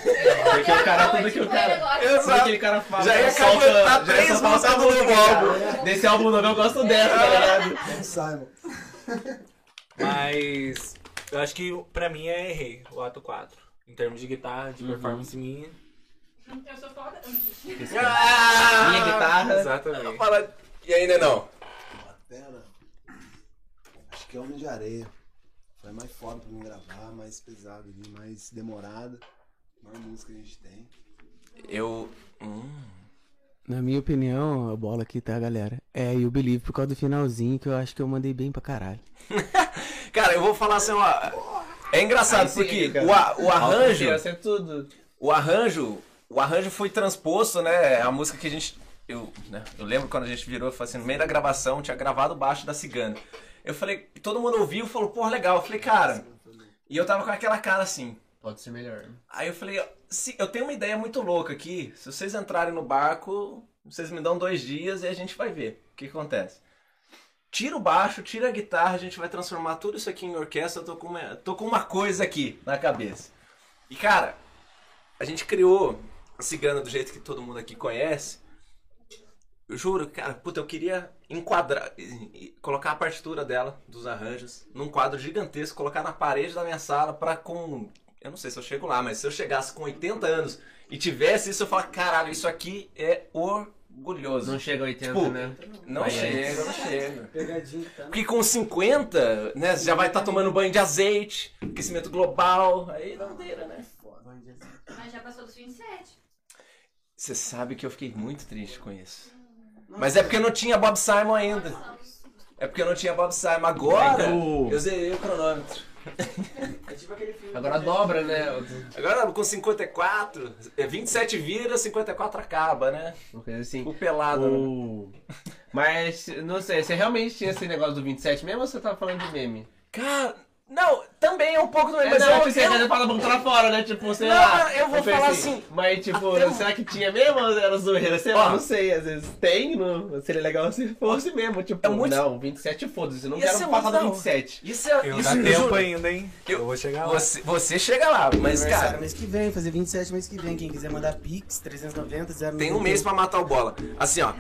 S1: Porque o cara, é tudo que o cara.
S3: Eu-
S6: cara.
S1: Tudo que aquele cara fala.
S3: Já ia
S1: só falta-
S3: caguetar
S1: já ia só
S3: três
S1: falta
S3: músicas Ah, do
S1: música,
S3: novo
S1: cara.
S8: álbum.
S1: Desse álbum novo eu gosto dessa, tá ligado?
S8: Vamos, Simon.
S4: Mas. Eu acho que pra mim é errei o ato 4. Em termos de guitarra, de performance minha.
S6: Eu sou foda.
S3: Ah!
S1: Minha guitarra.
S4: Exatamente.
S3: Fala- E ainda não.
S8: Pera. Acho que é Homem de Areia. Foi mais foda pra mim gravar, mais pesado ali, mais demorada. Maior música que a gente tem.
S3: Eu. hum.
S9: Na minha opinião, a bola aqui, tá, galera? É, e o Believe por causa do finalzinho que eu acho que eu mandei bem pra caralho.
S3: Cara, eu vou falar assim, ó. É engraçado,
S1: Aí sim,
S3: porque
S1: cara.
S3: o, a- o arranjo.
S1: Ia ser tudo.
S3: O arranjo, o arranjo foi transposto, né? A música que a gente. Eu, né, eu lembro quando a gente virou, eu falei assim, no meio da gravação, tinha gravado o baixo da cigana. Eu falei, todo mundo ouviu e falou, pô, legal. Eu falei, cara. E eu tava com aquela cara assim.
S1: Pode ser melhor.
S3: Aí eu falei, "Se- eu tenho uma ideia muito louca aqui. Se vocês entrarem no barco, vocês me dão dois dias e a gente vai ver o que que acontece. Tira o baixo, tira a guitarra, a gente vai transformar tudo isso aqui em orquestra. Eu tô com uma, tô com uma coisa aqui na cabeça. E cara, a gente criou a cigana do jeito que todo mundo aqui conhece. Eu juro, cara, puta, eu queria enquadrar, e- e colocar a partitura dela, dos arranjos, num quadro gigantesco, colocar na parede da minha sala pra com. Eu não sei se eu chego lá, mas se eu chegasse com 80 anos e tivesse isso, eu falar, caralho, isso aqui é orgulhoso.
S1: Não chega a 80,
S3: Tipo,
S1: né?
S3: Não
S1: Aí,
S3: chega, não chega.
S2: Pegadinha, tá?
S3: Porque com 50, né, você já vai estar tomando banho de azeite, aquecimento global, aí não deira, né?
S6: Mas já passou dos 27.
S3: Você sabe que eu fiquei muito triste com isso. Mas é porque eu não tinha Bob Simon ainda. É porque eu não tinha Bob Simon. Agora,
S1: Então-
S3: eu zerei o cronômetro.
S2: É tipo aquele filme.
S1: Agora
S2: que-
S1: dobra, né?
S3: Agora, com 54, é 27 vira, 54 acaba, né?
S1: Uma coisa assim.
S3: O pelado, né?
S1: O- Mas, não sei, você realmente tinha esse negócio do 27 mesmo ou você tava falando de meme?
S3: Cara, não, também é um pouco do
S1: É,
S3: mesmo. mas
S1: não,
S3: eu-
S1: tipo, você
S3: eu-
S1: ainda fala muito lá fora, né? Tipo, sei
S3: Não,
S1: lá.
S3: eu vou
S1: pensei,
S3: falar assim,
S1: Mas, tipo,
S3: até um-
S1: será que tinha mesmo ou era zoeira? Sei
S3: Ó.
S1: lá, não sei. Às vezes tem, não, seria legal se fosse mesmo. Tipo,
S3: É muito-
S1: não, 27 foda-se, não
S3: Ia
S1: quero
S3: ser
S1: passar
S3: muito
S1: do
S3: da
S1: 27.
S3: Isso é.
S4: Eu
S3: isso,
S4: dá
S3: eu
S4: tempo
S3: juro.
S4: ainda, hein?
S3: Eu-
S4: Eu, vou chegar lá.
S3: Você, você chega lá, mas,
S2: Aniversário
S3: cara,
S2: mês que vem, fazer 27 mês que vem. Quem quiser mandar Pix, 390, 0
S3: tem um mês pra matar o bola. Assim, ó.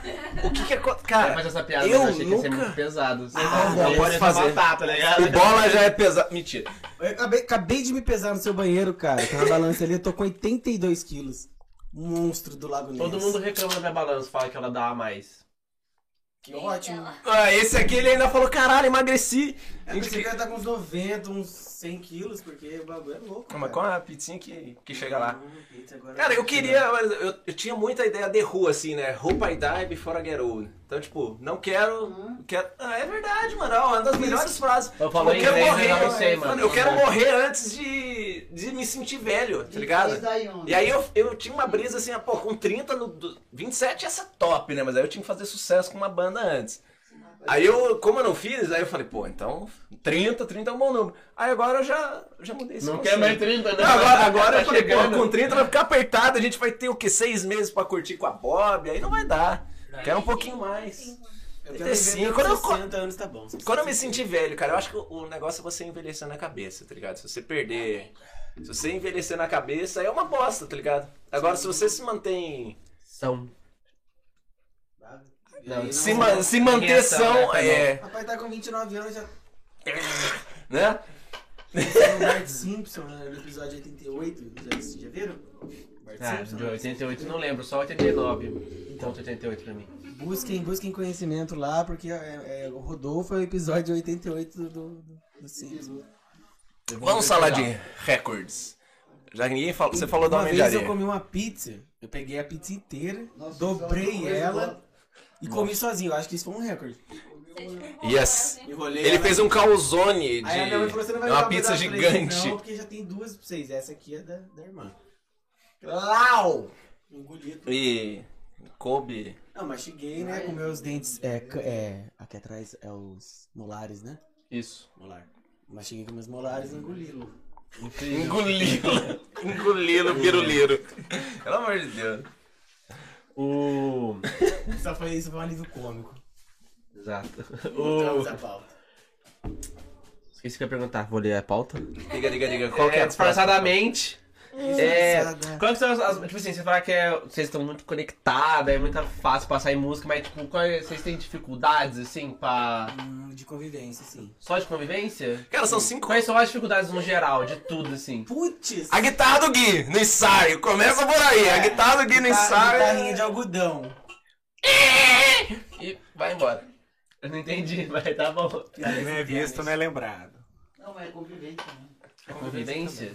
S3: O que que acontece. Cara,
S1: Mas essa piada
S3: eu
S1: eu achei que ia ser
S3: nunca-
S1: muito pesado. Você
S3: Ah, não,
S1: você
S3: pode fazer.
S1: matar, tá ligado?
S3: o bola já é pesado. Mentira.
S2: Eu acabei, acabei de me pesar no seu banheiro, cara. Tem uma balança ali, eu tô com 82 quilos. Monstro do Lago Ness.
S1: Todo mundo reclama da minha balança, fala que ela dá a mais.
S2: Que ótimo.
S3: Ah, esse aqui ele ainda falou, caralho, emagreci.
S2: É, você deve estar com uns 90, uns 100 quilos, porque o bagulho é louco.
S3: Não,
S2: cara.
S3: mas qual é a pizzinha que, que chega lá?
S2: Hum, pizza agora
S3: Cara, eu
S2: tá
S3: queria, mas eu, eu tinha muita ideia de rua, assim, né? Hope I die before I get old. Então, tipo, não quero. quero... Ah, é verdade, mano. É uma das melhores frases.
S1: Eu falo
S3: eu quero
S1: inglês,
S3: morrer.
S1: mas não sei, mano.
S3: eu quero morrer antes de, de me sentir velho, tá ligado? E aí eu, eu tinha uma brisa assim, ah, pô, com 30, no, do- 27 essa top, né? Mas aí eu tinha que fazer sucesso com uma banda antes. Aí eu, como eu não fiz, aí eu falei, pô, então 30, 30 é um bom número. Aí agora eu já, já mudei esse
S1: Não
S3: conceito.
S1: quer mais 30, né?
S3: Não, agora, agora eu
S1: tá
S3: falei, pô,
S1: chegando.
S3: com 30 vai ficar apertado, a gente vai ter o quê? Seis meses pra curtir com a Bob, aí não vai dar. Quero um pouquinho mais.
S2: Eu quero
S3: 35,
S2: viver até
S3: quando eu
S2: uns
S3: co-
S2: 60 anos, tá bom.
S3: Quando eu me sentir velho, cara, eu acho que o- o negócio é você envelhecer na cabeça, tá ligado? Se você perder. Se você envelhecer na cabeça, é uma bosta, tá ligado? Agora, se você se mantém.
S1: São. Não,
S3: Se, ma- se manter
S1: Ninguém é são,
S3: são,
S1: né,
S3: é.
S2: Rapaz, tá com 29 anos,
S3: *laughs*
S2: já
S3: Né?
S2: tem o Bart Simpson né, no episódio 88. Já, já viram? Bart
S1: Ah,
S2: Simpson. né?
S1: de 88 não lembro, só 89. Então, 88 pra mim.
S2: Busquem, busquem conhecimento lá, porque é, é, o Rodolfo é o episódio 88 do, do, do Simpsons.
S3: Vamos falar de recordes. Já que ninguém falou. Você falou da
S2: Uma
S3: Homem de
S2: vez eu
S3: Areia.
S2: comi uma pizza, eu peguei a pizza inteira,
S8: Nossa,
S2: dobrei
S8: isso é uma coisa
S2: ela e comi sozinho. Eu acho que isso foi um recorde.
S3: Yes.
S2: Enrolei
S3: Ele
S2: ela-
S3: fez um calzone de.
S2: Aí a minha mãe falou, você não vai
S3: uma
S2: levar um
S3: pizza
S2: pedaço?" Eu falei,
S3: gigante.
S2: Não, porque já tem duas pra vocês. Essa aqui é da, da irmã. Lau! Engolido.
S3: E Kobe.
S2: Não, mastiguei, né? Com meus dentes. É, ca- é, aqui atrás é os molares, né?
S1: Isso.
S2: Molar. Mastiguei com meus molares e engoli-lo.
S3: Engolindo. Engolindo piruleiro. Pelo amor de Deus.
S1: O.
S2: *laughs* Só foi isso, foi um alívio cômico.
S1: Exato.
S2: Entramos
S1: *laughs* O...
S2: na pauta.
S1: Esqueci que eu ia perguntar. Vou ler a
S3: É,
S1: pauta?
S3: Diga, diga, diga. Qual
S1: Qual
S3: que é a
S1: disfarçadamente. É,
S2: Disfarçada.
S1: qual que são as, as- Tipo assim, você fala que é- vocês estão muito conectados, é muito fácil passar em música, mas tipo, quais, vocês têm dificuldades, assim, pra.
S2: Hum, de convivência, sim.
S1: Só de convivência?
S3: Cara, são cinco.
S1: Quais são as dificuldades no geral, de tudo, assim?
S2: Putz!
S3: A guitarra do Gui no ensaio. Começa por aí. A É, guitarra do Gui no
S2: Guitar-
S3: ensaio. é-
S2: Guitarrinha de algodão.
S1: E vai embora. Eu não entendi, *laughs* mas tá bom.
S4: Quem não é visto não é lembrado.
S2: Não, é convivente também.
S1: Convivência?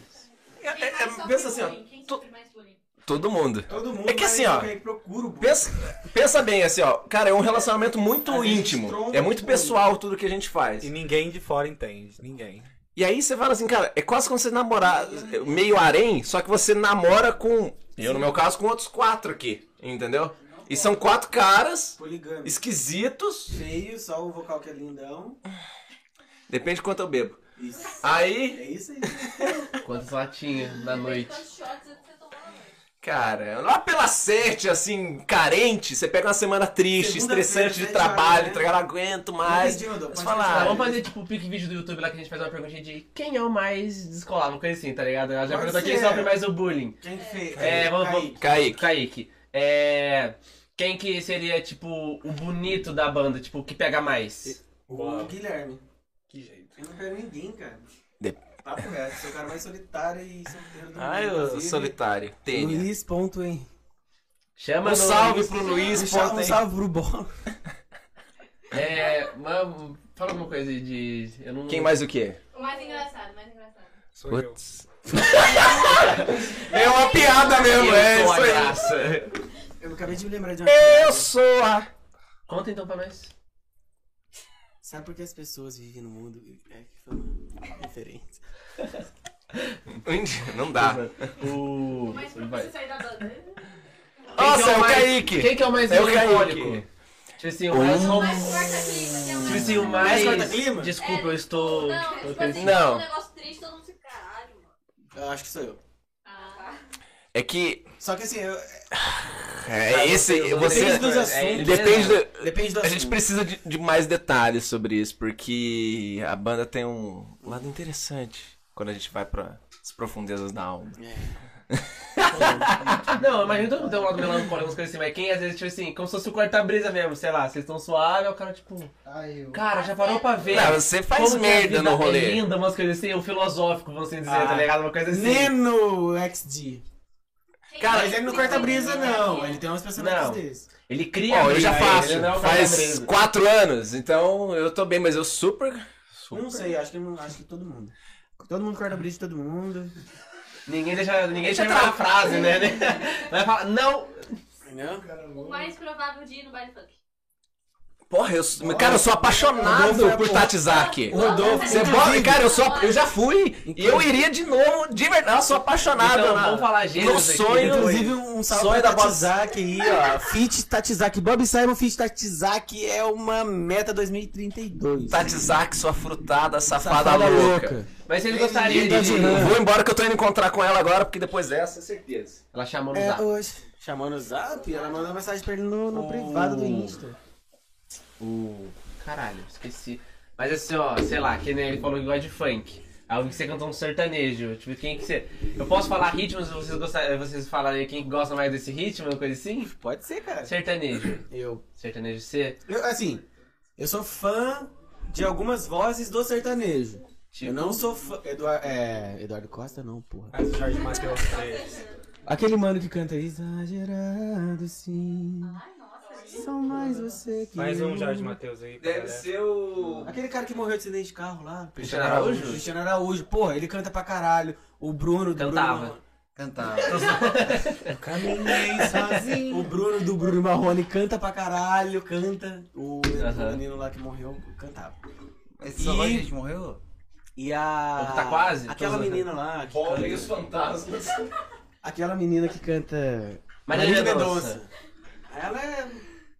S3: É,
S5: Quem
S3: é,
S5: mais
S3: é,
S5: sofre
S3: pensa assim, ó.
S5: bullying? Quem sofre mais bullying?
S3: Todo mundo.
S2: Todo mundo
S3: É que
S2: mas
S3: assim, ó,
S2: eu meio que procuro, pô.
S3: Pensa, pensa bem, assim, ó. Cara, é um relacionamento muito
S2: A gente
S3: íntimo.
S2: tromba
S3: É muito
S2: muito.
S3: pessoal tudo que a gente faz.
S4: E ninguém de fora entende. Ninguém.
S3: E aí você fala assim, cara, é quase como você namorar meio harém, só que você namora com. Eu, no meu caso, com outros quatro aqui. Entendeu? E são quatro caras
S2: Poligâmico.
S3: esquisitos.
S2: Feio, só o vocal que é lindão.
S3: Depende de quanto eu bebo.
S2: Isso.
S3: Aí,
S2: É isso aí.
S1: Quantas latinhas na noite?
S6: Quantos shots é você tomou na noite?
S3: cara, lá pela sete, assim, carente, você pega uma semana triste,
S2: Segunda-feira,
S3: estressante de
S2: sete
S3: trabalho,
S2: horas,
S3: tá
S2: né?
S3: ligado? não aguento mais.
S2: Entendi, Rodolfo,
S3: Mas
S2: pode
S1: Ah,
S3: falar.
S1: vamos fazer tipo o pique vídeo do YouTube lá que a gente faz uma perguntinha de quem é o mais descolado, uma coisa assim, tá ligado? Ela já
S2: Pode
S1: perguntou quem
S2: ser.
S1: sofre mais o bullying.
S2: Quem fez?
S1: É, vamos- vamos-
S3: Kaique.
S1: Kaique. É. Quem que seria, tipo, o bonito da banda, tipo, o que pega mais?
S2: O Guilherme. Que jeito. Eu não quero ninguém, cara.
S3: De-
S2: Papo reto, sou o cara mais solitário e solteiro do
S3: Ai,
S2: mundo.
S3: o
S2: inclusive.
S3: solitário. Tênia.
S2: Luiz, ponto, hein?
S1: Chama
S3: Um
S1: no-
S3: salve pro Luiz.
S2: Deixar
S3: Ponto,
S2: um
S3: hein?
S2: salve pro Bola.
S1: É. Vamos. Fala alguma coisa aí de. Eu não.
S3: Quem mais o quê?
S5: O mais engraçado, o mais engraçado.
S4: Sou eu.
S3: Putz. *laughs* é uma piada mesmo,
S1: Eu
S3: é
S1: sou
S3: isso
S1: a
S3: aí.
S1: graça.
S2: Eu acabei de me lembrar de uma
S3: Eu
S2: coisa.
S3: sou a.
S1: Conta então pra nós.
S2: Sabe por que as pessoas vivem no mundo? É que foi uma referência.
S3: Um Não dá.
S1: O.
S5: Mas pra
S1: vai.
S5: você sair da banda.
S3: Nossa,
S1: Quem que
S3: é o
S1: mais-
S3: Kaique.
S1: Quem que é o mais
S3: É o
S1: melancólico?
S3: Kaique.
S1: Tipo assim, o mais.
S6: é
S3: Um-
S1: rom-
S5: Mas corta clima, que é
S1: Tipo
S5: uma-
S1: assim, o
S2: Mais
S1: mais.
S2: corta-clima?
S1: Desculpa, eu estou.
S6: É. Não,
S1: eu
S6: tipo assim,
S1: pensei-
S3: Não.
S6: um negócio triste, todo mundo se caralho, mano.
S2: Eu acho que sou eu.
S6: Ah, tá.
S3: É que.
S2: Só que assim, eu...
S3: É esse. Você. é,
S2: Depende dos assuntos.
S3: Depende do.
S2: depende do
S3: A gente
S2: assunto.
S3: precisa de, de mais detalhes sobre isso, porque a banda tem um lado interessante quando a gente vai pra as profundezas da alma.
S1: Ah, Não, imagina todo mundo tem um lado melancólico, umas coisas assim, mas quem às vezes, tipo assim, como se fosse o corta-brisa mesmo, sei lá, vocês estão suave, aí o cara, tipo,
S8: Ah,
S7: Ai, eu...
S1: cara, já parou pra ver.
S3: Não, você faz
S1: É. como que a
S3: merda
S1: vida
S3: no
S1: É
S3: rolê.
S1: linda, umas coisas assim, um filosófico, vamos assim dizer,
S2: Ah.
S1: tá ligado? Uma coisa assim.
S2: Neno XD.
S3: Cara,
S2: Mas ele não corta brisa, não. Ele tem umas
S1: Não.
S2: personagens desses.
S1: Ele cria.
S3: Ó, eu
S1: brisa,
S3: já
S1: ele
S3: faço.
S1: não é o
S3: Faz
S1: corta-brisa.
S3: quatro anos, então eu tô bem, mas eu super.
S2: Eu não sei, acho que, não- acho que todo mundo. Todo mundo corta brisa de todo mundo.
S1: Ninguém deixa. Ninguém
S3: Deixa
S1: termina a
S3: eu travar.
S1: frase, né? *laughs* né? Vai falar, não!
S2: Entendeu?
S6: O mais provável de ir no baile funk.
S3: Porra, eu sou, cara, eu sou
S1: é
S3: apaixonado por Tatizaki.
S2: Rodolfo,
S3: Você bota, cara, eu sou, eu já fui e eu iria de novo, de verdade, eu sou apaixonado.
S1: Então,
S3: na-
S1: vamos falar
S3: No
S1: gêneros aqui, então.
S3: sonho,
S2: Inclusive, um salve
S3: Sonho
S2: pra
S3: da boss.
S2: Tatizaki aí, ó. Fit Tatizaki. Bob Simon Fit Tatizaki é uma meta 2032.
S3: Tatizaki, sua frutada, safada, Tá louca.
S1: Mas ele gostaria
S2: Ninguém tá
S1: de.
S2: tirando.
S3: Vou embora que eu tô indo encontrar com ela agora, porque depois dessa, é certeza.
S1: Ela chamou no
S2: É
S1: zap.
S2: hoje. Chamou no zap, ela mandou mensagem pra ele no, no privado do Insta.
S1: O. Caralho, esqueci. Mas assim, ó, sei lá, que nem ele falou que gosta de funk. Algo que você cantou um sertanejo. Tipo, quem que você. Eu posso falar ritmos, vocês, gostar, vocês falarem quem que gosta mais desse ritmo, uma coisa assim?
S2: Pode ser, cara.
S1: Sertanejo.
S2: Eu.
S1: Sertanejo C.
S2: eu. Assim, eu sou fã de algumas vozes do sertanejo.
S1: Tipo,
S2: Eu não sou fã. Eduardo, é. Eduardo Costa, não, porra.
S4: Mas o Jorge Matheus fez.
S2: Aquele mano que canta exagerado, sim.
S6: Ai, nossa, gente.
S2: São mais você que.
S4: Mais
S2: eu".
S4: um Jorge Matheus aí. pra galera.
S3: ser o.
S2: Aquele cara que morreu de acidente de carro lá.
S1: Cristiano Araújo?
S2: Cristiano Araújo. Porra, ele canta pra caralho. O Bruno do
S1: Cantava.
S7: Cantava.
S2: Bruno... Caminhei sozinho. O Bruno do Bruno Marrone canta pra caralho, canta. O
S1: Aham.
S2: menino lá que morreu cantava.
S7: Esse só
S2: E-
S7: gente morreu?
S2: E a.
S1: O que tá quase?
S2: Aquela
S1: Todos, né?
S2: menina lá. Que canta...
S3: fantasmas.
S2: Aquela menina que canta.
S1: Marília é Mendonça.
S2: Ai, Ela é.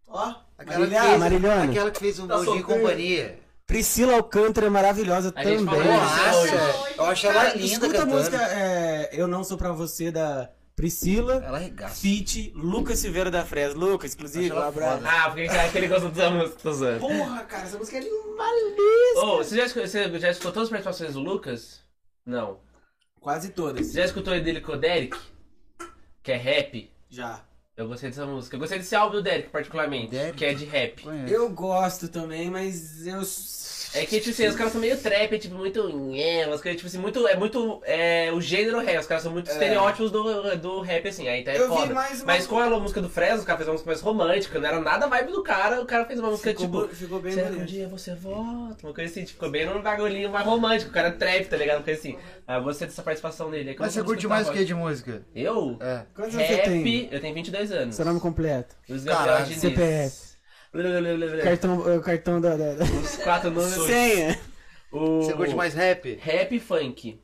S2: Ó,
S7: Aquela que,
S9: Marilhona,
S7: fez,
S9: Marilhona.
S7: aquela que fez um
S2: Tá
S7: Bom Dia e
S2: solteira.
S7: Companhia.
S9: Priscila Alcântara é maravilhosa
S1: A gente
S7: Tá
S9: também.
S1: falou isso.
S7: Nossa, eu acho ela linda
S2: escuta a
S7: cantando.
S2: música é, Eu Não Sou Pra Você da Priscila,
S7: Ela regaça.
S2: Fit, Lucas Silveira da Fres. Lucas, inclusive, um abraço.
S1: Ah, porque será que ele gosta dos anos? Tô zoando.
S2: Porra, cara, essa música é demais.
S1: Ô, você, já, escu- você já escutou as participações do Lucas? Não.
S2: Quase todas.
S1: Você já escutou a dele com o Derek? Que é rap?
S2: Já.
S1: Eu gostei dessa música. Eu gostei desse álbum do Derek, particularmente.
S7: Derek?
S1: Que é de rap.
S7: Conheço.
S2: Eu gosto também, mas eu.
S1: É que, tipo assim, os caras são meio trap, é tipo, muito. É, umas coisas, tipo assim, muito. É muito. É o gênero rap. Os caras são muito estereótipos do, do rap, assim. Aí tá é
S2: Eu
S1: foda.
S2: vi mais uma.
S1: Mas com a música do Fresno, o cara fez uma música mais romântica, não era nada a vibe do cara, o cara fez uma música
S2: ficou,
S1: tipo.
S2: bo- ficou bem
S1: Será que um
S2: bonito.
S1: dia você volta? Uma coisa assim, tipo, ficou bem num bagulhinho mais romântico, o cara é trap, tá ligado? Uma coisa assim. Ah, eu gostei dessa participação dele. É que eu não
S7: Mas você
S1: vou
S7: curte
S1: escutar
S7: mais o que
S1: agora.
S7: de música?
S1: Eu?
S7: É.
S2: Quantos anos você tem?
S1: Rap, eu tenho 22 anos.
S9: Seu nome completo.
S1: Luiz
S7: Caralho,
S1: Gabriel Diniz.
S9: CPF.
S1: Blá, blá, blá, blá, blá.
S9: Cartão, o cartão da. da, da-
S2: É.
S1: Os quatro nomes.
S9: Senha.
S1: O...
S7: Você curte mais rap?
S1: Rap e funk.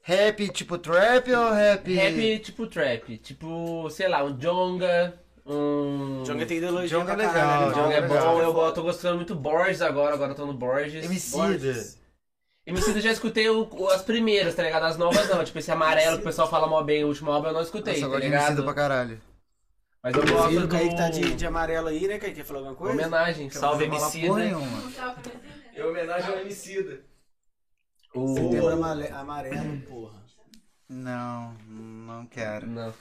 S7: Rap tipo trap ou rap...
S1: Rap tipo trap. Tipo, sei lá, um Jonga, um.
S2: Jonga tem ideologia
S7: Jonga é
S2: pra caralho,
S7: legal,
S2: né?
S1: Jonga é
S7: Jonga
S1: bom, eu go- tô gostando muito do Borges agora, agora eu tô no Borges.
S7: Emicida.
S1: MC eu já escutei o- o- as primeiras, tá ligado? As novas não, tipo esse amarelo que o pessoal fala mó bem, o último álbum eu não escutei,
S7: Nossa, eu
S1: tá
S7: gosto de Emicida
S1: ligado?
S7: pra caralho.
S1: Mas eu
S2: Inclusive,
S1: gosto
S2: o
S1: do...
S2: Kaique tá de, de amarelo aí, né, Kaique? Quer falar alguma coisa?
S1: Homenagem, salve né?
S7: Não fala
S1: MC.
S7: porra nenhuma.
S5: Salve, Brasil.
S3: Em homenagem ao Emicida.
S2: Setembro
S1: O...
S2: amale- amarelo, porra.
S7: Não, não quero.
S1: Não.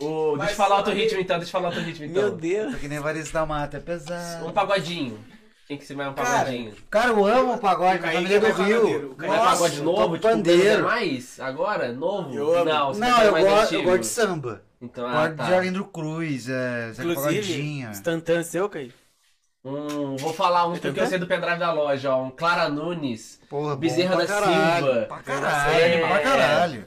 S1: O... Deixa eu falar outro ritmo então, deixa eu falar outro ritmo então.
S9: Meu Deus.
S7: Tô que nem Variz da Mata, é pesado.
S1: Um pagodinho. Tem que ser mais um
S2: Cara,
S1: pagodinho.
S7: Cara, eu amo o pagode,
S2: Kaique
S7: família do
S2: é
S7: Rio.
S2: pagodeiro.
S1: Mas é pagode
S7: Nossa,
S1: novo, tipo,
S7: pandeiro.
S1: bandas mais? Agora? Novo?
S2: Eu amo.
S1: Não, você
S7: Não,
S1: tá
S7: eu
S1: mais
S7: gosto, eu
S1: antigo.
S7: gosto de samba.
S1: Então, ah,
S7: Guarda
S1: tá.
S7: de Arlindo Cruz, é, Zé
S2: Inclusive,
S7: Pagodinho. é.
S2: instantâneo seu, Kaique?
S1: Hum, vou falar um que eu sei do pendrive da loja, ó. Um Clara Nunes.
S7: Porra, Tá bom
S1: Bezerra
S7: pra
S1: da
S7: caralho,
S1: Silva.
S7: Pra caralho,
S1: É.
S7: pra caralho.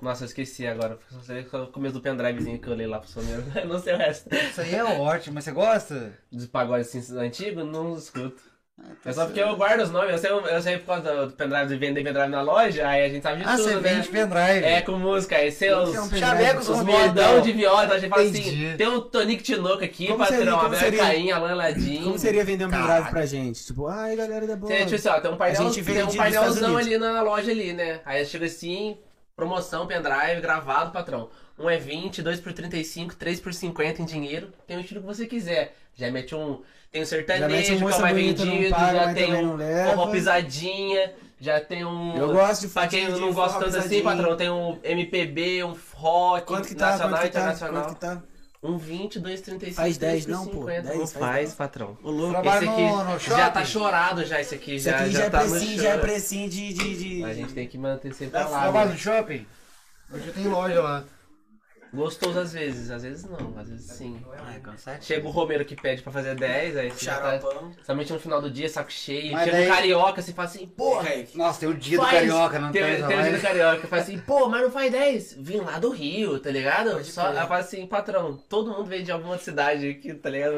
S1: Nossa, eu esqueci agora. Só sei o começo do pendrivezinho que eu olhei lá pro soneiro. *laughs* Eu não sei o resto.
S7: Isso aí é ótimo, mas você gosta?
S1: Dos pagodes assim, antigos, não escuto.
S7: Ah, tá
S1: É só porque eu guardo os nomes. Eu sei, eu sei por causa do pendrive, de vender pendrive na loja, aí a gente sabe de
S7: Ah,
S1: tudo,
S7: você
S1: né?
S7: vende pendrive.
S1: É, com música. Aí seus...
S9: é um
S7: Chavecos
S1: Os
S7: com
S1: modão
S7: modão
S1: de viola, então a gente fala assim:
S7: Entendi.
S1: tem o Tonic Tinoco aqui,
S9: Como
S1: patrão,
S9: seria- como
S1: Abel
S9: seria- um-
S1: Caim, Alan Ladim.
S9: Como seria vender um
S7: Caralho.
S9: pendrive pra gente? Tipo, ai galera da boa.
S1: Tem, tipo assim, ó, tem um painel,
S9: A gente
S1: tem um
S9: vendia nos
S1: painelzão
S9: Estados Unidos.
S1: ali na loja ali, né? Aí chega assim, promoção, pendrive, gravado, patrão. Um é 20, dois por 35, três por 50 em dinheiro. Tem o estilo que você quiser. Já mete um. Tem o
S9: Já mete
S1: sertanejo,
S9: um
S1: que é
S9: moça
S1: o mais
S9: bonita,
S1: vendido,
S9: não paga,
S1: já
S9: mas
S1: tem
S9: também
S1: um
S9: não leva.
S1: forró pisadinha, já tem um.
S9: Eu gosto de
S1: Pra
S9: funk,
S1: quem
S9: de
S1: não gosta
S9: forró
S1: tanto assim,
S9: pisadinho.
S1: patrão, tem um MPB, um rock,
S9: Quanto que tá?
S1: nacional e
S9: Quanto que tá?
S1: internacional.
S9: Quanto que tá?
S1: Um 20, 2, 35,
S9: Faz 10
S1: 3,
S9: não, pô.
S1: 50.
S9: 10,
S1: não
S9: faz
S1: faz, patrão.
S9: Ô louco.
S7: Trabalho
S1: esse aqui
S7: no- no
S1: já tá
S7: shopping?
S1: chorado já, esse aqui.
S9: Isso
S1: já,
S9: aqui já é
S1: tá no
S9: precinho,
S1: choro.
S9: já é precinho de. de, de-
S1: A gente tem que manter sempre
S7: Você
S1: a
S7: Trabalha
S1: lado.
S7: no shopping? Hoje eu tenho loja lá.
S1: Gostoso às vezes, às vezes não, às vezes sim.
S7: Ah, cansativo.
S1: Chega o Romero que pede pra fazer 10, aí você já tá...
S2: Xaropão.
S1: Somente no final do dia, saco cheio.
S7: Mas
S1: Chega
S7: daí-
S1: o Carioca, você fala assim,
S2: Porra,
S1: porra...
S2: Kaique.
S7: Nossa, tem o dia do
S1: faz-
S7: carioca, não
S1: tem,
S7: tem,
S1: né? tem,
S7: essa
S1: o dia
S7: live?
S1: do carioca, fala assim, pô, mas não faz 10. Vim lá do Rio, tá ligado?
S2: Pode
S1: Só,
S2: crer.
S1: ela fala assim, patrão, todo mundo vem de alguma cidade aqui, tá ligado?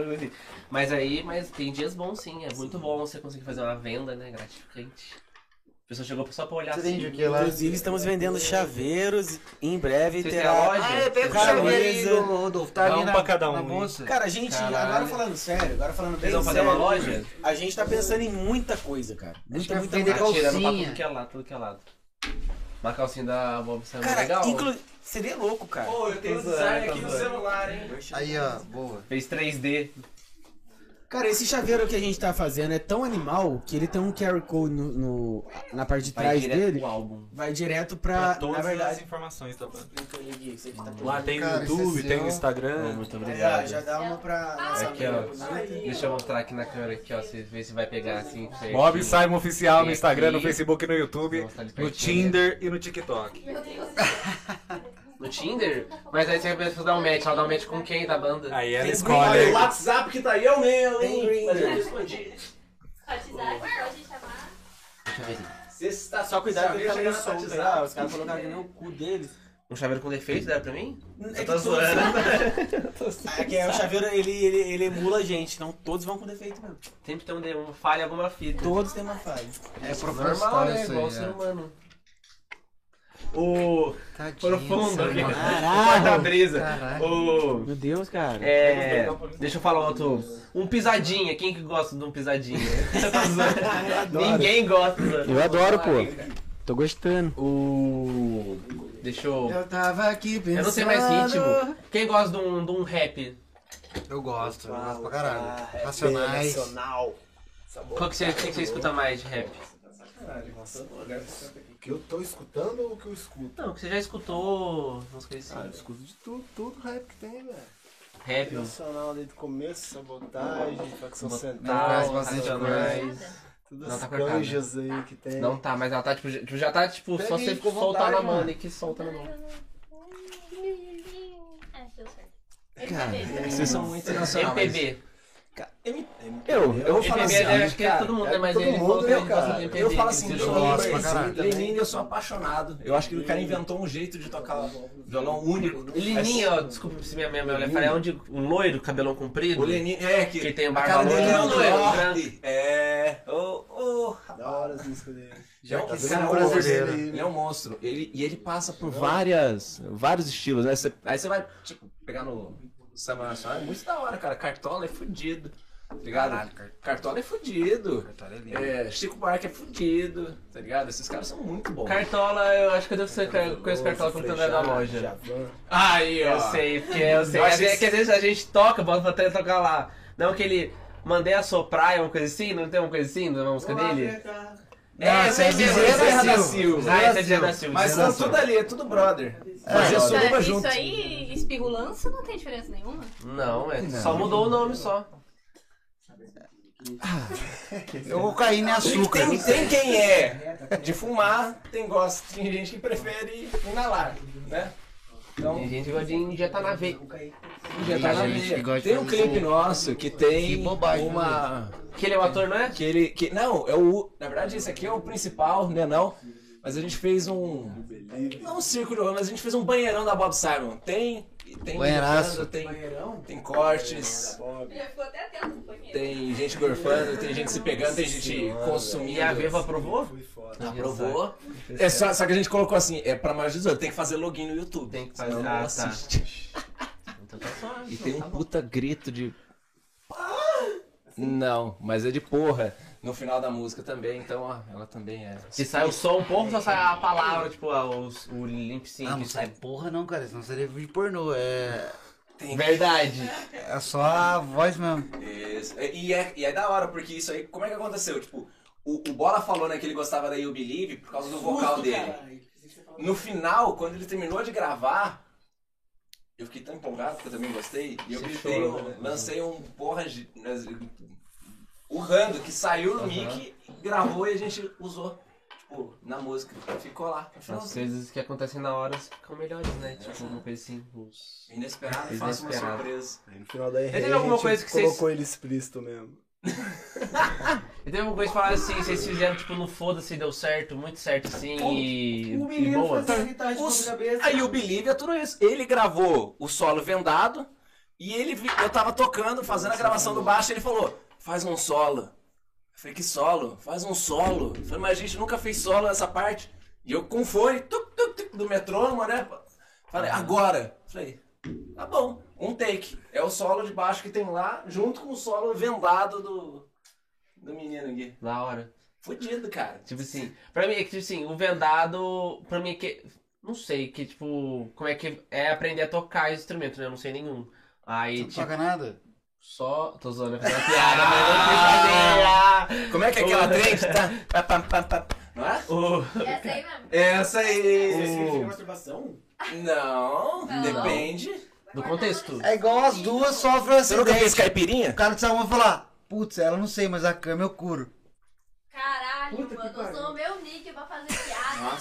S1: Mas aí, mas tem dias bons sim, é muito bom você conseguir fazer uma venda, né, gratificante. A pessoa chegou só pra olhar
S7: Você
S1: assim.
S7: vende o que lá?
S2: Inclusive, estamos vendendo chaveiros. Em breve
S1: Vocês têm a
S2: terá.
S1: loja?
S7: Ah, é, pega o
S2: Cara,
S7: chaveiro aí,
S2: beleza.
S7: Rodolfo. Tá
S4: Dá
S7: ali
S4: um
S7: na,
S4: pra cada
S7: na
S4: um,
S7: bolsa.
S2: Cara, a gente,
S1: Caralho.
S2: agora falando sério, agora falando bem
S1: Vocês vão fazer
S2: sério,
S1: uma loja?
S2: a gente tá pensando em muita coisa, cara.
S7: A gente
S2: Muita,
S7: vai
S2: muita
S7: vender
S2: coisa.
S1: Atirando pra
S7: calcinha.
S1: tudo que é lado, tudo que é lado. Uma calcinha da Bob Sam
S2: Cara,
S1: legal.
S2: inclu... seria louco, cara.
S3: Pô, eu
S2: um
S3: tenho o
S1: Tô zoando,
S3: design
S1: tô
S3: aqui no
S1: zoando.
S3: celular, hein?
S7: Aí, ó, boa.
S1: Fez 3D.
S2: Cara, esse chaveiro que a gente tá fazendo é tão animal que ele tem um QR Code no, no- na parte de
S1: Vai
S2: trás
S1: direto
S2: dele.
S1: pro álbum.
S2: Vai direto pra.
S4: Pra
S2: Na
S4: todas as
S2: verdade.
S4: informações da banda. Lá
S2: Lá
S4: tem o
S7: Cara, isso é
S4: YouTube, tem
S7: seu.
S4: o Instagram.
S1: Muito
S2: Aí, ó,
S1: obrigado.
S2: já dá uma pra nossa
S1: Aqui,
S2: amiga.
S1: é ó. Deixa eu mostrar aqui na câmera aqui, ó. Vocês vê se vai pegar assim. pra vocês.
S4: Bob Simon Oficial
S1: Tem
S4: no Instagram, no
S1: aqui.
S4: Facebook, no YouTube,
S1: Nossa, tá de
S4: no
S1: pertinho,
S4: Tinder e no TikTok.
S5: Meu Deus.
S1: No Tinder? Mas aí você vai dar um match. Ela dá um match com quem da banda?
S4: Aí ela
S2: Tem
S4: escolhe.
S3: o WhatsApp que tá aí é o meu,
S2: hein?
S3: hein?
S2: Mas eu
S5: Batizar, pode chamar.
S1: Deixa eu ver aqui.
S3: Sexta,
S2: Só cuidado que
S3: ele
S2: ele tá meio solto, tá? Os caras colocaram que nem o cu deles.
S1: Um chaveiro com defeito dá pra mim?
S2: É
S1: Eu
S2: que
S1: tô
S2: todos-
S1: zoando.
S2: *laughs* É que é, o chaveiro, ele, ele, ele emula a gente, então todos vão com defeito mesmo.
S1: Sempre tem um de- uma falha, alguma fita.
S2: Todos têm uma falha.
S7: É
S1: Normal,
S7: proposital
S1: né?
S7: isso aí.
S1: Igual o ser
S7: é.
S1: humano. o
S7: Tadinha,
S1: Profundo,
S7: essa
S1: né?
S7: mãe.
S1: o Porta-Brisa,
S7: Caralho.
S1: o...
S9: Meu Deus, cara.
S1: É, deixa eu falar outro. Um pisadinha. Quem que gosta de um pisadinha? Tô zoando. Ninguém gosta. Zé.
S9: Eu adoro, pô. Tô gostando.
S1: O... Deixa eu...
S8: Eu tava aqui pensando.
S1: Eu não sei mais ritmo. Quem gosta de um, de um rap?
S7: Eu gosto, eu gosto pra caralho. Racionais.
S2: Nacional.
S1: Qual que você, quem que você escuta mais de rap?
S8: O que eu tô escutando ou o que eu escuto?
S1: Não, que você já escutou música
S8: Ah, eu
S1: assim.
S8: escuto de tudo, tudo rap que tem, velho.
S1: Rap,
S8: Nacional É desde o começo, sabotagem, facção
S1: Traz
S8: central,
S1: bastante
S8: Racionais,
S1: Não
S8: todas
S1: tá
S8: as
S1: cortado.
S8: canjas aí que tem.
S1: Não tá, mas ela tá, tipo, já- tipo, já tá, tipo,
S8: Pega
S1: só
S8: aí,
S1: você
S8: fica à
S1: soltar na
S8: vontade,
S1: mão,
S8: mano.
S1: né? Que
S6: Tá
S1: solta na mão.
S6: Ah, deu certo.
S3: Vocês são muito internacionais.
S1: MPB.
S9: Eu, eu vou falar
S1: MPB,
S9: assim,
S1: né, acho que é todo mundo, né? Mas
S8: todo
S1: ele
S8: mundo,
S1: falou que
S8: né,
S1: ele gosta
S8: cara?
S1: de MPB.
S3: Eu falo assim,
S1: ele
S7: eu
S1: gosta.
S7: gosto pra caralho.
S3: Lenin, eu sou apaixonado. Eu acho que o cara inventou um jeito de tocar violão único. assim,
S1: Lenin, é ó, desculpa se minha minha minha mulher fala, é onde um loiro, cabelão comprido.
S3: O Lenin é que,
S1: Que tem o
S3: a
S1: barba
S3: cara
S1: loira.
S3: dele é um
S1: Não, loiro,
S3: Lorde. É. Ô, ô,
S8: Da hora as músicas dele.
S3: Já é um
S8: Tá
S3: cara
S8: vendo
S3: é um
S8: o
S3: monstro. É.
S8: brasileiro aí,
S3: Ele
S8: né?
S3: é um monstro. Ele, e ele passa por várias, vários estilos, né? Cê- aí você vai, tipo, pegar no samba nacional, é muito da hora, cara. Cartola é fudido. Tá ligado? Cartola é fudido. É, Chico Buarque é fudido, tá ligado? Esses caras são muito bons.
S1: Cartola, eu acho que eu devo ser, eu conheço Cartola como tendo é da loja.
S8: Javan.
S3: Aí, ó.
S1: Eu sei, porque eu sei. Às vezes, que às vezes a gente toca, bota pra até tocar lá. Não que ele mandei a soprar, é uma coisa assim, não tem uma coisa assim, não é uma música dele?
S3: Não,
S1: É, essa é
S3: essa é
S1: Bezerra
S3: Bezerra
S1: da
S3: da
S1: Silva.
S3: Silva.
S1: Ah, essa é Bezerra da Silva.
S3: Mas
S1: Bezerra da
S3: estão
S1: Silva.
S3: tudo ali, é tudo brother. Fazer
S6: Isso,
S3: suruba
S6: isso
S3: junto.
S6: aí, espirulância, não tem diferença nenhuma.
S1: Não, é. Só mudou o nome só.
S7: Eu vou cair em açúcar.
S3: Tem, um tem quem é *laughs* de fumar, tem gosta, tem gente que prefere *laughs* inalar, né?
S1: Tem
S3: Então,
S1: gente que gosta de injetar na veia.
S7: um
S3: injetar tá na
S7: gente
S3: veia.
S7: que gosta de
S3: Tem um
S7: fazer
S3: clipe
S7: isso.
S3: nosso que tem
S7: Que bobagem, né?
S3: uma
S1: Que ele é o ator, não é?
S3: que ele que não, é o na verdade esse aqui é o principal, né não? Mas a gente fez um não um circo de rua, mas a gente fez um banheirão da Bob Simon. Tem tem
S7: Banheiraço.
S3: banda, tem tem cortes,
S6: Já ficou até atento no banheiro.
S3: tem gente gorfando, tem gente se pegando, tem gente
S1: E É a
S3: consumindo.
S1: Viva aprovou?
S8: Fui fora.
S3: Aprovou. É só, só que a gente colocou assim, é pra mais de 18, tem que fazer login no YouTube. Tem que
S1: fazer-
S3: Senão
S1: ah,
S3: não
S1: tá.
S3: assiste.
S1: Então tá só.
S3: E tem um puta grito de. Não, mas é de porra. Assim? No final da música também, então ó, ela também é.
S1: Se sai o som um pouco, só sai a palavra, tipo, a- os- o limp sync. tipo,
S3: Ah,
S7: Não, não sai
S3: é
S7: porra não, cara. Isso não seria vídeo pornô. É,
S1: Verdade.
S7: é só a voz mesmo.
S3: Isso. E é, e é da hora, porque isso aí, como é que aconteceu? Tipo, o, o Bola falou né, que ele gostava da You Believe por causa do vocal dele. No final, quando ele terminou de gravar, eu fiquei tão empolgado, porque eu também gostei, e eu
S1: Você
S3: gritei,
S1: chorou,
S3: eu
S1: né?
S3: lancei um porra de- nas- urrando, que saiu no mic, gravou e a gente usou, tipo, na música. Ficou lá. No
S1: As
S3: finalzinho.
S1: coisas que acontecem na hora ficam melhores, né? Tipo, uma coisa assim. os-
S3: Inesperado, faço uma
S1: Inesperado.
S3: surpresa.
S8: Aí no final da
S1: teve
S8: RR,
S1: alguma
S8: a gente
S1: coisa que vocês-
S8: colocou ele explícito mesmo.
S1: E teve uma coisa que falaram assim, vocês fizeram, tipo, no foda-se, deu certo, muito certo sim, e.
S2: O
S1: e
S2: menino
S1: boa.
S2: fazendo guitarra de
S3: Os-
S2: cabeça.
S3: Aí o Believe é tudo isso. Ele gravou o solo vendado e ele vi- eu tava tocando, fazendo a gravação do baixo, e ele falou: "Faz um solo". Eu falei: "Que solo? Faz um solo". Eu falei: "Mas a gente nunca fez solo nessa parte". E eu com fone tuc, tuc, tuc, do metrônomo, né? Falei: "Agora". Eu Falei: "Tá bom, um take". É o solo de baixo que tem lá junto com o solo vendado do do menino aqui.
S1: Da hora.
S3: Fudido, cara.
S1: Tipo assim, pra mim é que, tipo assim, o vendado, pra mim é que. Não sei, que tipo, como é que é aprender a tocar esse instrumento, né? Eu não sei nenhum. Aí,
S7: Não
S1: tipo,
S7: toca nada.
S1: só. Tô zoando, eu fiz uma piada, mas eu quis fazer.
S3: Como é que é aquela trend? Tá, pá, pá, pá, pá. Não é?
S1: O-
S6: Essa aí mesmo.
S3: Essa aí.
S2: Você significa masturbação?
S3: Não,
S6: Não.
S3: depende.
S1: Do contexto.
S7: É igual as duas sofrem um
S3: Você nunca fez
S7: acidente. O
S3: caipirinha?
S7: cara de salmão falar, putz, ela não sei, mas a cama eu curo.
S6: Caralho,
S2: Puta que
S6: mano,
S2: pariu.
S6: usou o meu nick pra fazer piada,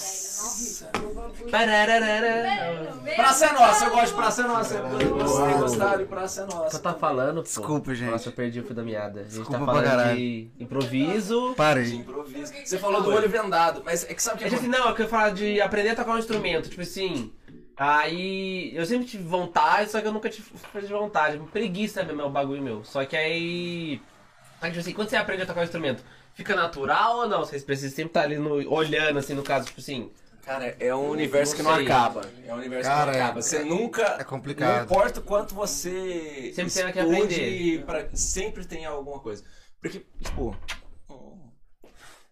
S6: velho.
S1: Parararara.
S6: Não, velho.
S3: Praça é nossa, eu gosto de praça é nossa. Eu gostei, gostaram de praça é
S1: O que eu
S3: nossa.
S1: tá falando, pô?
S7: Desculpa, gente.
S1: Nossa, eu perdi o fio da meada. A gente
S7: Desculpa
S1: tá
S7: pra
S1: falando
S7: caralho.
S1: de improviso.
S3: De
S7: Parei.
S3: improviso. Você falou do olho vendado, mas é que sabe o que
S1: É tipo assim,
S3: acontece?
S1: não, eu quero falar de aprender a tocar um instrumento, tipo assim. Aí eu sempre tive vontade, só que eu nunca tive tive vontade. Preguiça mesmo é o bagulho meu. Só que aí. Só que, tipo assim, quando você tá aprende a tocar um instrumento, fica natural ou não? Vocês precisam sempre estar ali no, olhando, assim, no caso, tipo assim.
S3: Cara, é um universo que não
S1: sei.
S3: acaba. É um universo
S7: Cara,
S3: que
S7: é-
S3: não acaba. Você nunca.
S7: É complicado.
S3: Não importa o quanto você.
S1: Sempre tem o que
S3: explode
S1: aprender.
S3: pra- sempre tem alguma coisa. Porque, tipo.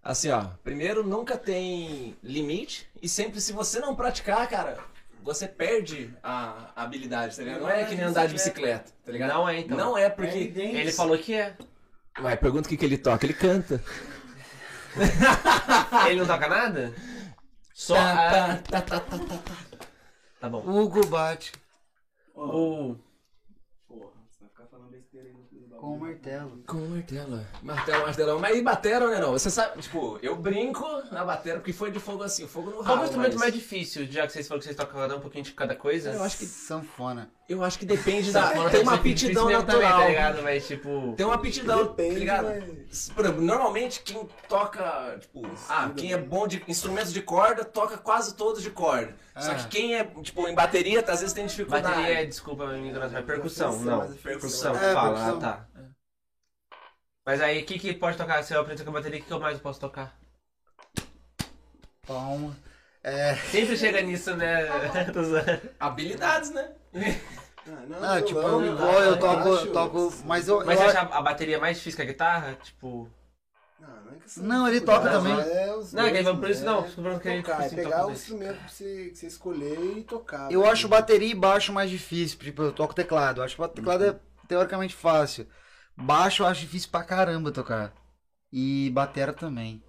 S3: Assim, ó. Primeiro, nunca tem limite. E sempre, se você não praticar, cara, você perde a a habilidade, tá ligado? Não é que nem andar de bicicleta, tá ligado?
S1: Não é, então.
S3: Não é porque.
S1: Ele falou que é.
S3: Vai, pergunta o que, que ele toca. Ele canta.
S1: Ele não toca nada? Só. Ah. a-
S3: Tá, tá, tá, tá, tá.
S1: Tá bom.
S7: Hugo bate
S1: O.
S2: Porra, você vai ficar falando besteira aí no no bagulho.
S7: com o martelo.
S3: Com martelo. Martelo, martelão. Mas e batera, né, não? Você sabe, tipo, eu brinco na batera porque foi de fogo assim, fogo no rabo.
S1: Qual é o instrumento
S3: mas
S1: mais difícil, já que vocês falaram que vocês tocam cada um pouquinho de cada coisa? Tá,
S3: Eu acho que
S7: Sanfona.
S3: Eu acho que depende da...
S1: Sanfona
S3: Tem
S1: deve
S3: uma
S1: ser difícil
S3: aptidão
S1: mesmo
S3: natural.
S1: Também, tá ligado? Mas tipo.
S3: Tem uma aptidão, tá
S8: Depende,
S3: ligado?
S8: mas-
S3: Por exemplo, normalmente quem toca, tipo, ah, quem é bom de instrumentos de corda, toca quase todos de corda. Só
S7: Ah.
S3: que quem é, tipo, em bateria, às vezes tem dificuldade.
S1: Bateria é, desculpa a minha ignorância, mas percussão, não. Percussão,
S7: É,
S1: fala,
S7: percussão.
S1: ah, tá. Mas aí, o que, que pode tocar? Se eu aprendo a tocar bateria, o que, que eu mais posso tocar?
S7: Palma. É.
S1: Sempre chega nisso, né? *laughs* Tô zoando.
S3: Habilidades, né?
S8: Ah,
S7: Não,
S8: não, violão,
S7: tipo,
S8: não,
S7: eu, igual eu
S8: não,
S7: toco.
S8: baixo,
S7: toco mas eu.
S1: Mas é-
S7: eu
S1: você acha a bateria mais difícil que a guitarra? Tipo.
S8: Não, não é que
S7: Não, ele toca
S1: também.
S8: É, os
S1: Não, que
S8: dois,
S1: por isso
S8: né?
S1: não. Tô falando que ele,
S8: Tocar,
S1: tipo, assim,
S8: é
S1: toca
S8: pegar o
S1: dois.
S8: instrumento que você, que você escolher e tocar.
S7: Eu
S8: né?
S7: acho bateria e baixo mais difícil. Tipo, eu toco teclado. Eu acho que teclado é teoricamente fácil. Baixo eu acho difícil pra caramba tocar. E batera também.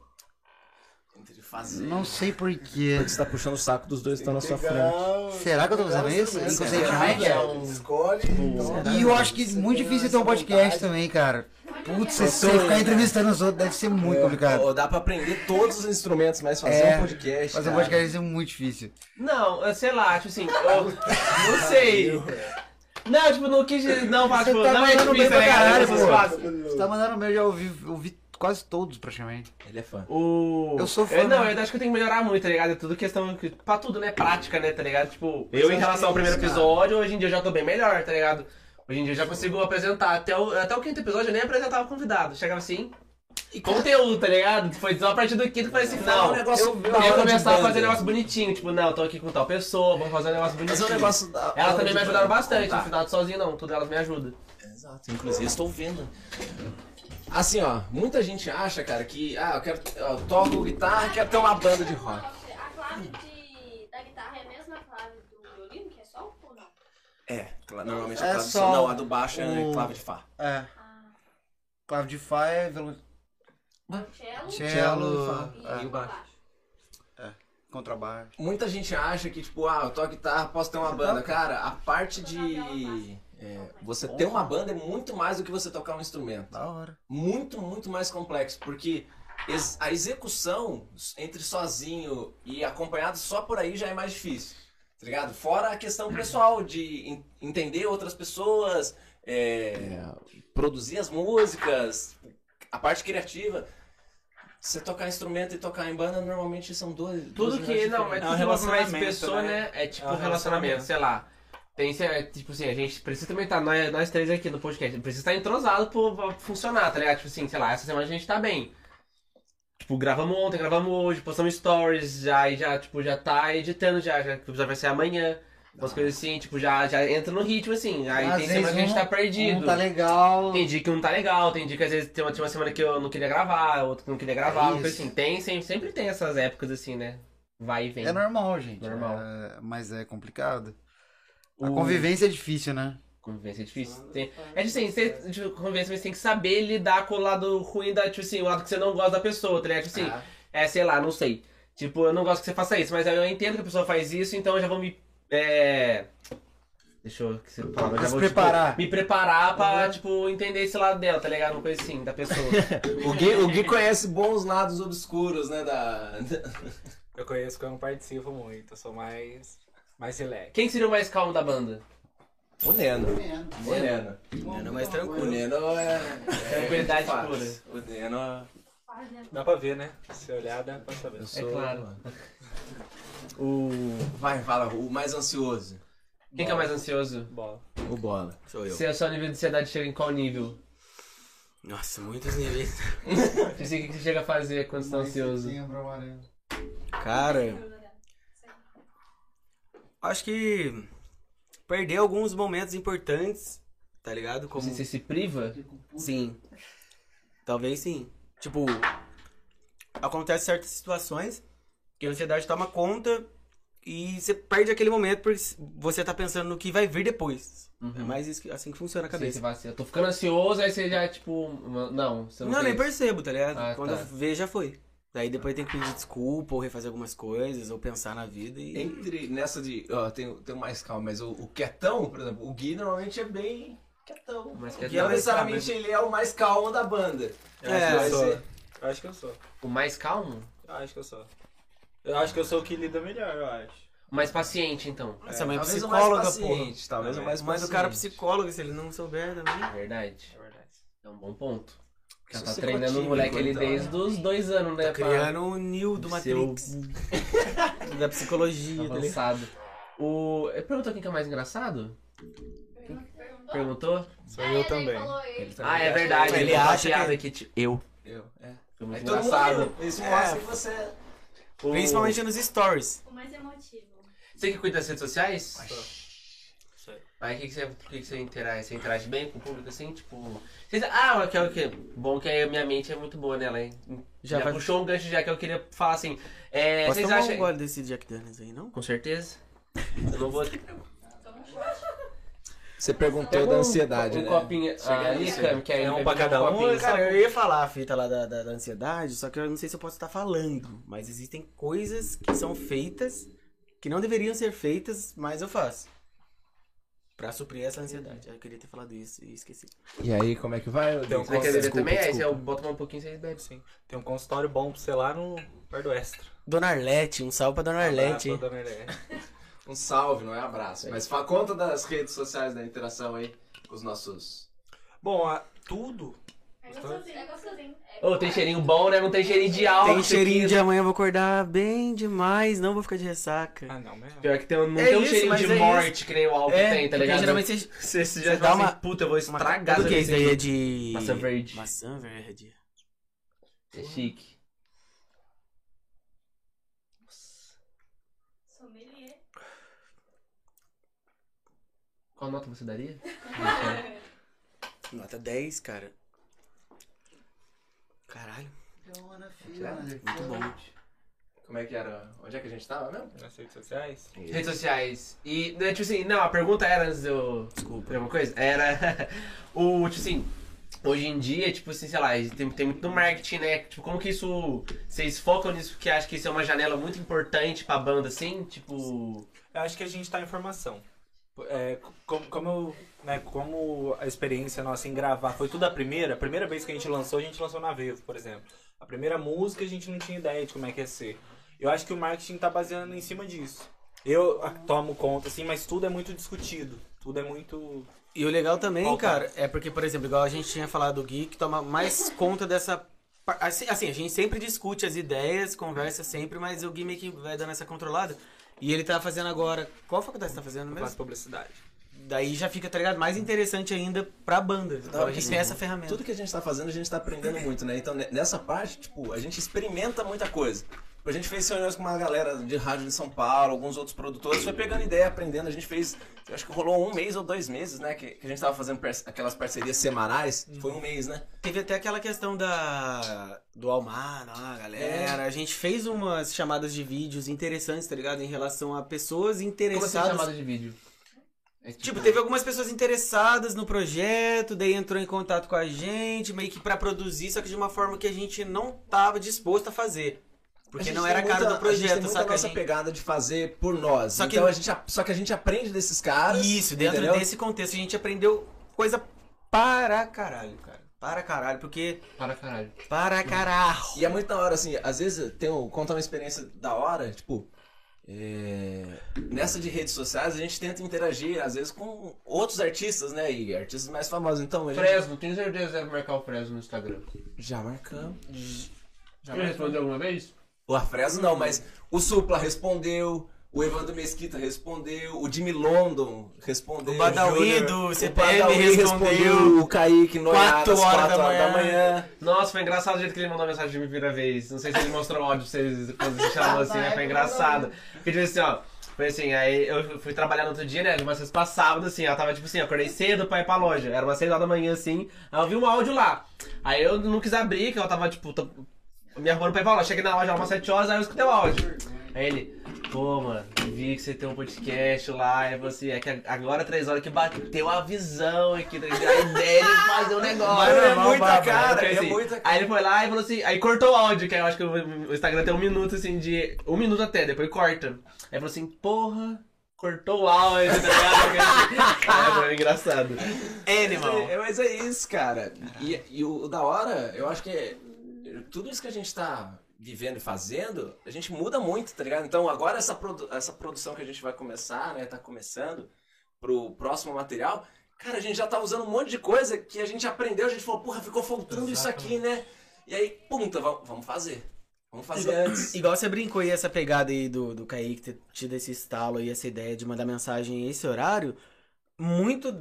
S2: Entre fazer.
S7: Não sei porquê.
S4: Você tá puxando o saco dos dois que estão na sua
S8: Pegar
S4: frente.
S8: o-
S7: Será que eu tô usando
S8: pegar o
S7: isso?
S8: instrumento,
S7: Inconscientemente?
S8: né, velho? Escolhe. toca.
S7: E eu acho que é
S8: Você
S7: muito
S8: tem
S7: difícil ter
S8: essa
S7: um podcast
S8: vontade.
S7: também, cara. Putz,
S5: Olha,
S7: você você ficar entrevistando os outros deve ser muito complicado.
S3: Ou dá pra aprender todos os instrumentos, mas fazer
S7: É,
S3: um podcast,
S7: Fazer um
S3: cara.
S7: podcast é muito difícil.
S1: Não, eu sei lá, tipo assim, eu *laughs* não sei. Não, tipo, não quis. Não, mas, tipo,
S7: tá
S1: não é
S7: mandando bem
S1: difícil,
S7: pra
S1: né, cara?
S7: caralho,
S1: Vocês
S7: pô.
S1: fazem.
S7: Você tá mandando meu, já ouvi, ouvi quase todos praticamente.
S3: Ele é fã.
S1: O...
S7: Eu sou fã,
S1: É, não,
S7: né?
S1: eu acho que eu tenho que melhorar muito, tá ligado? É tudo questão. que- Pra tudo, né? Prática, né? Tá ligado? Tipo, eu, em
S8: acho que
S1: relação ao
S8: é isso,
S1: primeiro episódio, hoje em dia eu já tô bem melhor, tá ligado? Hoje em dia eu já consigo apresentar. Até o, até o quinto episódio eu nem apresentava o convidado. Chegava assim. E conteúdo, tá ligado? Foi só a partir do quinto que eu falei assim:
S3: Falar
S1: não,
S3: um negócio
S1: eu,
S3: da
S1: eu
S3: hora de
S1: começava a
S3: banda.
S1: fazer um negócio bonitinho. Tipo, não, eu tô aqui com tal pessoa, vamos fazer um negócio bonitinho.
S3: Fazer um negócio da...
S1: Elas também me ajudaram bastante, no
S3: Tá.
S1: final sozinho não, tudo elas me ajudam.
S3: Exato, inclusive estou vendo. Assim, ó, muita gente acha, cara, que ah, eu quero eu toco guitarra, quero ter é uma banda de rock.
S6: A clave de, da guitarra é a mesma clave do violino, que é sol ou não?
S3: É, cla- normalmente a
S7: É
S3: clave de
S7: só
S3: sol, não, a do baixo é
S7: o-
S3: clave de fá.
S7: É. Clave de Fá é violão-
S6: O cello
S7: cello,
S6: e
S7: é,
S6: o baixo.
S7: contrabaixo.
S3: Muita gente acha que, tipo, ah, eu toco guitarra, posso ter uma banda. Cara, a parte de é, você ter uma banda é muito mais do que você tocar um instrumento.
S7: Da hora.
S3: muito, muito mais complexo, porque ex- a execução entre sozinho e acompanhado só por aí já é mais difícil, tá ligado? Fora a questão pessoal de en- entender outras pessoas, é, produzir as músicas, a parte criativa. Você tocar instrumento e tocar em banda normalmente são dois.
S1: Tudo que, não, é
S4: É um
S1: tudo relacionamento
S4: relacionamento,
S1: pessoa,
S4: né?
S1: né? É tipo
S4: É um
S1: um relacionamento,
S4: relacionamento.
S1: sei lá. Tem, sei lá, tipo assim, a gente precisa também estar, nós, nós três aqui no podcast, precisa estar entrosado pra, pra funcionar, tá ligado? Tipo assim, sei lá, essa semana a gente tá bem. Tipo, gravamos ontem, gravamos hoje, postamos stories, já, aí já, tipo, já tá editando já, já que o episódio vai ser amanhã. Umas coisas assim, tipo, já, já entra no ritmo, assim. Aí
S7: Às
S1: tem
S7: vezes
S1: semana que a gente
S7: um-
S1: tá perdido.
S7: Um tá legal.
S1: Tem dia que um tá legal, tem dia que às vezes tem uma, tinha uma semana que eu não queria gravar, outra que não queria gravar, uma coisa
S7: É isso.
S1: assim. Tem, sempre, sempre tem essas épocas assim, né? Vai e vem.
S7: É normal, gente.
S1: Normal.
S7: É, mas é complicado. A
S1: O-
S7: convivência é difícil, né?
S1: Convivência é difícil. Tem... É tipo assim, você, tipo, convivência, mas tem que saber lidar com o lado ruim da, tipo assim, o lado que você não gosta da pessoa, tá ligado? Tipo
S7: Ah.
S1: assim, é, sei lá, não sei. Tipo, eu não gosto que você faça isso, mas eu entendo que a pessoa faz isso, então eu já vou me. É. Deixa eu. Que você fala, eu já
S7: Se
S1: vou,
S7: preparar. Uhum.
S1: Tipo, me preparar pra, tipo, entender esse lado dela, tá ligado? Uma coisa assim, da
S7: *laughs*
S1: pessoa.
S3: O Gui, o
S1: *laughs*
S3: Gui conhece bons lados obscuros, né? Da, *laughs*
S4: Eu conheço que eu não participo muito, eu sou mais. mais relax.
S1: Quem seria o mais calmo da banda?
S3: O Neno. O Neno. é
S2: Não, mas
S3: O
S2: tranquilo. né?
S3: Neno é.
S1: Tranquilidade
S4: É,
S3: fácil.
S1: pura.
S3: O Neno
S5: Faz, né?
S4: Dá pra ver, né? Se olhar, dá pra saber.
S1: É claro.
S3: O. Vai, fala, o mais ansioso.
S1: Quem que é o mais ansioso?
S4: Bola.
S3: O Bola.
S2: Sou eu.
S1: Se a sua nível de ansiedade chega em qual nível?
S2: Nossa, muitos níveis. um
S1: Tipo assim, o que você chega a fazer quando você tá ansioso?
S2: Cara,
S9: acho que perdeu alguns momentos importantes, tá ligado? Como...
S1: Você, você se priva?
S9: Sim. Talvez sim. Tipo, acontece certas situações que a ansiedade toma conta e você perde aquele momento porque você tá pensando no que vai vir depois.
S4: Uhum.
S9: É mais isso que- assim que funciona a
S1: Sim,
S9: cabeça.
S1: você vai assim, eu tô ficando ansioso, aí você já, tipo. Não, você não.
S9: Não, nem
S1: fez.
S9: percebo, tá ligado?
S1: Ah,
S9: Quando
S1: tá.
S9: eu vejo, já foi. Daí depois tem que pedir desculpa, ou refazer algumas coisas, ou pensar na vida e.
S3: Entre nessa de. Ó, tem, tem o mais calmo, mas o, o quietão, por exemplo, o Gui normalmente é bem quietão.
S1: Ah, Mas
S3: O
S1: quer
S3: Gui,
S1: dizer,
S9: é
S3: não
S9: mais calmo,
S3: necessariamente, ele é o mais calmo da banda.
S4: Eu acho que eu
S3: Mas
S4: sou.
S3: é-
S4: Eu acho que eu sou.
S1: o mais calmo?
S4: Eu acho que eu sou. Eu acho que eu sou o que lida melhor, eu acho.
S1: O mais paciente, então.
S9: Essa mãe é
S3: talvez o
S9: psicóloga,
S3: mais
S9: porra.
S3: paciente, Talvez o tá, mais
S9: Mas o cara é
S3: paciente.
S9: psicólogo, se ele não souber também.
S1: Verdade.
S4: É verdade.
S1: É um bom ponto. Já
S3: Isso
S1: tá
S3: é
S1: treinando o
S3: psicotímico,
S1: moleque ali
S3: então,
S1: desde
S3: né?
S1: os dois anos, né?
S9: Tá criando o Neo do
S1: pra ser o
S9: Matrix, da psicologia, tá ligado?
S1: avançado. O... Ele perguntou quem que é o mais engraçado?
S6: Perguntou?
S1: Perguntou?
S4: Sou
S6: Ah, é,
S4: eu
S6: daí
S4: também.
S6: falou ele.
S3: Ele também
S1: ah, é verdade.
S9: Ele
S1: contou a
S9: acha que-
S1: piada que... tipo, eu.
S3: Tá Eu, é.
S1: Foi muito
S3: Aí todo mundo
S1: engraçado.
S3: riu. Isso mostra que você é
S1: O-
S9: Principalmente nos stories.
S6: O mais emotivo.
S1: Você que cuida das redes sociais?
S4: Sou eu.
S1: Aí o que, que você, o que, que você interage? Você interage bem com o público assim? Tipo. Vocês- ah, que é o que? Bom que a minha mente é muito boa nela, hein? Já,
S9: Já vai-
S1: puxou um gancho já que eu queria falar assim. É,
S9: Posso
S1: vocês
S9: tomar
S1: acham.
S9: um gole desse Jack Daniels aí, né? não?
S1: Com certeza. Eu não vou.
S6: Então, é
S3: Você perguntou
S1: Pega
S3: da
S1: um-
S3: ansiedade,
S1: um
S3: né?
S1: copinho.
S3: Chega
S1: ah,
S3: ali,
S1: ali,
S3: chega.
S1: Cam, quer
S4: É um
S1: beber
S4: pra cada um,
S1: copinho?
S4: é
S9: Cara, eu ia falar a fita lá da, da- da ansiedade, só que eu não sei se eu posso estar falando. Mas existem coisas que são feitas, que não deveriam ser feitas, mas eu faço. Pra suprir essa ansiedade. Eu queria ter falado isso e esqueci.
S3: E aí, como é que vai? ô Gui?
S4: Então,
S1: Você quer beber
S4: Desculpa,
S1: também? Aí você
S3: é
S4: desculpa.
S1: eu boto mais um pouquinho e vocês bebem.
S4: Sim. Tem um consultório bom pra você lá no Bar do Extra.
S9: Dona Arlete, um salve pra Dona Arlete.
S4: Abraço, dona Arlete.
S3: Um salve, não é abraço. Mas fa- conta das redes sociais, da interação aí com os nossos.
S4: Bom, a- tudo.
S6: É gostosinho, é gostosinho. É
S1: Ô, tem cheirinho bom, né? Não tem cheirinho de álcool.
S9: Tem cheirinho de amanhã, eu vou acordar bem demais, não vou ficar de ressaca.
S4: Ah, não, mesmo.
S1: Pior que tem, um- não
S9: É
S1: tem um
S9: isso,
S1: cheirinho
S9: mas
S1: de
S9: é
S1: morte que nem o álcool tem, tá
S9: porque
S1: ligado?
S9: geralmente vocês...
S1: Você, você já um
S9: você
S1: dá
S9: dá
S1: uma...
S9: uma-
S1: puta, eu vou estragar
S9: Estragado.
S1: essa
S9: Do que isso
S1: bebida
S9: daí é
S1: aqui.
S9: de...
S1: Maçã tipo, verde.
S9: Maçã verde.
S1: É chique.
S6: Sommelier.
S1: Qual nota você daria?
S9: Nota 10, cara. Caralho. Muito bom.
S3: Como é que era? Onde é que a gente tava mesmo?
S4: Nas redes sociais.
S1: Redes sociais. E, né, tipo assim, não, a pergunta era antes de eu.
S9: Desculpa.
S1: Tem alguma coisa? Era. *laughs* o, tipo assim, hoje em dia, tipo assim, sei lá, tem, tem muito do marketing, né? Tipo, como que isso. Vocês focam nisso porque acham que isso é uma janela muito importante pra banda, assim? Tipo.
S4: Eu acho que a gente tá em formação. É, co- como, como, eu- né, como a experiência nossa em gravar foi tudo a primeira, a primeira vez que a gente lançou, a gente lançou na Vivo, por exemplo. A primeira música a gente não tinha ideia de como é que ia ser. Eu acho que o marketing tá baseando em cima disso. Eu ah, tomo conta, assim, mas tudo é muito discutido. Tudo é muito.
S9: E o legal também,
S4: Qual
S9: cara, é porque, por exemplo, igual a gente tinha falado do Gui, que toma mais conta dessa. par- Assim, assim, a gente sempre discute as ideias, conversa sempre, mas o Gui meio que vai dando essa controlada. E ele tá fazendo agora. Qual faculdade você tá fazendo
S4: Eu faço
S9: mesmo?
S4: publicidade.
S9: Daí já fica, tá ligado? Mais interessante ainda pra banda. Então, a gente tem essa ferramenta.
S3: Tudo que a gente tá fazendo, a gente tá aprendendo muito, né? Então, ne- nessa parte, tipo, a gente experimenta muita coisa. A gente fez reuniões com uma galera de rádio de São Paulo, alguns outros produtores, foi pegando ideia, aprendendo. A gente fez, eu acho que rolou um mês ou dois meses, né? Que, que a gente tava fazendo par- aquelas parcerias semanais. Foi um mês, né?
S9: Teve até aquela questão da. do Almar, lá,
S3: É.
S9: galera. A gente fez umas chamadas de vídeos interessantes, tá ligado? Em relação a pessoas
S1: Como assim
S9: interessadas.
S1: chamada de vídeo? É
S9: Tipo, teve algumas pessoas interessadas no projeto, daí entrou em contato com a gente, meio que pra produzir, só que de uma forma que a gente não tava disposto a fazer.
S3: A
S9: Porque
S3: gente
S9: não
S3: tem
S9: era a cara
S3: muita-
S9: do projeto,
S3: a gente tem muita
S9: saca? A
S3: nossa
S9: gente-
S3: pegada de fazer por nós.
S9: Só que-
S3: então a gente, a- só que a gente aprende desses caras.
S9: Isso, dentro
S3: entendeu?
S9: desse contexto a gente aprendeu coisa para caralho, cara. Para caralho, porque.
S1: Para caralho.
S9: Para caralho.
S3: E é muito da hora, assim, às vezes tem um, conta uma experiência da hora, tipo. é, nessa de redes sociais a gente tenta interagir, às vezes, com outros artistas, né? E artistas mais famosos. Então, a gente
S1: Fresno, tenho certeza que deve marcar o Fresno no Instagram.
S3: já marcamos. Já
S1: Ele
S3: marcamos.
S1: respondeu alguma vez?
S3: O Afreso não, mas o Supla respondeu, o Evandro Mesquita respondeu, o Jimmy London respondeu.
S9: O Badawi
S3: Júnior-
S9: do
S3: o
S9: CPM
S3: Badawi
S9: respondeu.
S3: O Kaique Noiado
S9: Quatro
S3: às 4
S9: horas
S3: horas,
S9: da
S3: da
S9: manhã.
S3: manhã.
S1: Nossa, foi engraçado o jeito que ele mandou a mensagem de mim a primeira vez. Não sei se ele mostrou o áudio pra vocês quando se chamou assim, né? Foi engraçado. Porque tipo assim, ó. Foi assim, aí eu fui trabalhar no outro dia, né? Mas sexta pra sábado, assim, ela tava tipo assim, eu acordei cedo pra ir pra loja. Era umas seis horas da manhã, assim. Aí eu vi um áudio lá. Aí eu não quis abrir, que ela tava, tipo, tô- me arrumando pra ir pra loja. Cheguei na loja, era umas sete horas, aí eu escutei o áudio. Aí ele, pô, mano, vi que você tem um podcast lá. E você, é que agora três horas que bateu a visão aqui, tá ligado? a ideia de fazer um negócio.
S4: Mano, é
S1: Mano,
S4: muita
S1: babado.
S4: cara,
S1: Aí,
S4: é
S1: assim,
S4: muita
S1: Aí ele foi lá e falou assim, aí cortou o áudio, que eu acho que o Instagram tem um minuto, assim, de... Um minuto até, depois corta. Aí falou assim, porra, cortou o áudio, tá ligado? *laughs* é, é engraçado.
S3: Mas é, mas é isso, cara. E, e o, o da hora, eu acho que é- tudo isso que a gente tá vivendo e fazendo, a gente muda muito, tá ligado? Então agora essa, produ- essa produção que a gente vai começar, né, tá começando pro próximo material, cara, a gente já tá usando um monte de coisa que a gente aprendeu, a gente falou, porra, ficou faltando isso aqui, né? E aí, puta, va- vamos fazer. Vamos fazer antes.
S2: Igual você brincou aí essa pegada aí do, do Kaique ter tido esse estalo aí, essa ideia de mandar mensagem a esse horário, muito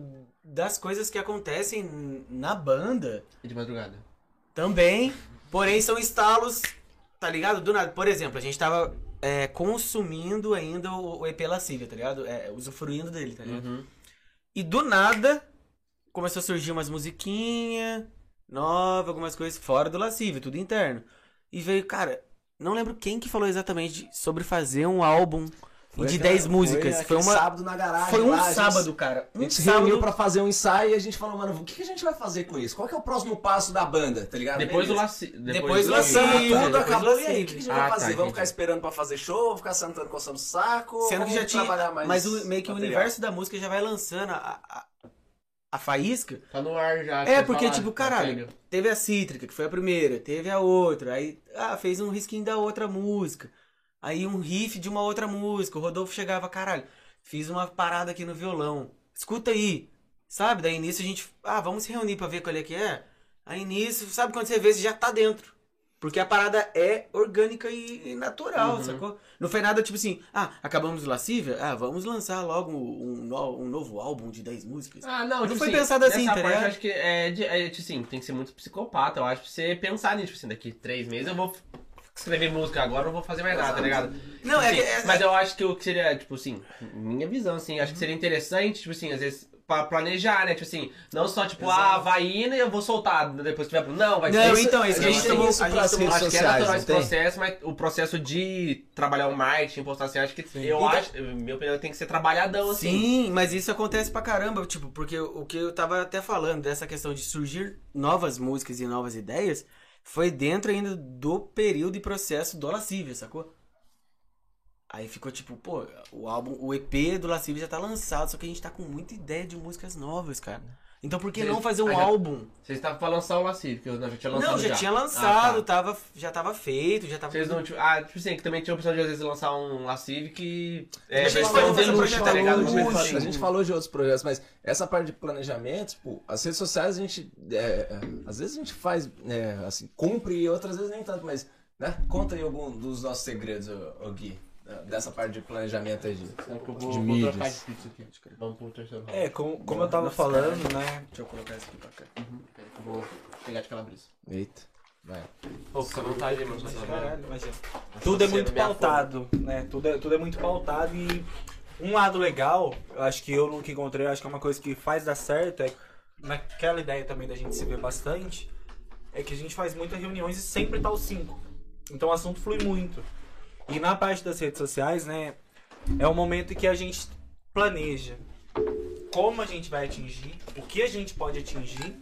S2: das coisas que acontecem na banda
S1: E de madrugada.
S2: também, porém são estalos, tá ligado? Do nada. Por exemplo, a gente tava é, consumindo ainda o, o EP Lascivia, tá ligado? É, usufruindo dele, tá ligado? E do nada começou a surgir umas musiquinhas novas, algumas coisas fora do Lascivia, tudo interno. E veio, cara, não lembro quem que falou exatamente sobre fazer um álbum de 10 músicas. Foi,
S3: um
S2: uma,
S3: sábado na garagem.
S2: foi um
S3: lá, a gente-
S2: sábado, cara.
S3: A
S2: Um
S3: gente se
S2: sábado
S3: reuniu pra fazer um ensaio e a gente falou, mano, o que, que a gente vai fazer com isso? Qual que é o próximo passo da banda, tá ligado?
S1: Depois do
S3: Beleza.
S1: laci...
S2: Depois do laci-
S3: Lançamos
S2: Sim,
S3: tudo,
S1: Tá,
S2: depois
S3: acabou,
S2: lançamos.
S3: e aí? O que, que a gente
S1: Ah,
S3: vai
S1: tá,
S3: fazer?
S1: entendi.
S3: Vamos ficar esperando pra fazer show? Vamos ficar sentando, coçando saco?
S2: Sendo que
S3: Vamos
S2: já tinha.
S3: trabalhar mais um
S2: mas o- meio que o
S3: material.
S2: universo da música já vai lançando a, a, a faísca.
S1: Tá no ar já.
S2: É,
S1: vocês
S2: porque,
S1: falaram,
S2: tipo,
S1: tá
S2: caralho.
S1: pega.
S2: Teve a Cítrica, que foi a primeira, teve a outra, aí ah, fez um risquinho da outra música. Aí um riff de uma outra música. O Rodolfo chegava, caralho, fiz uma parada aqui no violão. Escuta aí. Sabe? Daí nisso a gente. Ah, vamos se reunir pra ver qual é que é. Aí nisso, sabe quando você vê, você já tá dentro. Porque a parada é orgânica e e natural, sacou? Não foi nada tipo assim, ah, acabamos o Lascívia? Ah, vamos lançar logo um, no- um novo álbum de 10 músicas.
S1: Ah, não,
S2: Não
S1: tipo
S2: foi
S1: assim,
S2: pensado assim, tá
S1: nessa parte,
S2: ligado?
S1: eu acho que é, de- é, tipo assim, tem que ser muito psicopata, eu acho, pra você pensar nisso, tipo assim, daqui três meses eu vou escrever música agora, eu não vou fazer mais nada, tá ligado?
S2: Não, é
S1: Sim,
S2: que. é-
S1: mas eu acho que o que seria, tipo assim, minha visão, assim, acho que seria interessante, tipo assim, às vezes, pra planejar, né? Tipo assim, não só, tipo, ah, vai indo e eu vou soltar depois que tiver. Não, vai
S2: Não,
S1: ser.
S2: então,
S3: é
S2: isso
S1: a
S2: que a
S1: gente
S2: gente
S1: tem
S2: tomou
S1: isso
S2: a
S1: pra
S2: gente
S1: acho
S2: tomou-
S1: que é natural esse processo, mas o processo de trabalhar o marketing, postar assim, acho que eu
S2: Então-
S1: acho, minha opinião, tem que ser trabalhadão, assim.
S2: Sim, mas isso é acontece pra caramba, tipo, porque o que eu tava até falando dessa questão de surgir novas músicas e novas ideias foi dentro ainda do período e processo do Lascivia, sacou? Aí ficou tipo, pô, o álbum, o EP do Lascivia já tá lançado, só que a gente tá com muita ideia de músicas novas, cara. Então por que
S1: Beleza.
S2: não fazer um
S1: Aí já-
S2: álbum?
S1: Vocês estavam pra lançar o Lacive, que eu não, já tinha lançado
S2: Não, já,
S1: já
S2: tinha
S1: Ah, tá.
S2: lançado, tava, já tava feito, já tava
S1: Vocês não, tipo, ah, tipo assim, que também tinha a opção de às vezes lançar um Lacive que. É,
S2: Mas a gente
S1: versão
S2: pode fazer um
S1: deluxe,
S2: projeto
S1: tá ligado?
S2: deluxe.
S1: Tipo assim,
S3: A gente falou de outros projetos, mas essa parte de planejamento, tipo, as redes sociais a gente. é, é, às vezes a gente faz, é, assim, cumpre e outras vezes nem tanto, mas, né? Conta aí algum dos nossos segredos, ô, ô Gui, né, dessa parte de planejamento aí. De...
S1: É que eu
S3: de
S1: vou, vou trocar de
S3: mídias.
S1: pizza aqui. Vamos pro terceiro round.
S4: É, como, como eu tava falando, né?
S2: Deixa eu colocar isso aqui pra cá.
S1: Peraí, que eu vou pegar de calabresa.
S3: Eita. Vai.
S1: Pô, fica à vontade, tá mano.
S4: Caralho, imagina. Tudo é muito pautado, né? Tudo é, tudo é muito pautado e um lado legal, eu acho que eu nunca encontrei, eu acho que é uma coisa que faz dar certo, é naquela ideia também da gente se ver bastante, é que a gente faz muitas reuniões e sempre tá os cinco. Então o assunto flui muito. E na parte das redes sociais, né, é o momento que a gente planeja como a gente vai atingir, o que a gente pode atingir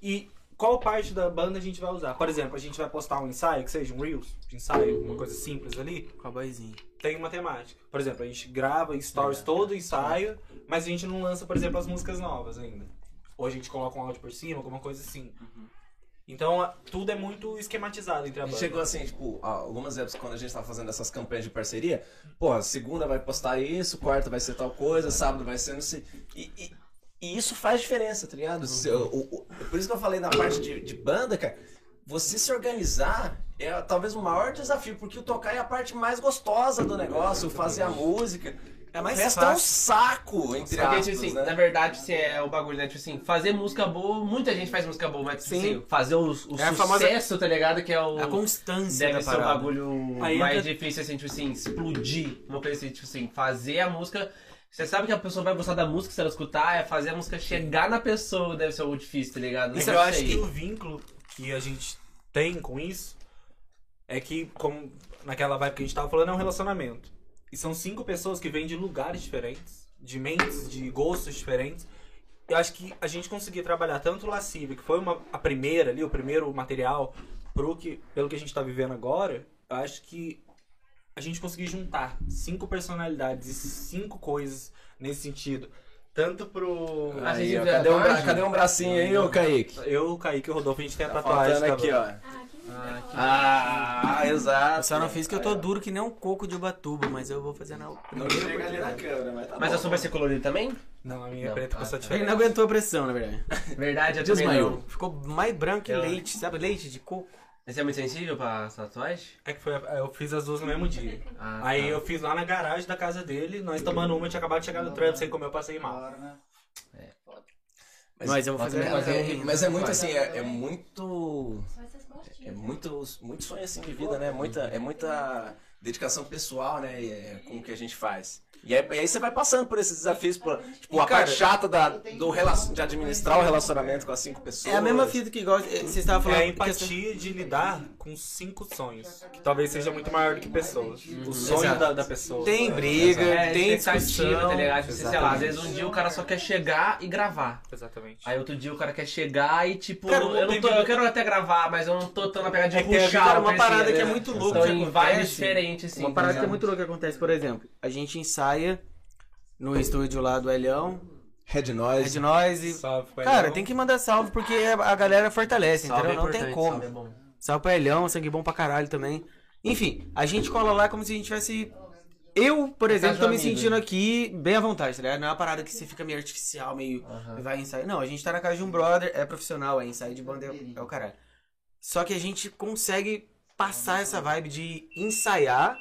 S4: e qual parte da banda a gente vai usar. Por exemplo, a gente vai postar um ensaio, que seja um Reels, de ensaio, uma coisa simples ali,
S2: Cowboyzinho.
S4: tem uma temática. Por exemplo, a gente grava stories todo o ensaio, mas a gente não lança, por exemplo, as músicas novas ainda. Ou a gente coloca um áudio por cima, alguma coisa assim. Então a- tudo é muito esquematizado entre a
S3: A gente
S4: banda.
S3: chegou assim, tipo, ah, algumas épocas quando a gente tava fazendo essas campanhas de parceria, pô, segunda vai postar isso, quarta vai ser tal coisa, sábado vai ser não sei. E, e- e isso faz diferença, tá ligado? Se- o- o- o- por isso que eu falei na parte de, de banda, cara, você se organizar é talvez o maior desafio, porque o tocar é a parte mais gostosa do negócio, o fazer a música. É
S2: mais
S3: o resto é um
S2: fácil.
S3: saco, entre
S1: Porque,
S3: aspas,
S1: tipo assim,
S3: né?
S1: na verdade, assim, é o bagulho, né? Tipo assim, fazer música boa, muita gente faz música boa, mas tipo
S2: Sim.
S1: assim, fazer o,
S2: É
S1: o
S2: a
S1: sucesso,
S2: famosa-
S1: tá ligado? Que é o.
S2: A constância
S1: Deve
S2: da
S1: ser um
S2: parada.
S1: bagulho
S2: Aí
S1: mais
S2: entra-
S1: difícil, assim, tipo assim, explodir. Uma coisa assim, tipo assim, fazer a música. Você sabe que a pessoa vai gostar da música se ela escutar, é fazer a música chegar na pessoa deve ser algo difícil, tá ligado?
S4: Isso
S1: Não sei.
S4: eu acho É que o vínculo que a gente tem com isso é que, como naquela vibe que a gente tava falando, é um relacionamento. E são cinco pessoas que vêm de lugares diferentes, de mentes, de gostos diferentes. Eu acho que a gente conseguir trabalhar tanto Lascive, que foi uma, a primeira ali, o primeiro material, pro que, pelo que a gente tá vivendo agora, eu acho que a gente conseguir juntar cinco personalidades e cinco coisas nesse sentido. Tanto pro.
S1: A gente
S3: Aí, ó,
S1: vê a
S3: cadê, um bra-
S1: página?
S3: cadê um bracinho aí, ô Kaique?
S4: Eu, Kaique e o Rodolfo, a gente tem a
S3: Tá
S4: tatuagem.
S3: faltando aqui,
S4: tá
S3: ó.
S6: Ah, que
S3: Ah, exato.
S2: Eu só não fiz que eu tô duro que nem um coco de Ubatuba, mas eu vou fazer na.
S3: Não chega ali na câmera, mas tá
S1: Mas
S3: bom.
S1: a sua vai ser colorida também? Ah, tá.
S4: Não, a minha
S2: Não,
S4: é preta com essa
S2: Ele
S4: diferença.
S2: não aguentou a pressão, na verdade.
S1: Verdade, eu também
S2: Desmaiou.
S1: não.
S2: Ficou mais branco que
S1: Eu-
S2: leite, sabe? Leite de coco.
S1: Você é muito sensível pra tatuagem?
S4: É que foi, eu fiz as duas no mesmo dia.
S1: Ah,
S4: Aí
S1: tá.
S4: eu fiz lá na garagem da casa dele, nós tomando uma, eu tinha acabado de chegar do trampo, sem comer, eu passei mal.
S7: Agora, né?
S2: Mas, eu vou
S3: Mas
S2: fazer.
S3: é, mas
S1: um
S3: é- mas é muito assim, é, é
S7: Vai.
S3: muito.
S6: Só essas
S3: É
S6: mostinhas.
S3: muito, muito sonho assim de vida, né? Muita, é muita dedicação pessoal, né? E é com o que a gente faz. E aí, e aí você vai passando por esses desafios, por,
S2: É,
S3: tipo, a parte chata da, do relacion, de administrar o relacionamento com as cinco pessoas.
S2: É a mesma fita que igual eh, vocês estavam
S4: É
S2: falando.
S4: a
S2: questão-
S4: empatia de lidar com cinco sonhos, que talvez seja muito maior do que pessoas. O sonho
S2: Exato.
S4: da, da pessoa.
S2: Tem briga,
S1: É,
S2: tem
S1: expectativa,
S2: discussão.
S1: tá ligado? Tipo, assim, sei lá, às vezes um dia o cara só quer chegar e gravar.
S4: Exatamente.
S1: Aí outro dia o cara quer chegar e tipo,
S4: Cara,
S1: eu, não
S4: tem
S1: tô,
S4: vida-
S1: eu quero até gravar, mas eu não tô tão na pegada de
S4: É que a vida
S1: puxar
S4: é
S2: uma parada que é muito louca
S1: Então,
S2: que
S1: em
S2: acontece.
S1: vibes diferentes, assim.
S2: Uma parada que é
S1: entendeu?
S2: muito louca que acontece, por exemplo, a gente ensaia no estúdio lá do Elhão,
S3: Red
S2: é
S3: Noise.
S2: de nós e.
S4: Salve, pai.
S2: Cara, tem que mandar salve porque a galera fortalece,
S1: Salve é
S2: entendeu? Não
S1: importante,
S2: tem como.
S1: salve é bom.
S2: Salve pra Elhão, sangue bom pra caralho também. Enfim, a gente cola lá como se a gente tivesse. Eu, por
S1: É
S2: exemplo, tô me
S1: amigo.
S2: sentindo aqui bem à vontade, tá ligado? Não é uma parada que você fica meio artificial, meio. Vai ensaiar. Não, a gente tá na casa de um brother, é profissional, é ensaio de banda, é, é o caralho. Só que a gente consegue passar essa vibe de ensaiar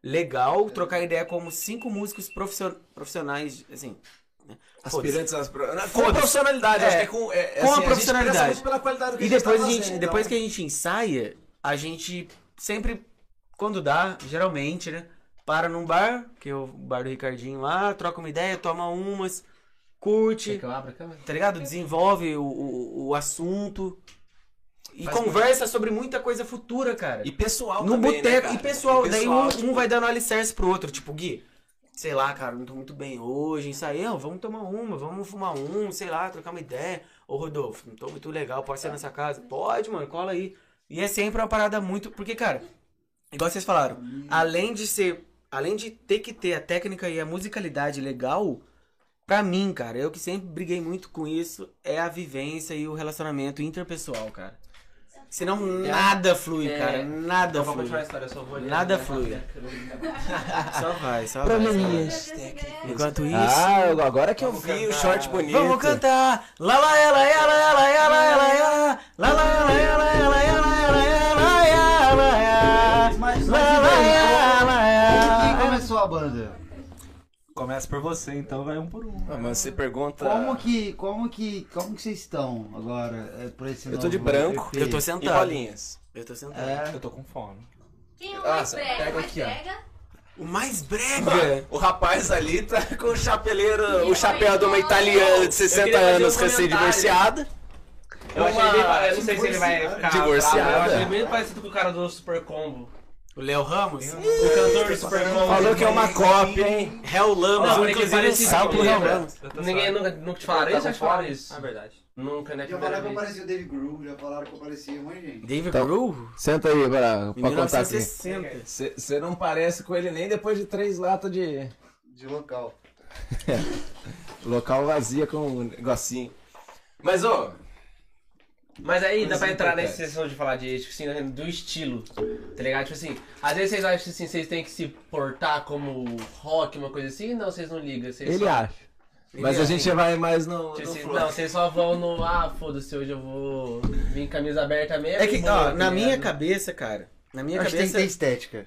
S2: legal, trocar ideia como cinco músicos profissio- profissionais, assim. né? Foda-se.
S3: Aspirantes às pro... não, Com
S2: Foda-se.
S3: profissionalidade,
S2: É,
S3: acho que é com, é, é
S2: com a
S3: assim, gente
S2: profissionalidade.
S3: preza muito pela qualidade do que
S2: E depois,
S3: tá
S2: a gente,
S3: fazendo,
S2: depois que
S3: então.
S2: a gente ensaia, a gente sempre, quando dá, geralmente, né? Para num bar, que é o bar do Ricardinho lá, troca uma ideia, toma umas,
S1: Quer
S2: curte,
S1: que eu abra a câmera?
S2: tá ligado? Desenvolve o, o, o assunto e
S3: Faz
S2: conversa sobre muita coisa futura, cara.
S3: E pessoal
S2: no
S3: também, né,
S2: boteco,
S3: cara?
S2: e pessoal, daí um,
S3: tipo,
S2: um vai dando alicerce pro outro, tipo, Gui, sei lá, cara, não tô muito bem hoje, ensaiei, ó, vamos tomar uma, vamos fumar um, sei lá, trocar uma ideia. Ô, Rodolfo, não tô muito legal, pode ser nessa casa? Pode, mano, cola aí. E é sempre uma parada muito, porque, cara, igual vocês falaram, além de ser, além de ter que ter a técnica e a musicalidade legal, pra mim, cara, eu que sempre briguei muito com isso, é a vivência e o relacionamento interpessoal, cara. Senão nada flui,
S1: É.
S2: cara, nada
S1: Eu vou
S2: flui.
S1: continuar
S2: *laughs*
S1: a história, eu só vou olhar.
S2: Nada
S1: né?
S2: flui. Então, Só vai, só vai.
S9: Probleminhas.
S2: Enquanto isso,
S3: Ah, eu- agora que eu vi o short bonito.
S2: vamos cantar. Lá lá ela ela ela ela ela ela. Lá lá ela ela ela ela ela ela ela.
S7: Mas,
S2: Lá lá ela
S7: quem
S2: ela.
S7: começou a banda?
S4: Começa por você, então vai um por um.
S3: Ah, mas você pergunta.
S7: Como que, como que, como que vocês estão agora? é, por esse
S3: Eu tô de
S7: novo
S3: branco.
S7: EP?
S2: Eu tô
S3: E
S2: sentado.
S3: bolinhas.
S2: Eu tô sentado.
S7: É,
S4: Eu tô com fome.
S6: Quem é o
S3: Ah,
S6: mais
S3: você
S6: brega?
S3: pega
S6: O mais
S3: aqui, ó.
S6: brega?
S2: O mais brega.
S3: O rapaz ali tá com o chapeleiro, o chapéu de uma
S2: um
S3: italiana de 60
S1: fazer um
S3: anos
S1: comentário.
S3: recém-divorciada.
S1: Eu achei bem.
S3: Uma
S1: Eu não sei se ele vai ficar. bravo,
S3: Divorciada.
S1: Eu achei bem parecido com o cara do Super Combo.
S2: O Léo Ramos.
S1: O cantor do Super Combo.
S3: Falou que é uma cópia, hein?
S2: Hell Lamas,
S1: Não,
S2: inclusive
S1: é que
S2: ele sabe pro Léo
S1: parece-
S2: Ramos.
S4: Tá
S1: Ninguém nunca, nunca te falaram
S3: Tá
S1: isso? Já
S3: com
S1: te falaram
S3: fome?
S1: isso?
S4: É verdade.
S1: Nunca, né?
S7: Já
S1: Primeira
S7: falaram que
S1: vez.
S7: eu parecia o Dave Grohl, já falaram que eu parecia um monte de gente.
S2: David
S3: Então,
S2: Grohl?
S3: Senta aí pra, assim.
S2: Em 1960.
S3: Você não parece com ele nem depois de três latas de
S7: De local.
S3: local vazia com um negocinho. Mas, ô,
S1: Mas aí dá
S3: Coisas
S1: pra entrar nessa
S3: importantes.
S1: sessão de falar de, tipo assim, do estilo, tá ligado? Tipo assim, às vezes vocês acham assim, vocês têm que se portar como rock, uma coisa assim, não, vocês não ligam, vocês
S3: ele
S2: é
S1: só...
S3: acha. Mas a
S2: acha.
S3: gente vai mais no.
S1: Tipo
S3: no
S1: assim,
S3: flow.
S1: não, vocês só vão no, ah, foda-se, hoje eu vou vir camisa aberta mesmo.
S2: É
S1: e
S2: que,
S1: boa,
S2: ó,
S1: tá
S2: na minha
S1: ligado?
S2: cabeça, cara, na minha
S7: Acho que tem que ter
S2: cabeça
S7: estética.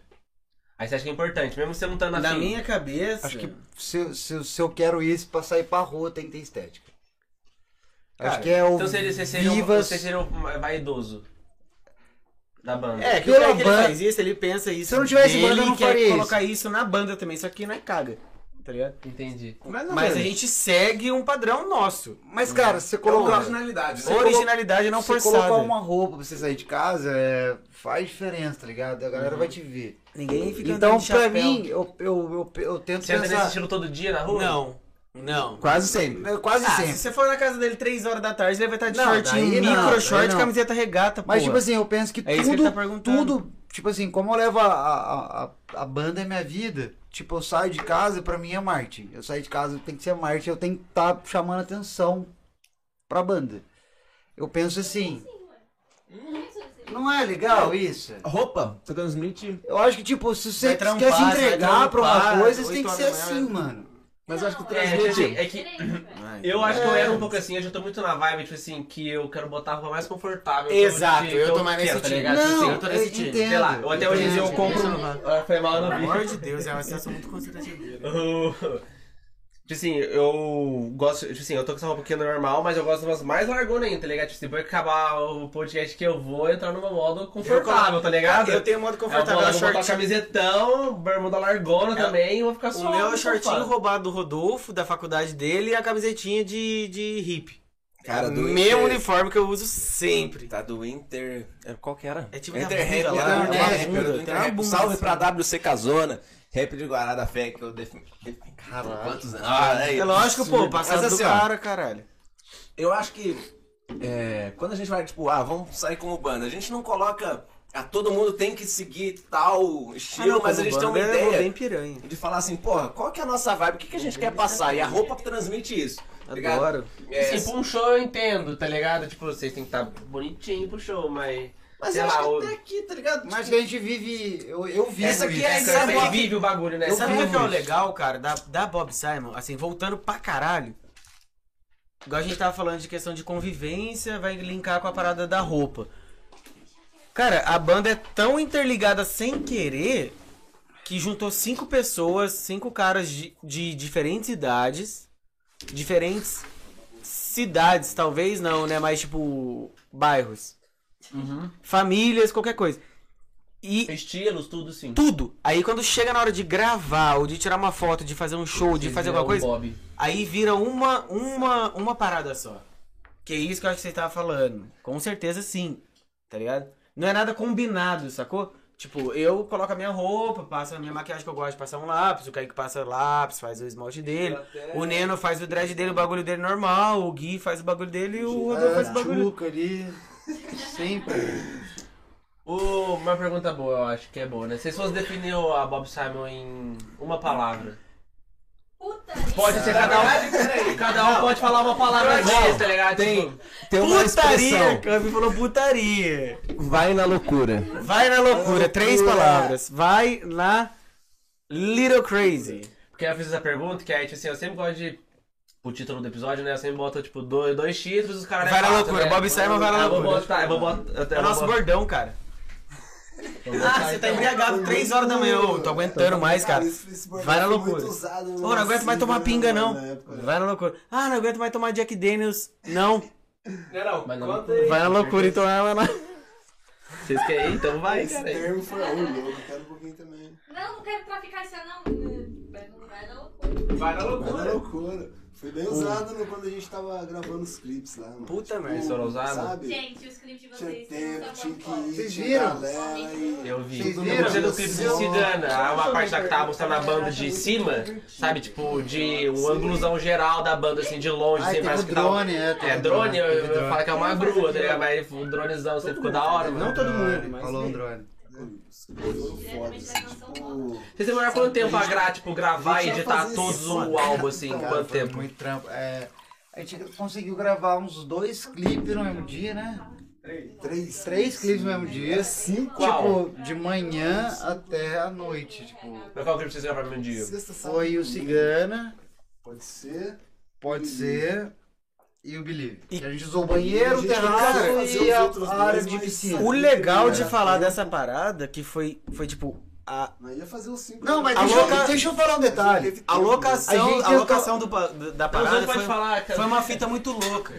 S1: Aí você acha que é importante, mesmo você não assim. estando
S9: Na
S1: afim.
S9: minha cabeça.
S7: assim. Acho que se, se, se eu quero isso pra sair pra rua, tem que ter estética.
S1: Cara,
S7: acho que é o
S1: Então seria, você seria, um-
S7: Vivas.
S1: você seria um vaidoso da banda.
S9: É, que o
S7: Pela
S9: cara que ele
S7: banda-
S9: faz isso, ele pensa isso.
S7: Se eu não tivesse
S9: dele
S7: banda, eu não
S9: e quer
S7: faria isso.
S9: colocar isso na banda também, só que não é caga. Tá ligado?
S2: É.
S1: Entendi.
S9: Mas, a gente segue um padrão nosso.
S7: Mas, cara, se você
S3: É uma
S7: colocar.
S3: originalidade, né?
S7: Você colo-
S9: Originalidade não
S7: se você
S9: forçada.
S7: colocar uma roupa pra você sair de casa, é, faz diferença, tá ligado? A galera
S9: Uhum.
S7: vai te ver.
S9: Ninguém fica
S7: Então,
S9: andando de
S7: pra
S9: chapéu.
S7: mim, eu, eu, eu, eu tento
S1: Você anda nesse
S7: pensar.
S1: estilo todo dia na rua?
S9: Não. Não.
S10: Quase sempre.
S7: É, Quase
S9: Ah, se
S7: sempre.
S9: você for na casa dele 3 horas da tarde, ele vai estar de
S7: Não,
S9: shortinho,
S7: daí não,
S9: micro
S7: daí
S9: short,
S7: não.
S9: camiseta regata, pô.
S7: Mas, tipo assim, eu penso que
S9: É isso que ele
S7: tudo,
S9: tá perguntando.
S7: tudo, tipo assim, como eu levo a, a, a, a banda é minha vida, tipo, eu saio de casa, pra mim é Marte. Eu saio de casa, tem que ser Marte, eu tenho que estar chamando atenção pra banda. Eu penso assim, não é legal isso?
S10: Roupa, tocando Smith.
S7: Eu acho que, tipo, se você
S9: Vai trampar,
S7: quer se
S9: você vai
S7: entregar pra uma
S9: trampar,
S7: coisa, você
S9: oito
S7: tem que ser
S9: horas da manhã,
S7: assim,
S9: né?
S7: mano.
S6: Mas eu acho que
S1: É, tipo assim, é que eu acho
S9: É.
S1: que eu erro um pouco assim, eu já tô muito na vibe, tipo assim, que eu quero botar a roupa mais confortável. que é
S9: Exato,
S1: que
S9: eu tô mais nesse
S1: quero, tá
S9: time.
S1: ligado? Tipo
S7: Não,
S1: assim,
S9: eu tô
S7: eu
S9: nesse time,
S7: entendo.
S1: sei lá, eu até hoje em dia eu
S7: entendo.
S1: compro. Ah, Foi mal, eu não
S9: Pelo
S1: vi.
S9: é amor de Deus, é uma situação muito constrangedora.
S1: Eu- *laughs* Tipo assim, eu gosto. Tipo assim, eu tô com essa roupa aqui normal, mas eu gosto de umas mais largona ainda, tá ligado? Tipo, depois que acabar o podcast que eu vou entrar no meu modo confortável, tá ligado?
S9: Eu tenho um modo confortável,
S1: eu vou,
S9: é
S1: eu vou botar
S9: shortinho.
S1: camisetão, bermuda largona também, e vou ficar só.
S9: O meu é o shortinho roubado do Rodolfo, da faculdade dele, e a camisetinha de, de hip.
S3: Cara,
S9: o
S3: do
S9: meu
S3: Inter.
S9: uniforme que eu uso sempre.
S3: Tá do Inter. é, Qual que era?
S9: É tipo
S3: Inter
S9: da
S3: Rap,
S9: bunda lá,
S3: né?
S9: né?
S3: Inter
S9: Uma
S3: Rap,
S9: bunda,
S3: era do
S9: tem
S3: Inter
S9: uma
S3: Rap.
S9: bunda
S3: Salve
S9: assim.
S3: pra WC Casona. Rap de Guará da Fé que eu defini. Caralho. Quantos anos? Ah,
S9: É,
S3: é
S9: lógico, pô,
S3: absurdo.
S9: passado
S3: Mas,
S9: do
S3: assim, ó,
S9: cara, caralho.
S3: Eu acho que é, quando a gente vai, tipo, ah, vamos sair como banda, a gente não coloca. Ah, todo mundo tem que seguir tal
S9: Ah,
S3: estilo, mas a gente tem uma ideia
S9: é bem piranha.
S3: de falar assim, porra, qual que é a nossa vibe? O que, que a gente quer passar? E a roupa transmite isso. tá ligado?
S9: Adoro.
S3: É,
S1: Assim, pra um show eu entendo, tá ligado? Tipo, vocês têm que estar bonitinho pro show, mas.
S3: mas
S1: sei
S3: eu
S1: lá,
S3: acho que
S1: o-
S3: até aqui, tá ligado?
S7: Mas que a gente vive. Eu, eu vivo
S3: Essa aqui
S7: isso.
S3: é a
S1: Você
S3: sabe
S1: vive
S3: que-
S1: o bagulho, né?
S9: Sabe o que é o
S1: Vive.
S9: legal, cara, da, da Bob Simon? Assim, voltando pra caralho. Igual a gente tava falando de questão de convivência, vai linkar com a parada da roupa. Cara, a banda é tão interligada sem querer que juntou cinco pessoas, cinco caras de, de diferentes idades, diferentes cidades, talvez não, né? Mas tipo, bairros,
S1: Uhum.
S9: famílias, qualquer coisa. E
S1: Estilos, tudo sim.
S9: tudo. Aí quando chega na hora de gravar, ou de tirar uma foto, de fazer um show, de fazer alguma coisa,
S1: Bob.
S9: aí vira uma, uma, uma parada só. Que é isso que eu acho que você tava falando. Com certeza sim, tá ligado? Não é nada combinado, sacou? Tipo, eu coloco a minha roupa, passo a minha maquiagem que eu gosto de passar um lápis, o Kaique passa lápis, faz o esmalte dele, o Neno faz o dread dele, o bagulho dele normal, o Gui faz o bagulho dele e o Rodolfo
S1: é.
S9: faz o
S7: A
S9: bagulho.
S7: Tchuca ali. Sempre.
S1: Ô, uma pergunta boa, eu acho que é boa, né? Se vocês fossem definir a Bob Simon em uma palavra.
S6: Puta
S1: Pode ser cada um. Cada um pode falar uma palavra dessa, tá ligado?
S10: Tem,
S1: Tipo,
S10: tem uma
S9: Putaria!
S10: expressão.
S9: Cami falou putaria!
S10: Vai na loucura.
S9: Vai na
S1: É
S9: loucura, três palavras. Vai na Little Crazy.
S1: porque eu fiz essa pergunta, que aí, tipo assim, eu sempre gosto de. O título do episódio, né? Eu sempre boto, tipo, dois, dois títulos, os caras.
S9: Vai na
S1: levam,
S9: loucura,
S1: né?
S9: Bob Simon vai na
S1: Ah, eu
S9: loucura.
S1: Vou botar, eu vou botar. eu
S9: É
S1: tenho-
S9: o
S1: eu
S9: nosso
S1: vou botar-
S9: bordão, cara.
S1: eu vou
S2: Ah,
S1: botar,
S2: tá
S1: então.
S9: embriagado, três horas da manhã. Ô, tô aguentando mais, cara.
S8: Esse- esse bordão
S9: Vai na
S8: foi
S9: loucura.
S8: muito usado
S9: Ô,
S8: no
S9: não aguento mais tomar
S8: cinema,
S9: pinga,
S8: né,
S9: não.
S8: na época, né?
S9: Vai na loucura. Ah, não aguento mais tomar Jack Daniels, não.
S1: Mas não-
S9: Vai na loucura, então é lá.
S1: Vocês querem? Então vai,
S8: Esse
S1: cara.
S8: termo foi a olho, eu quero um pouquinho também.
S6: Não, não quero traficar isso, não. Não vai na loucura.
S8: Vai na loucura. Foi bem usado no- quando a gente tava gravando os clipes lá, mano.
S9: Puta merda,
S8: Tipo,
S1: isso era usado?
S8: Sabe?
S11: Gente, os clipes de
S8: Tinha
S11: vocês
S8: tempo,
S11: são
S8: tinha
S11: muito
S8: que
S11: foda.
S8: ir,
S7: Vocês
S8: tinha
S7: viram?
S8: galera e...
S1: Eu vi.
S7: Vocês
S1: Eu
S7: viram?
S1: gostei do clipe de
S7: Nossa.
S1: Cigana, uma parte lá que tava mostrando a banda de cima, sabe? Tipo, de um ângulo geral da banda, assim, de longe,
S7: Ai,
S1: assim,
S7: teve o
S1: parece que tava.
S7: drone, é. teve
S1: É,
S7: o
S1: drone, eu,
S7: Teve
S1: eu
S7: drone.
S1: falo que é uma grua, tá ligado? Mas um dronezão, você ficou da hora, mano.
S9: todo mundo,
S7: Falou um drone.
S8: Os clipes foram foda, assim, tipo...
S1: Vocês demoraram quanto tempo pra gra, tipo, gravar e
S8: Gente,
S1: editar
S8: fazer isso,
S1: todos o
S8: mano.
S1: álbum, assim,
S7: Cara,
S1: quanto tempo?
S7: foi tá Então, Muito trampo. É, a gente conseguiu gravar uns dois clipes no mesmo dia, né?
S8: Três.
S7: Três clipes no mesmo dia.
S8: Cinco.
S1: Qual?
S7: Tipo, de manhã até a noite. Tipo,
S1: Mas qual clipe vocês gravaram no dia?
S8: Sexta, sábado.
S7: foi o Cigana,
S8: Pode ser.
S7: pode ser, e o Believe.
S9: E-
S7: Que a gente usou o banheiro,
S8: A
S7: o
S8: gente quer
S7: terraço
S8: fazer
S7: e
S8: os
S7: a
S8: outros
S7: a área
S8: dois,
S7: de
S8: mas-
S7: piscina.
S2: É.
S9: O legal de
S8: Era
S9: falar
S8: tempo.
S9: dessa parada que foi, foi tipo,
S4: a,
S8: Mas ia fazer os cinco.
S7: Não, mas
S8: A
S7: deixa, eu-
S8: louca-
S7: deixa eu falar um detalhe.
S8: Teve
S2: A
S8: tempo,
S7: A
S2: locação,
S7: gente um
S2: a locação do pa- do- da
S1: Não,
S2: parada
S1: pode
S2: foi, um-
S1: falar, cara.
S2: foi uma fita muito louca.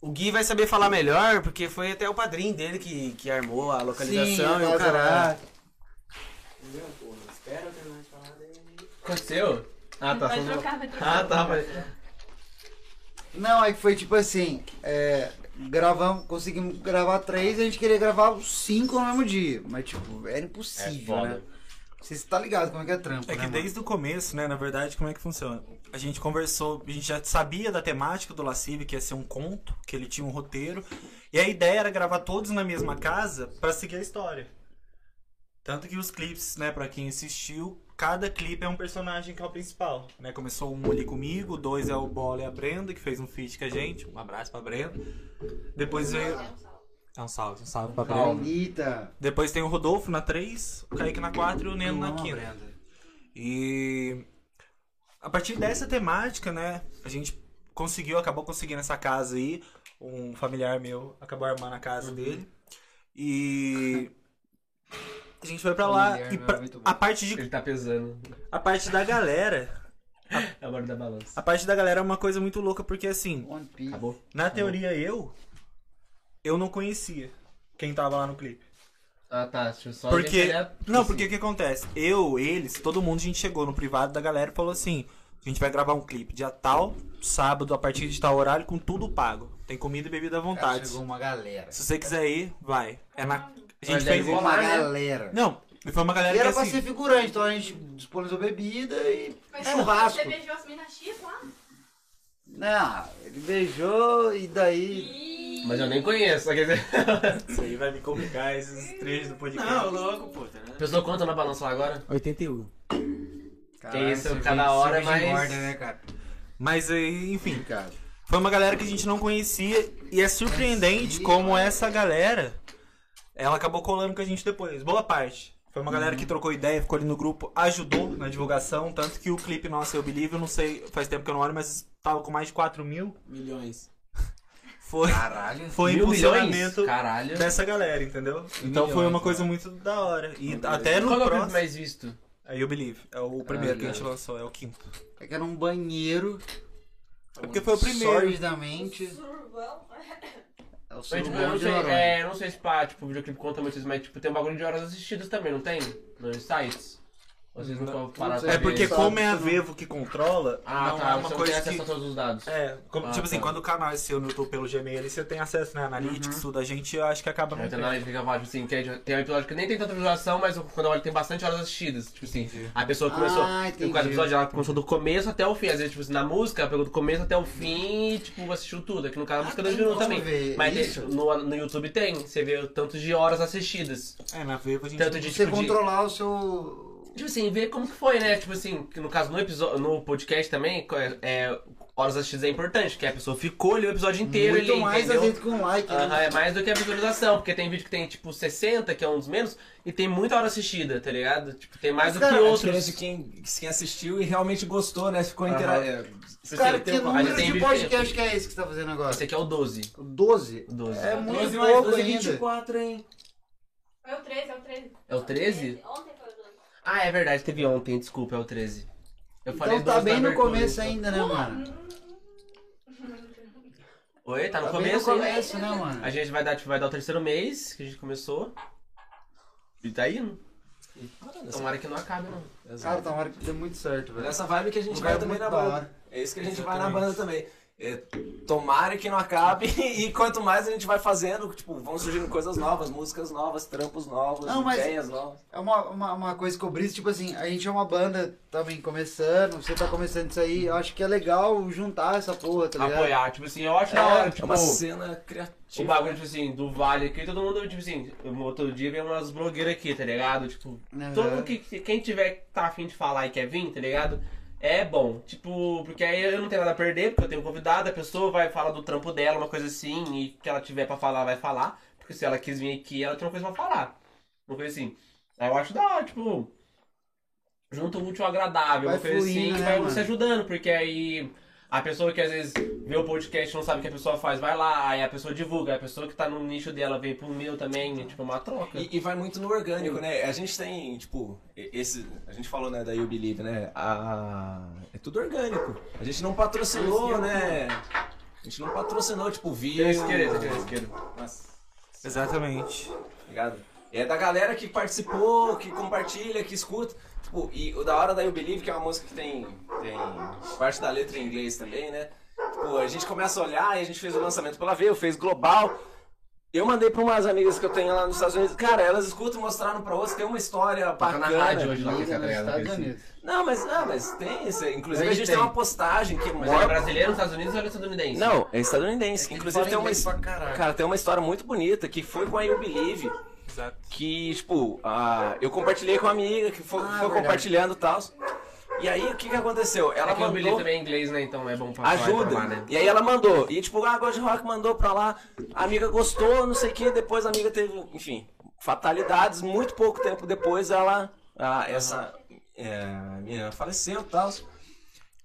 S2: O Gui vai saber falar melhor, porque foi até o padrinho dele que, que armou a localização e o caralho. Entendeu, porra? Espera eu terminar de falar daí.
S1: Aconteceu? Ah, tá.
S5: Vai
S1: só-
S5: trocar, vai trocar.
S1: Ah, tá. Mas...
S7: Não, aí foi tipo assim, é, gravamos, conseguimos gravar três, a gente queria gravar os cinco no mesmo dia, mas tipo, era impossível, né? Vocês tá ligado como é que é trampo,
S4: É
S7: né,
S4: que
S7: mano?
S4: desde o começo, né, na verdade, como é que funciona? A gente conversou, a gente já sabia da temática do Lascive, que ia ser um conto, que ele tinha um roteiro, e a ideia era gravar todos na mesma casa pra seguir a história. Tanto que os clipes, né, pra quem assistiu, cada clipe é um personagem que é o principal, né? Começou um ali comigo, dois é o Bola e a Brenda, que fez um feat com a gente, um abraço pra Brenda. Depois veio... É um salve, um salve pra Brenda.
S7: Anitta.
S4: Depois tem o Rodolfo na 3, o Kaique na 4 e o Neno na
S7: Não,
S4: 5.
S7: Brenda.
S4: E a partir dessa temática, né, a gente conseguiu, acabou conseguindo essa casa aí. Um familiar meu acabou armando a casa
S7: Uhum.
S4: dele. E a gente foi pra lá
S7: Familiar
S4: e
S7: meu
S4: pra-
S7: é muito bom.
S4: a parte de
S1: Ele tá pesando.
S4: a parte da galera,
S1: É o barulho da balança.
S4: a parte da galera é uma coisa muito louca porque assim,
S7: One Piece.
S1: Acabou.
S7: Uhum.
S4: na teoria eu eu não conhecia quem tava lá no clipe.
S1: Ah, tá. Deixa eu só.
S4: Porque.
S1: deixar ele-
S4: Não, porque assim, o que acontece? Eu, eles, todo mundo, a gente chegou no privado da galera e falou assim: a gente vai gravar um clipe dia tal, sábado, a partir de tal horário, com tudo pago. Tem comida e bebida à
S7: Cara,
S4: vontade.
S7: chegou uma galera.
S4: Se você quiser ir, vai. É na. A gente
S1: Mas
S4: fez.
S1: daí
S7: Chegou uma
S1: lá, né?
S7: galera.
S4: Não, e foi uma
S7: E
S1: É,
S4: galera que
S7: era pra ser
S4: assim.
S7: figurante, então a gente disponibilizou bebida e
S3: É
S5: Mas
S7: churrasco.
S5: Você beijou as meninas X lá?
S7: Não, né, ele beijou e daí...
S1: Mas eu nem conheço. Quer dizer,
S4: Isso aí vai me complicar esses trechos do
S2: Não, é louco, puta,
S1: a
S2: né?
S1: pessoa conta na balança lá agora?
S9: 81.
S7: Caralho,
S1: isso,
S7: cerveja-
S1: cada hora
S7: cerveja
S1: mais-
S7: engorda, né, cara?
S4: Mas aí, enfim.
S7: Complicado.
S4: Foi uma galera que a gente não conhecia e é surpreendente como essa galera ela acabou colando com a gente depois. Boa parte. Foi uma galera que trocou ideia, ficou ali no grupo, ajudou na divulgação, tanto que o clipe nosso Eu Believe, eu não sei, faz tempo que eu não olho, mas tava com mais de 4 mil.
S2: Milhões.
S4: *laughs* Foi,
S7: Caralho.
S4: foi
S1: Mil milhões?
S4: impulsionamento
S1: Caralho.
S4: dessa galera, entendeu? Então foi uma coisa muito da hora. E até no
S1: Qual é o
S4: próximo.
S1: clipe mais visto?
S4: É You Believe. É o primeiro que a gente
S1: Caralho.
S4: lançou, é o quinto.
S7: É que era um banheiro.
S4: É porque foi o primeiro.
S7: Sordidamente.
S6: Survão.
S7: É o
S1: Mas,
S7: seu
S4: um
S1: tipo, eu não
S7: de
S1: sei,
S7: Noronha.
S1: é, eu não sei se pá, tipo, o videoclipe conta muito isso, mas tipo, tem um bagulho de horas assistidas também, não tem? Nos sites? Vocês nunca pararam pra
S4: É
S1: ver?
S4: porque
S7: Sabe,
S4: como é a
S7: você não-
S4: Vevo que controla,
S1: Ah,
S4: não
S1: tá,
S4: é
S1: você
S4: uma
S1: não tem
S4: coisa
S1: acesso
S4: que
S1: a todos os dados.
S4: É, como-
S1: Ah,
S4: tipo assim,
S1: tá.
S4: quando o canal é seu no YouTube pelo Gmail, ali, você tem acesso, né,
S3: Uhum.
S4: analytics, tudo, a gente acho que
S3: É,
S4: acaba não
S1: Aí Tem
S4: tendo.
S1: análise que eu assim, que é- tem um episódio que nem tem tanta visualização, mas quando eu olho tem bastante horas assistidas. Tipo assim, a pessoa começou.
S7: Ah, entendi.
S1: tem cada episódio ela começou do começo até o fim. Às vezes, tipo assim, na música, ela pegou do começo até o fim e, tipo, assistiu tudo. Aqui no caso, a música do
S7: Ah, tem
S1: Ginu
S7: como
S1: também.
S7: ver
S1: Mas tem-
S7: isso?
S1: no, no YouTube tem, você vê o tanto de horas assistidas.
S4: É, na Vevo a gente.
S1: Tanto de
S7: Você
S1: tipo, de-
S7: controlar o seu.
S1: Tipo assim, ver como que foi, né? Tipo assim, que no caso no episódio, no podcast também, é, é, horas assistidas é importante, que a pessoa ficou ali o episódio inteiro
S7: Muito
S1: ali,
S7: mais
S1: entendeu?
S7: às vezes que um like. né?
S1: Aham, é mais do que a visualização, porque tem vídeo que tem tipo 60, que é um dos menos, e tem muita hora assistida, tá ligado? Tipo, tem mais
S7: Mas,
S1: do
S7: cara, é
S1: que
S3: A
S1: outros.
S3: diferença de quem, quem assistiu e realmente gostou, né? Ficou intera... é,
S1: Tipo
S7: Cara,
S1: assim,
S7: que
S1: tem- aí
S7: número
S1: tem vídeo
S7: de
S1: que-
S7: podcast que é esse que você tá fazendo agora?
S1: Esse aqui é o 12.
S7: 12?
S1: 12.
S7: É
S1: É,
S7: muito
S3: 12 mais
S7: pouco
S3: 12,
S7: ainda.
S3: 24, hein?
S5: Foi o 13, é o 13.
S1: o 13?
S6: Ontem foi o dois.
S1: Ah, é verdade, teve ontem, desculpa, é o 13. Eu falei
S7: Então tá
S1: 12
S7: bem
S1: na
S7: no
S1: abertura,
S7: começo
S1: então.
S7: ainda, né, mano?
S1: Oi, tá no
S7: Tá bem no
S1: começo, hein?
S7: começo, né, mano?
S1: A gente vai dar, tipo, vai dar o terceiro mês que a gente começou. E tá indo. Tomara que não acabe, não.
S7: Cara, tá uma hora que deu muito certo, velho. Um
S3: Nessa vibe que a gente
S7: Lugar
S3: vai também
S7: muito
S3: na
S7: da
S3: banda.
S7: hora.
S3: É isso que a gente vai na banda também. É, tomara que não acabe *laughs* e quanto mais a gente vai fazendo, tipo, vão surgindo coisas novas, músicas novas, trampos novos,
S7: Não, mas-
S3: ideias novas.
S7: É uma, uma, uma coisa que eu briso, tipo assim, a gente é uma banda também começando, você tá começando isso aí, eu acho que é legal juntar essa porra, tá ligado? assim,
S1: Apoiar, tipo assim, eu acho da hora,
S3: é
S1: tipo,
S3: uma cena
S1: o
S3: criativa.
S1: bagulho, tipo assim, do Vale aqui, todo mundo, tipo assim, um outro dia vem umas blogueiras aqui, tá ligado? Tipo,
S7: Aham.
S1: todo mundo que, que- quem tiver, que tá afim de falar e quer vir, tá ligado? É bom, tipo, porque aí eu não tenho nada a perder, porque eu tenho convidado, a pessoa vai falar do trampo dela, uma coisa assim, e o que ela tiver pra falar, vai falar, porque se ela quis vir aqui, ela tem uma coisa pra falar. Uma coisa assim. Aí eu acho da hora, tipo, junto o útil ao agradável,
S7: Vai
S1: uma coisa assim,
S7: fluindo, né,
S1: vai um
S7: mano?
S1: se ajudando, porque aí a A pessoa que às vezes vê o podcast não sabe o que a pessoa faz, vai lá, aí a pessoa divulga, a pessoa que tá no nicho dela vem pro meu também, é tipo uma troca.
S3: E, e vai muito no orgânico, né? A gente tem, tipo, e- esse. A gente falou, né, da You Believe, né? A, é tudo orgânico. A gente não patrocinou, né? A gente não patrocinou, tipo,
S1: Tem
S3: vídeo.
S1: a esquerda, tem a esquerda.
S4: Exatamente.
S3: ligado? É da galera que participou, que compartilha, que escuta. Tipo, e o da hora da You Believe, que é uma música que tem, tem parte da letra em inglês também, né? Tipo, a gente começa a olhar e a gente fez o lançamento pela Veio, fez global. Eu mandei pra umas amigas que eu tenho lá nos Estados Unidos. Cara, elas escutam e mostraram pra outras, tem uma história
S1: Toca
S3: bacana.
S1: na rádio hoje lá, que
S7: Liga
S1: tá
S7: nos Estados
S1: ligado?
S7: Unidos.
S3: Não, mas, ah, mas tem isso. Inclusive,
S7: Tem,
S3: a gente tem.
S7: tem.
S3: uma postagem que
S1: Mas é
S3: mostra.
S1: brasileiro nos Estados Unidos ou é estadunidense?
S3: Não, é estadunidense.
S1: É que
S3: Inclusive
S1: eles
S3: tem
S1: falam
S3: uma,
S1: inglês
S3: his-
S1: pra caralho.
S3: cara, tem uma história muito bonita que foi com a You Believe.
S4: Exato.
S3: Que, tipo, a- eu compartilhei com uma amiga que foi, foi
S7: verdade.
S3: compartilhando e tal. E aí o que que aconteceu? Ela
S1: É que o Billy
S3: mandou
S1: também é inglês, né? Então é bom pra falar e pra
S3: ajuda.
S1: lá, né?
S3: E aí ela mandou. E tipo, ah, God Rock mandou pra lá. A amiga gostou, não sei o que. Depois a amiga teve, enfim, fatalidades. Muito pouco tempo depois ela, ah, essa é, menina faleceu e tal.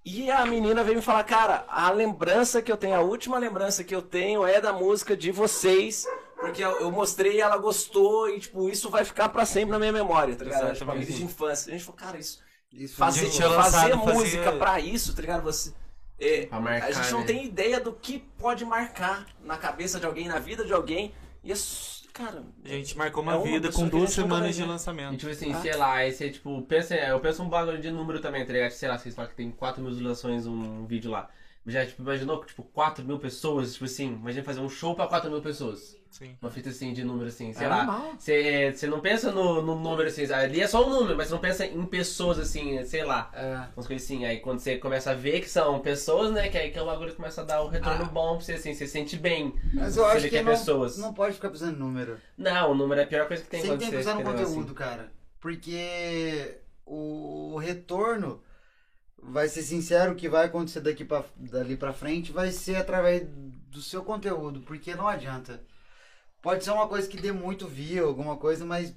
S3: E a menina veio me falar, cara, a lembrança que eu tenho, a última lembrança que eu tenho é da música de vocês. Porque eu eu mostrei, ela gostou e, tipo, isso vai ficar pra sempre na minha memória, tá ligado?
S1: Exato,
S3: Tipo, a vida de
S1: sim.
S3: infância. A gente falou, cara, isso
S7: Isso foi
S3: fazer,
S7: muito
S4: tinha é lançado,
S3: fazer música
S4: fazia-
S3: pra isso, tá ligado? Você, é,
S1: Pra marcar,
S3: a gente não
S1: né?
S3: tem ideia do que pode marcar na cabeça de alguém, na vida de alguém. E é, s- cara,
S4: A gente marcou uma
S3: É uma
S4: vida
S3: pessoa
S4: com
S3: que
S4: duas
S3: a gente nunca vai
S4: semanas de
S3: ver.
S1: E
S4: lançamento.
S1: tipo assim,
S3: Ah.
S1: sei lá, aí você tipo, pensa, eu penso um bagulho de número também, tá ligado? Sei lá, vocês falam que tem 4 mil visualizações um vídeo lá. Já tipo, imaginou que tipo 4 mil pessoas, tipo assim, imagina fazer um show pra 4 mil pessoas.
S4: Sim.
S1: Uma fita assim de número assim, sei
S3: É
S1: lá.
S3: normal.
S1: Você você não pensa no, no número assim, ali é só um número, mas você não pensa em pessoas assim, sei lá.
S7: é.
S1: Umas coisas assim. Aí quando você começa a ver que são pessoas, né? Que aí que o bagulho começa a dar um retorno bom pra você assim, você se sente bem.
S7: Mas
S1: Se
S7: Ah. eu
S1: ele
S7: acho que
S1: quer
S7: não,
S1: é pessoas.
S7: não pode ficar pensando em número.
S1: Não, o número é a pior coisa que tem
S7: Sempre
S1: quando
S7: tem
S1: você
S7: que pensar no
S1: escreve assim.
S7: conteúdo, cara. Porque o retorno, vai ser sincero, o que vai acontecer daqui pra, dali pra frente vai ser através do seu conteúdo. Porque não adianta. Pode ser uma coisa que dê muito view, alguma coisa, mas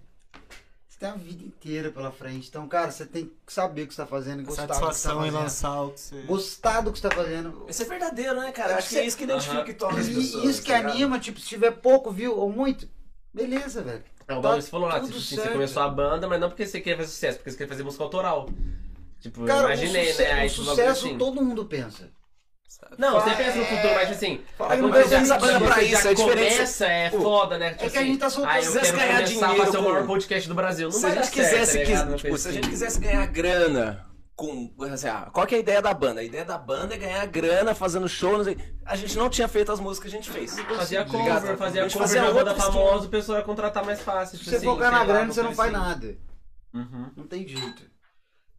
S7: você tem a vida inteira pela frente. Então, cara, você tem que saber o que você tá fazendo,
S4: A
S7: gostar do que você tá
S4: satisfação em
S7: fazendo.
S4: lançar o que você.
S7: Gostar do que você tá fazendo.
S3: isso é verdadeiro, né, cara? Eu Acho que é isso que identifica
S1: Aham.
S3: e torna as pessoas.
S7: E isso que
S1: é
S3: tá ligado?
S7: anima, tipo, se tiver pouco view ou muito, beleza, velho.
S1: É, o
S7: Tá
S1: Bob você falou lá,
S7: tudo
S1: tipo, assim, você
S7: certo.
S1: começou a banda, mas não porque você queria fazer sucesso, porque você queria fazer música autoral. Tipo, eu
S7: Cara,
S1: imaginei,
S7: o suce-
S1: né? Aí,
S7: o
S1: tipo,
S7: sucesso
S1: assim.
S7: todo mundo pensa.
S1: Não, você pensa no futuro, mas assim,
S7: Fala,
S1: quando
S7: mas
S1: você já,
S7: essa
S1: quando
S3: banda pra
S1: você
S3: isso,
S1: já
S3: é diferente.
S1: começa, é
S3: Pô,
S1: foda, né? Tipo
S7: é que a gente tá soltando.
S1: Ah, eu
S7: Se
S1: quero
S3: vocês ganhar
S1: começar a
S3: dinheiro
S1: fazer o
S3: com-
S1: maior podcast do Brasil. Não
S3: se
S1: vai
S3: a gente
S1: dar certo,
S3: quisesse,
S1: tá ligado? Uma
S3: que- tipo,
S1: coisa
S3: se a
S1: assim.
S3: gente quisesse ganhar grana com. assim, ah, qual que é a ideia da banda? A ideia da banda é ganhar grana fazendo show. Não sei, a gente não tinha feito as músicas que a gente fez.
S1: Fazia
S3: Obrigado.
S1: cover, fazia cover
S3: A gente
S1: de
S3: fazia
S1: uma banda
S3: outros que-
S1: famosa, o pessoal ia contratar mais fácil.
S7: Se
S1: tipo
S7: você
S1: assim,
S7: focar
S1: sei
S7: na
S1: lá,
S7: grana,
S1: uma
S7: você não
S1: coisa
S7: faz
S1: assim.
S7: nada.
S1: Uhum.
S7: Não tem jeito.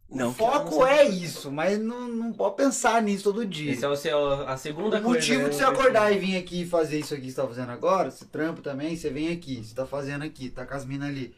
S3: Não,
S7: o foco é isso, mas não, não pode pensar nisso todo dia.
S1: Esse é o seu, a
S7: o
S1: segunda coisa.
S7: motivo
S1: né?
S7: de você acordar e vir aqui e fazer isso aqui que você tá fazendo agora, esse trampo também, você vem aqui, você tá fazendo aqui, tá com as minas ali.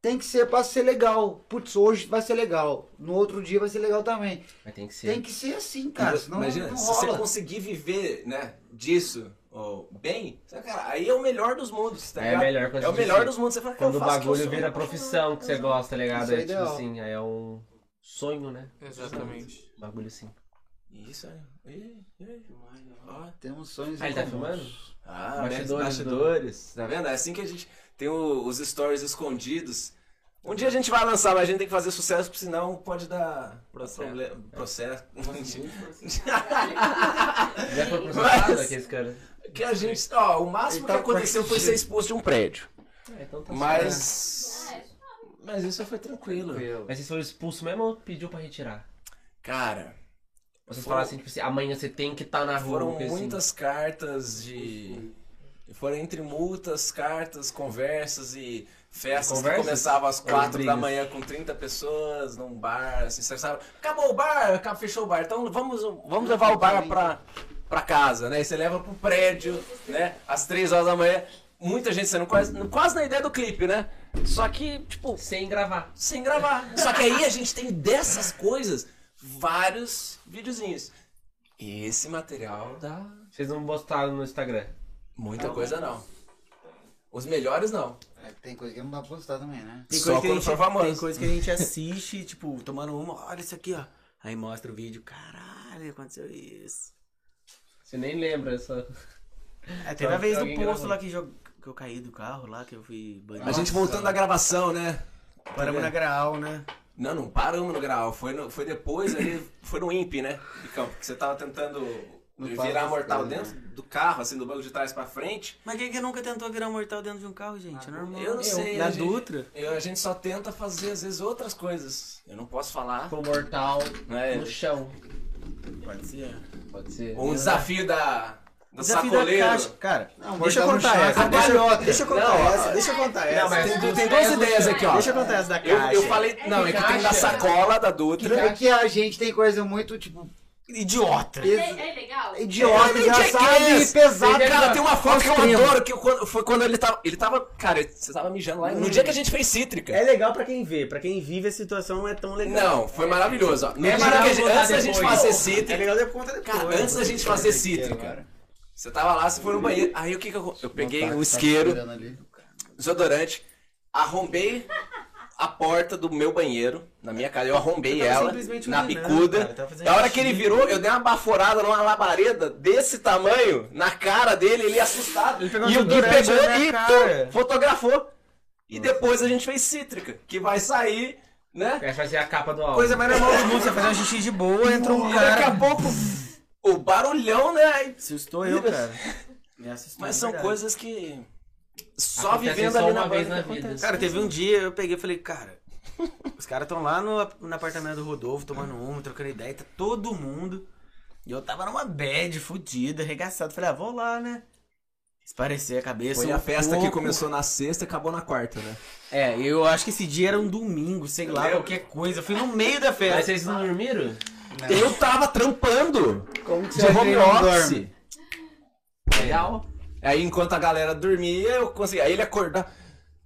S7: Tem que ser pra ser legal. Putz, hoje vai ser legal. No outro dia vai ser legal também.
S1: Mas tem que ser.
S7: Tem que ser assim, cara. Senão
S3: Imagina,
S7: não
S3: se você
S7: rola.
S3: conseguir viver, né, disso ó, bem, você, cara, aí é o melhor dos mundos, tá
S1: É
S3: ligado?
S1: a melhor coisa
S3: É o
S1: de
S3: melhor
S1: ser.
S3: dos mundos, você fala, cara,
S1: Quando
S3: eu
S1: o
S3: faço que eu
S1: bagulho
S3: sou.
S1: vira profissão que você gosta, tá ligado?
S7: Isso é
S1: É tipo
S7: ideal.
S1: assim, aí é um sonho, né?
S4: Exatamente.
S1: Bagulho assim.
S3: Isso, é. Ih, ih, ó.
S7: Temos sonhos
S1: Ah, ele tá
S7: em comum.
S1: filmando?
S3: Ah,
S1: Bastidores,
S3: bastidores, bastidores. Tá vendo? É assim que a gente tem o- os stories escondidos. Um dia a gente vai lançar, mas a gente tem que fazer sucesso, porque senão pode dar problema. Processo. *laughs*
S1: Já foi processado
S3: Mas-
S1: aquele cara?
S3: que a gente. Ó, o máximo
S7: Ele tá
S3: que aconteceu foi ser
S7: partindo.
S3: expulso de um prédio.
S1: É, então tá certo.
S3: Mas. Mas isso foi tranquilo.
S7: Tranquilo.
S1: Mas vocês foram expulsos mesmo ou pediu pra retirar?
S3: Cara,
S1: Vocês
S3: Foram-
S1: falaram assim, tipo assim, amanhã você tem que estar na rua.
S3: foram
S1: porque, assim,
S3: muitas cartas de. Foram entre multas, cartas, conversas e festas
S1: Conversas?
S3: que começavam às quatro da
S1: brigas?
S3: manhã com 30 pessoas num bar, assim, você sabe? Acabou o bar, acabou, fechou o bar, então vamos, vamos levar o bar pra, pra casa, né? E você leva pro prédio, né? Às três horas da manhã. Muita gente, você não quase, quase na ideia do clipe, né? Só que, tipo,
S1: Sem gravar.
S3: sem gravar. Só que aí a gente tem dessas coisas vários videozinhos. E esse material dá
S1: Vocês não postaram no Instagram.
S3: muita coisa não. Os melhores não.
S7: É, Tem coisa que não dá pra postar também, né?
S2: Tem
S3: Só
S2: coisa que a
S3: quando for famoso.
S2: *laughs* Tem coisa que a gente assiste, tipo, tomando uma, olha isso aqui, ó. Aí mostra o vídeo, caralho. caralho, aconteceu isso.
S1: Você nem lembra só.
S2: É, teve a vez do
S1: alguém
S2: posto
S1: gravou.
S2: lá que, jog- que eu caí do carro, lá que eu fui banido.
S3: A gente voltando da gravação, né?
S2: Paramos na Graal, né?
S3: Não, não paramos no grau. Foi, no- foi depois ali, foi no INPE, né? De campo, que você tava tentando virar
S7: passa,
S3: mortal
S7: né?
S3: dentro do carro, assim, do banco de trás pra frente.
S2: Mas quem que nunca tentou virar um mortal dentro de um carro, gente? É normal.
S3: Eu não sei.
S2: Na
S3: a gente-
S2: Dutra?
S3: eu- a gente só tenta fazer, às vezes, outras coisas. Eu não posso falar.
S1: Ficou mortal
S3: né?
S1: no chão.
S2: Pode ser.
S1: Pode ser.
S3: Um desafio da, do
S2: Desafio da
S3: sacoleiro.
S2: caixa. Cara,
S7: Não,
S2: deixa eu
S7: mortal no
S2: contar
S7: chão é
S2: essa. Deixa,
S7: cambalhota.
S2: deixa eu contar
S3: Não,
S2: essa. Deixa eu contar essa.
S3: Não, mas
S2: Tem-
S3: tem, tem duas ideias aqui, ó.
S2: Deixa eu contar essa da
S3: Eu,
S2: caixa.
S3: eu falei. Não, é que tem da sacola da Dutra.
S7: É que a gente tem coisa muito, tipo,
S2: Idiota.
S7: pes-
S6: É legal?
S7: idiota, engraçada e
S3: Cara,
S7: pesada.
S3: é cara, tem uma foto que eu
S7: Construindo.
S3: adoro, que eu- quando- foi quando ele tava. Ele tava. Cara, você tava mijando lá. No dia que a gente fez cítrica.
S2: É legal pra quem vê. Pra quem vive a situação não é tão legal.
S3: Não, foi maravilhoso. Ó. No dia que a
S1: maravilhoso
S3: gente,
S1: botar
S3: antes da gente
S1: depois.
S3: fazer
S2: É
S3: cítrica.
S2: legal de conta depois.
S3: Cara, antes da gente fazer cítrica. Você tava lá, você foi no banheiro. Aí o que que eu. Eu
S7: tá,
S3: peguei um isqueiro, desodorante, arrombei a porta do meu banheiro, na minha casa. Eu arrombei
S2: Eu tava
S3: ela,
S2: simplesmente
S3: na
S2: urinando,
S3: bicuda.
S2: Ah, cara, eu tava fazendo
S3: Na hora que ele
S2: xixi.
S3: virou, eu dei uma baforada numa labareda desse tamanho na cara dele, ele assustado.
S2: pegou
S3: e o Gui
S2: desodorante
S3: pegou
S2: na minha
S3: e
S2: cara.
S3: tum, fotografou. E depois a gente fez cítrica, que vai sair, né?
S1: Essa vai ser a capa do álbum.
S2: Coisa mais normal do mundo, você fazer um xixi de boa, entra um
S3: Daqui a
S2: cara.
S3: pouco, o barulhão, né? Aí
S2: Assustou eu, cara. Me assustou. né?
S3: Mas
S2: de
S3: são
S2: é verdade.
S3: coisas que. Só
S1: Acontecem
S3: vivendo
S1: só
S3: ali
S1: uma
S3: na
S1: vez
S3: banda
S1: na
S3: que
S1: vida.
S3: acontece.
S2: Cara, teve um dia eu peguei e falei, cara, os caras estão lá no, no apartamento do Rodolfo tomando uma, trocando ideia, tá todo mundo. E eu tava numa bad, fudida, arregaçado. Falei, ah, vou lá, né? Esparecer a cabeça.
S3: Foi
S2: um
S3: a festa que
S2: pouco.
S3: começou na sexta e acabou na quarta, né?
S2: É, eu acho que esse dia era um domingo, sei lá,
S3: lembro.
S2: qualquer coisa. Eu fui no meio da
S1: Mas
S2: festa.
S1: vocês não
S3: Ah.
S1: dormiram?
S2: É.
S3: Eu tava trampando
S7: Como que
S3: de
S7: você acha que
S3: home
S7: ele não
S3: office.
S7: dorme?
S3: É.
S1: Legal.
S3: Aí enquanto a galera dormia, eu conseguia. Aí ele acordava.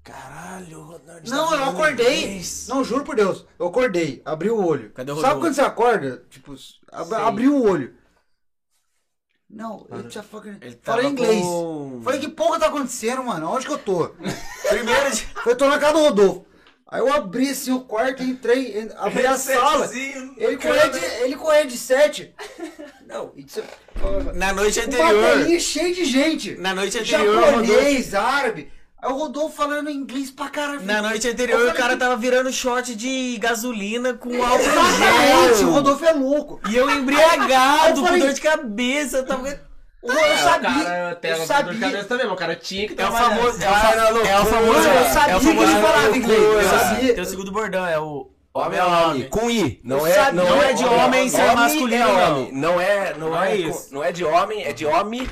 S3: Caralho, Ronaldo.
S7: Não, tá eu acordei. Não, juro por Deus. Eu acordei, abri o olho.
S2: Cadê o Rodolfo?
S7: Sabe quando você acorda? Tipo, ab
S1: Sei.
S7: abri o olho. Não, eu tinha fucking.
S2: Ele tava
S7: Falei inglês.
S2: com-
S7: Falei, que porra tá acontecendo, mano? Onde que eu tô?
S2: Primeiro dia.
S7: Eu tô na casa do Rodolfo. Aí eu abri assim o quarto, entrei, en- abri a sala. Ele corria, de, ele corria de sete. Não, isso
S2: Na noite
S7: Uma
S2: anterior.
S7: bateria cheia de gente.
S2: Na noite anterior, o Rodolfo.
S7: Japonês, árabe. Aí o Rodolfo falando inglês pra caralho.
S2: Na noite anterior, o cara tava virando shot de gasolina com álcool em
S7: Exatamente, o
S2: gel. Tá,
S7: Rodolfo é louco.
S2: E eu embriagado,
S7: Eu
S2: com
S7: falei-
S2: dor de cabeça. Eu tava...
S7: O- Eu
S1: É, O
S7: sabia.
S1: cara até
S7: eu
S1: ela dor de
S7: sabia.
S1: cabeça também, mas o cara tinha que
S2: É o
S1: trabalhar.
S2: famoso. É o, fa- é o famoso.
S7: Eu
S2: é
S7: sabia
S2: o
S7: que ele
S2: famoso.
S7: falava inglês. Eu sabia.
S2: Tem o segundo bordão, é o.
S3: Homem é homem. Com I. Não é, não
S2: Não
S3: é,
S2: é de homem ser
S3: homem
S2: masculino,
S3: é
S2: não.
S3: homem. Não é, não,
S2: Não
S3: é,
S2: é
S3: com-
S2: isso.
S3: não é de homem, é de homem.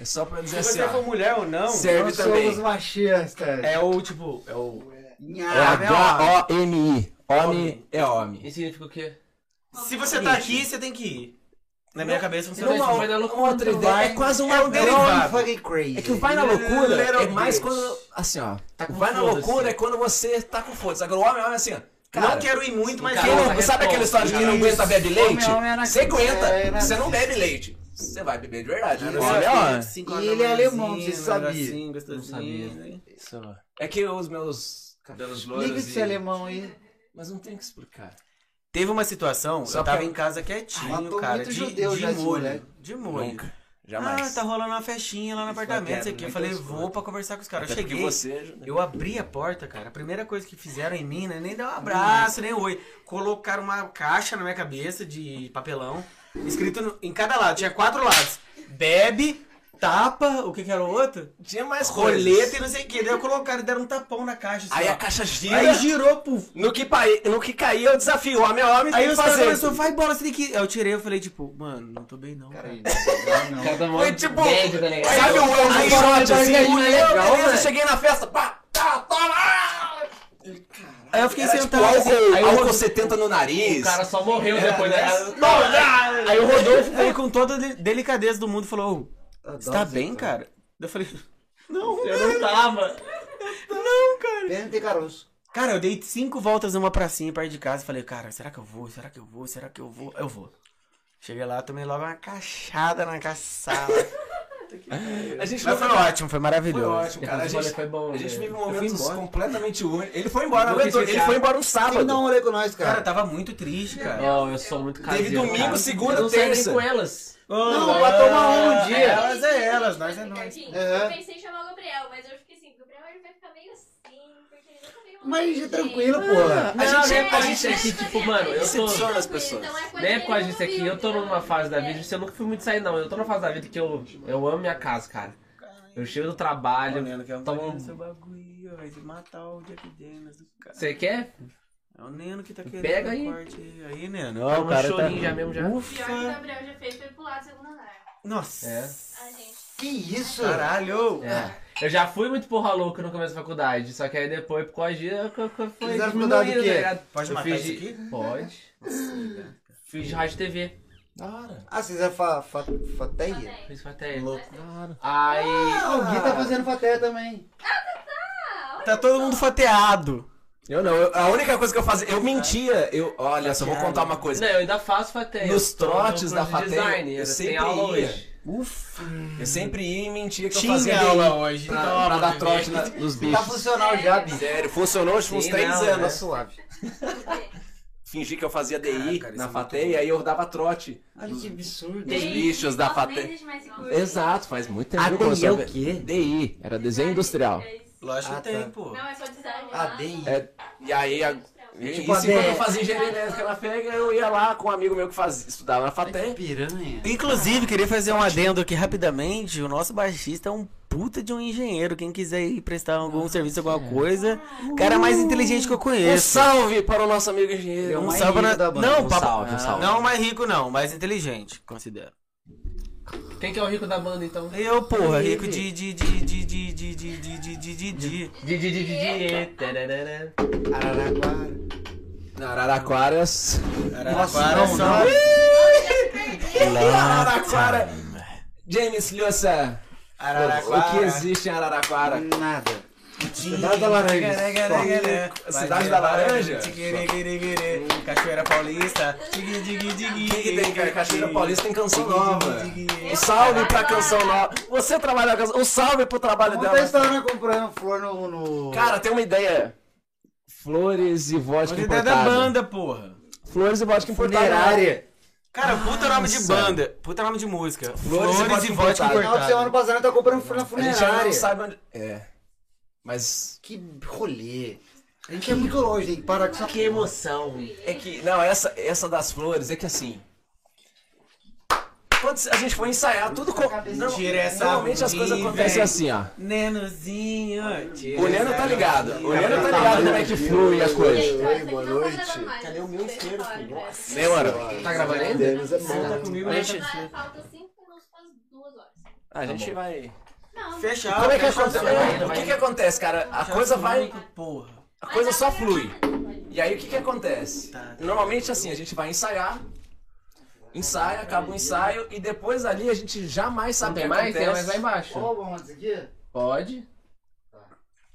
S3: É só pra dizer assim, ó.
S2: mulher ou não,
S3: Serve
S7: Nós
S3: também.
S7: somos machistas.
S2: é o tipo. É o.
S3: É H-O-M-I. Homem é homem.
S1: Isso significa o quê?
S2: Se você tá aqui, você tem que ir. Na minha cabeça não sei
S1: Não,
S2: mais.
S1: vai Então, na loucura.
S3: é Outra ideia é quase uma
S7: É um
S3: derivada.
S7: drone fucking crazy.
S3: É que o vai na loucura
S2: Little
S3: é mais
S2: bitch.
S3: quando. Assim, ó.
S1: Tá com
S3: o vai na
S1: foda-se.
S3: loucura é quando você tá com foda. Agora o homem é homem assim, ó. Cara,
S2: não quero ir muito, mas
S1: cara
S3: quem
S2: eu-
S3: não-
S1: Nossa,
S3: sabe aquela história de quem não
S7: Isso.
S3: aguenta bebe leite?
S7: Homem, homem é na-
S3: Você aguenta,
S7: é, é na-
S3: você não bebe leite. Você vai beber de verdade.
S2: Cara,
S3: Homem
S2: eu
S3: é
S2: fiquei
S3: homem.
S2: cinco
S7: E
S2: horas da
S7: ele é
S2: manhãzinha,
S7: alemão, você
S2: um
S7: sabia?
S2: negocinho,
S1: sabia.
S9: né?
S2: gostosinho.
S3: É que os meus cabelos
S7: Liga
S3: loiros.
S7: esse
S3: e-
S7: alemão aí.
S3: Mas não tem que explicar.
S2: Teve uma situação,
S3: Só
S2: eu tava
S3: pra-
S2: em casa quietinho,
S7: Matou
S2: cara,
S7: muito
S2: de,
S7: judeu
S2: de
S7: já esse moleque.
S2: molho. De molho.
S3: Nunca.
S2: Ah,
S3: Jamais.
S2: tá rolando uma festinha lá no apartamento, sei o que. Eu
S3: muitas
S2: falei,
S3: coisas.
S2: vou pra conversar com os caras. Eu
S3: Até porque
S2: cheguei,
S3: você. né? já-
S2: eu abri a porta, cara. A primeira coisa que fizeram em mim, né? Nem dar um abraço, nem oi. Colocaram uma caixa na minha cabeça de papelão, escrito no- em cada lado, tinha quatro lados. Bebe, tapa, o que que era o outro?
S3: Tinha mais
S2: Roleta
S3: coisas.
S2: e não sei o que. Daí eu colocaram e deram um tapão na caixa. assim,
S3: Aí
S2: ó.
S3: a caixa gira.
S2: Aí girou, puf.
S3: No que, pai... no que cair é o desafio. Homem é homem,
S2: Aí
S3: tem
S2: os
S3: que
S2: caras
S3: fazer.
S2: começaram, vai embora, você tem que. ir." Aí eu tirei, eu falei, tipo, mano, não tô bem não. cara.
S1: O cara tá mó
S3: Foi tipo.
S1: bad, tá ligado?
S3: Sabe o
S1: Aí,
S3: Elmo Shot? Assim,
S1: aí, legal,
S3: beleza,
S1: velho.
S3: cheguei na festa. Pá, tá, toma!
S2: Aí eu fiquei
S3: Era tipo
S2: sentado assim.
S3: álcool,
S2: Aí eu-
S3: álcool 70 no
S1: O
S3: nariz.
S1: cara só morreu depois né?
S3: é
S1: dessa.
S2: Aí o Rodolfo aí com toda a de- delicadeza do mundo falou: Ô, você tá bem, cara? Eu falei: *laughs* Não,
S1: Eu não tava.
S2: não, cara.
S7: Pena de caroço.
S2: Cara, eu dei cinco voltas numa pracinha perto de casa e falei: Cara, será que eu vou? Será que eu vou? Será que eu vou? Eu vou. Cheguei lá, tomei logo uma cachada na caçada.
S9: Puta que pariu.
S3: A gente
S4: Mas foi ótimo, foi
S3: Foi
S4: maravilhoso.
S3: ótimo, cara. A
S1: Depois, olha,
S3: gente,
S1: foi bom,
S3: a gente
S1: né?
S3: vive
S1: Eu fui
S3: momentos
S1: embora.
S3: completamente únicos. Ele foi embora, não
S9: Não quis
S3: aguentou. Ele
S9: ficar.
S3: foi embora um
S7: Quem
S3: sábado.
S7: dá um rolê com nós,
S9: Cara,
S7: cara?
S9: eu tava muito triste, cara.
S1: Não, eu sou muito
S3: Teve
S1: caseiro.
S3: domingo,
S1: cara.
S3: segunda,
S1: eu não saio
S3: terça.
S1: nem com elas.
S7: Não,
S1: é.
S7: vai tomar um dia.
S9: Elas é elas, nós é nós.
S6: Ricardinho,
S7: É.
S6: Eu pensei em chamar o Gabriel, mas eu fiquei assim, o Gabriel ele vai ficar meio assim, porque ele nunca veio
S7: Mas é
S6: gente.
S7: tranquilo, porra.
S1: Não,
S3: gente-
S1: né,
S6: É,
S1: com a gente
S6: mas
S1: aqui,
S6: também
S1: tipo, mano, eu tô.
S3: Decepciona as pessoas.
S6: Então é coisa
S1: Né,
S6: que
S1: com a
S6: ele
S1: gente
S6: não
S1: aqui,
S6: viu,
S1: eu tô
S6: entendeu?
S1: numa fase da vida,
S6: É.
S1: eu nunca fui muito sair, não. Eu tô numa fase da vida que eu, eu amo minha casa, cara. Eu chego do trabalho.
S9: Neno, que é um
S1: Toma
S9: bagulho
S1: um-
S9: seu bagulho, vai matar o Jack Daniels do cara.
S1: Você quer?
S9: É o Neno que tá querendo
S1: Pega aí.
S9: corte. Aí, Neno.
S1: Toma
S9: Ó,
S1: um
S9: o cara
S1: chorinho
S9: tá...
S1: já mesmo já.
S6: O pior que o Gabriel já fez foi pular do segundo andar.
S9: Nossa.
S1: É.
S6: A gente.
S7: Que isso?
S9: Caralho.
S1: É. Eu já fui muito porra louca no começo da faculdade, só que aí depois, por causa disso, eu- eu- eu- foi
S7: Fizeram
S1: diminuindo,
S7: faculdade o quê?
S1: tá ligado?
S9: Pode
S1: eu
S9: matar
S1: fiz
S9: isso
S1: de-
S9: aqui?
S1: Pode. Fiz de rádio e TV.
S7: Ah, vocês é fa, fa, fateia?
S6: Também.
S1: Fiz fatéia.
S9: Louco.
S1: Aí.
S7: Ah, o Gui tá fazendo fateia também.
S9: Tá todo mundo fateado.
S3: Eu não. eu- a única coisa que eu fazia. Eu mentia. Eu, olha, só vou contar uma coisa.
S1: Não, eu ainda faço fatéia.
S3: Nos
S1: Eu tô no
S3: trotes da
S1: curso de
S3: fatéia,
S1: design,
S3: eu
S1: ainda
S3: sempre
S1: tem aula
S3: ia.
S1: hoje.
S9: Ufa.
S3: Eu sempre ia e mentia que
S9: Tinha
S3: eu fazia.
S9: aula
S3: DI
S9: hoje.
S3: Pra,
S9: Toma,
S3: pra dar
S9: bebê.
S3: trote na- nos
S7: Tá
S3: bichos.
S7: funcional já, Bi.
S3: Sério, funcionou acho, uns
S1: Sim,
S3: três
S1: não,
S3: anos.
S1: né?
S7: Suave.
S3: Fingi que eu fazia DI
S9: cara, isso é
S3: na
S9: muito
S3: fateia e aí eu dava trote.
S7: Olha que né? absurdo.
S3: Nos bichos da fateia. Exato, faz muito tempo que eu
S7: ADI é
S3: consumo.
S7: o quê?
S3: DI, era desenho industrial.
S9: Lógico
S7: Ah,
S9: que tem,
S7: tá.
S9: pô.
S6: é Não, é só design.
S1: Ah,
S7: ADI.
S3: É, E aí, a-
S7: Tipo,
S3: isso
S7: a
S3: enquanto
S7: D-
S3: eu fazia engenharia elétrica na FEG, eu ia lá com um amigo meu que fazia, estudava na FATEC.
S7: Piranha.
S9: Inclusive, queria fazer um adendo aqui rapidamente. O nosso baixista é um puta de um engenheiro. Quem quiser ir prestar algum serviço, alguma coisa. O cara mais inteligente que eu
S3: Um
S9: conheço.
S3: salve para o nosso amigo engenheiro.
S7: é o
S9: Um
S7: mais
S9: salve
S7: rico
S9: na-
S7: da banda.
S9: Não,
S3: Um
S9: papo-
S3: salve, um salve.
S9: Não mais rico, não. Mais inteligente, considero.
S1: Quem que é o rico da banda então?
S9: Eu, porra, rico de... de, de, de, de, de, de, de, de, de, de, de.
S1: Di, di, di, di, di, tararara.
S7: Araraquara.
S3: Na Araraquaras.
S9: Araraquara
S7: não,
S9: só-
S7: não.
S3: *laughs* Araraquara. James Lhosa.
S9: Araraquara.
S3: O que existe em Araraquara?
S7: Nada. Cidade da Laranja.
S3: Cidade da Laranja?
S9: Tiquiriguiriguiri. Cachoeira Paulista. Tigui, digui, digui.
S3: O que, que tem, cara? Cachoeira Paulista tem canção nova.
S9: Digui, digui,
S3: Um
S9: digui.
S3: salve pra canção nova. Você trabalha na canção. Um salve pro trabalho
S7: Vamos pra
S3: dela.
S7: história comprando flor no... no...
S3: Cara, tem uma ideia. Flores e vodka
S9: Mas é da
S3: importada.
S9: banda, porra.
S3: Flores e vodka importada.
S7: funerária.
S9: Cara, puta nome de banda. Puta nome de música.
S3: Flores e
S9: Flores
S3: vodka
S9: e vodka
S3: importada.
S7: Final de semana
S9: importada.
S7: passada eu tava comprando flor na
S3: A gente ainda não
S7: funerária.
S3: sabe onde... É. Mas...
S7: Que rolê. A gente é muito longe, tem que parar com essa
S1: Que emoção.
S3: É que... Não, essa, essa das flores é que assim... Quando a gente foi ensaiar, tudo... Co... Não,
S9: Tira essa
S3: normalmente as coisas
S9: bundinha,
S3: acontecem
S9: véi.
S3: assim, ó.
S2: Ah.
S9: Nenozinho.
S3: O Leno tá ligado. O Leno tá ligado como é que flui a coisa.
S8: Oi, boa noite.
S6: Cadê o meu isqueiro?
S3: Né, mano?
S1: Tá gravando ainda?
S8: Denis é
S9: Tá
S8: bom.
S9: comigo,
S1: Deixa-
S6: Falta 5 minutos para as 2 horas.
S3: A gente vai...
S6: Não,
S9: Fechar.
S3: Como é que
S9: fechar o
S3: acontece?
S9: som.
S3: É, O que que acontece, cara? A coisa vai...
S9: Porra.
S3: A coisa
S6: é
S3: só flui.
S6: tipo,
S3: E aí o que que acontece? Normalmente assim, a gente vai ensaiar, ensaia, acaba o ensaio e depois ali a gente jamais
S1: Não
S3: sabe o
S1: tem
S3: que
S1: mais? né? Tem mais lá
S3: acontece.
S1: embaixo.
S7: Ó, vamos antes aqui.
S1: Pode.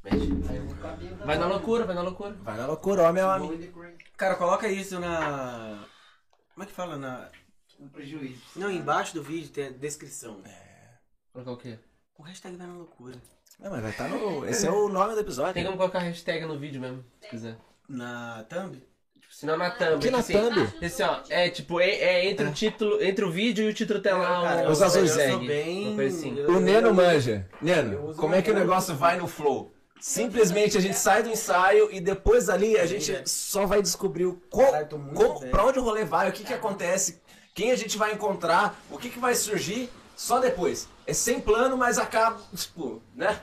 S1: Mexe.
S7: Aí eu vou caber na-
S1: Vai na loucura, vai na loucura.
S3: Vai na loucura, ó, meu amigo.
S9: Cara, coloca isso na. Como é que fala? Na...
S7: Um prejuízo.
S9: Não, embaixo do vídeo tem a descrição.
S2: É.
S1: Colocar o quê?
S9: O hashtag vai na loucura.
S3: Não, mas vai estar no... Esse é o nome do
S1: Tem
S3: episódio.
S1: como colocar hashtag no vídeo mesmo, se quiser.
S9: Na thumb?
S1: Tipo, se não na thumb.
S3: Que na
S1: assim,
S3: thumb?
S1: Esse, ó, é tipo, é, é entre o título, entre o vídeo e o título telar.
S9: Cara,
S1: um-
S9: eu
S3: os
S9: sou-
S3: azuis
S9: eu sou
S3: Zeg,
S9: bem-
S1: uma coisa assim.
S9: eu-
S3: O Neno manja.
S9: Eu
S3: Neno,
S9: uso
S3: como é que o
S9: uma-
S3: negócio vai no flow? Simplesmente a gente sai do ensaio e depois ali a gente só vai descobrir o co-
S9: Caralho, tô muito
S3: como,
S9: velho.
S3: pra onde o rolê vai, o que que acontece, quem a gente vai encontrar, o que que vai surgir só depois. É sem plano, mas acaba, tipo, né?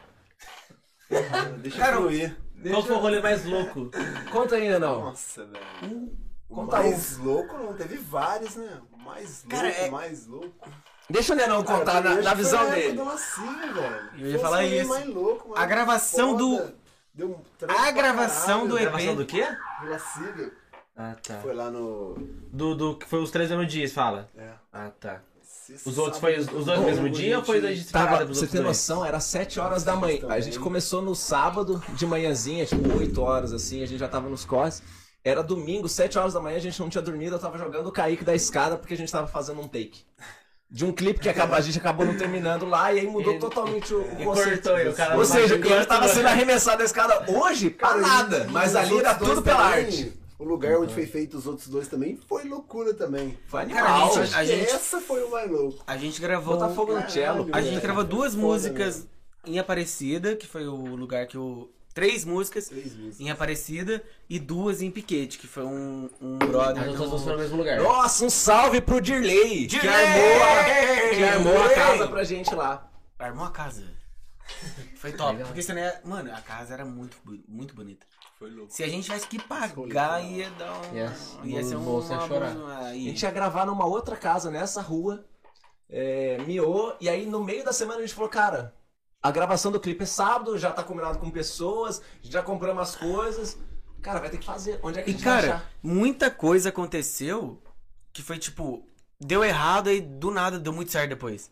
S8: Deixa
S9: Cara,
S8: eu fluir.
S1: Qual foi o rolê mais louco?
S3: Conta ainda não.
S8: Nossa, velho. O
S3: Conta um.
S8: mais louco não, teve vários, né? O Mais louco,
S9: Cara, é-
S8: mais louco.
S3: Deixa o Nenão
S8: Cara,
S3: contar na,
S8: eu
S3: na
S8: acho que
S3: visão
S8: foi a época
S3: dele.
S8: do Lacinho, velho.
S9: Eu ia
S8: Foi
S9: falar
S8: o rolê
S9: isso.
S8: mais louco, mano.
S9: A
S8: Foda.
S9: gravação do-
S8: Deu um trampo
S9: A
S8: pra
S9: gravação
S8: caralho.
S9: do
S1: Gravação
S9: EP.
S1: do quê?
S8: Lacinho,
S1: Ah, tá.
S8: Foi lá no.
S1: Do, do que foi os três mesmos dias, fala.
S8: É.
S1: Ah, tá.
S8: sexta,
S1: Os outros
S8: sábado,
S1: foi os, os dois
S8: domingo,
S1: no mesmo dia ou foi dois
S8: gente-
S1: dias
S3: Tava,
S1: separados dos
S3: você
S1: outros
S3: tem
S1: dois?
S3: noção, era 7 horas da manhã. A gente começou no sábado de manhãzinha, tipo 8 horas assim, a gente já tava nos corres. Era domingo, 7 horas da manhã, a gente não tinha dormido, eu tava jogando o Kaique da escada porque a gente tava fazendo um take. de um clipe que acaba- a gente acabou não terminando lá e aí mudou
S1: Ele-
S3: totalmente o, o
S1: E
S3: conceito.
S1: cortou aí, o cara
S3: Ou seja, o
S1: cliente
S3: cliente estava sendo arremessado da escada hoje pra
S8: Cara,
S3: nada,
S8: e- e
S3: mas
S8: os
S3: ali
S8: outros
S3: era tudo
S8: dois
S3: pela
S8: também,
S3: arte.
S8: O lugar onde foi feito os outros dois também foi loucura também.
S3: Foi
S2: Cara, a
S3: animal.
S2: gente- a gente- é
S8: Essa foi o mais louco.
S2: A gente gravou.
S9: um
S3: Botafogo no cello.
S2: A gente gravou duas
S8: Foda né?
S2: músicas em Aparecida, que foi o lugar que eu. Três músicas
S8: Três vezes.
S2: em Aparecida e duas em Piquete, que foi um, um brother.
S1: As outras duas
S2: do-
S1: foram no mesmo lugar.
S3: Nossa, um salve pro Dirley, que armou, a, que armou a casa pra gente lá.
S2: Armou a casa. Foi
S1: Tá
S2: top. Porque senão ia... Mano, a casa era muito, bu- muito bonita. Foi louco. Se a gente tivesse que pagar, ia dar um.
S1: Yes.
S2: Ia ser
S1: No
S2: um.
S1: bolso ia
S2: uma-
S1: chorar.
S2: uma-
S3: A
S2: aí-
S3: gente ia gravar numa outra casa nessa rua, é, miou, e aí no meio da semana a gente falou, cara, a gravação do clipe é sábado, já tá combinado com pessoas, já compramos as coisas, cara, vai ter que fazer. Onde é que a
S2: E
S3: gente vai
S2: cara,
S3: achar?
S2: muita coisa aconteceu que foi tipo, deu errado e do nada deu muito certo depois.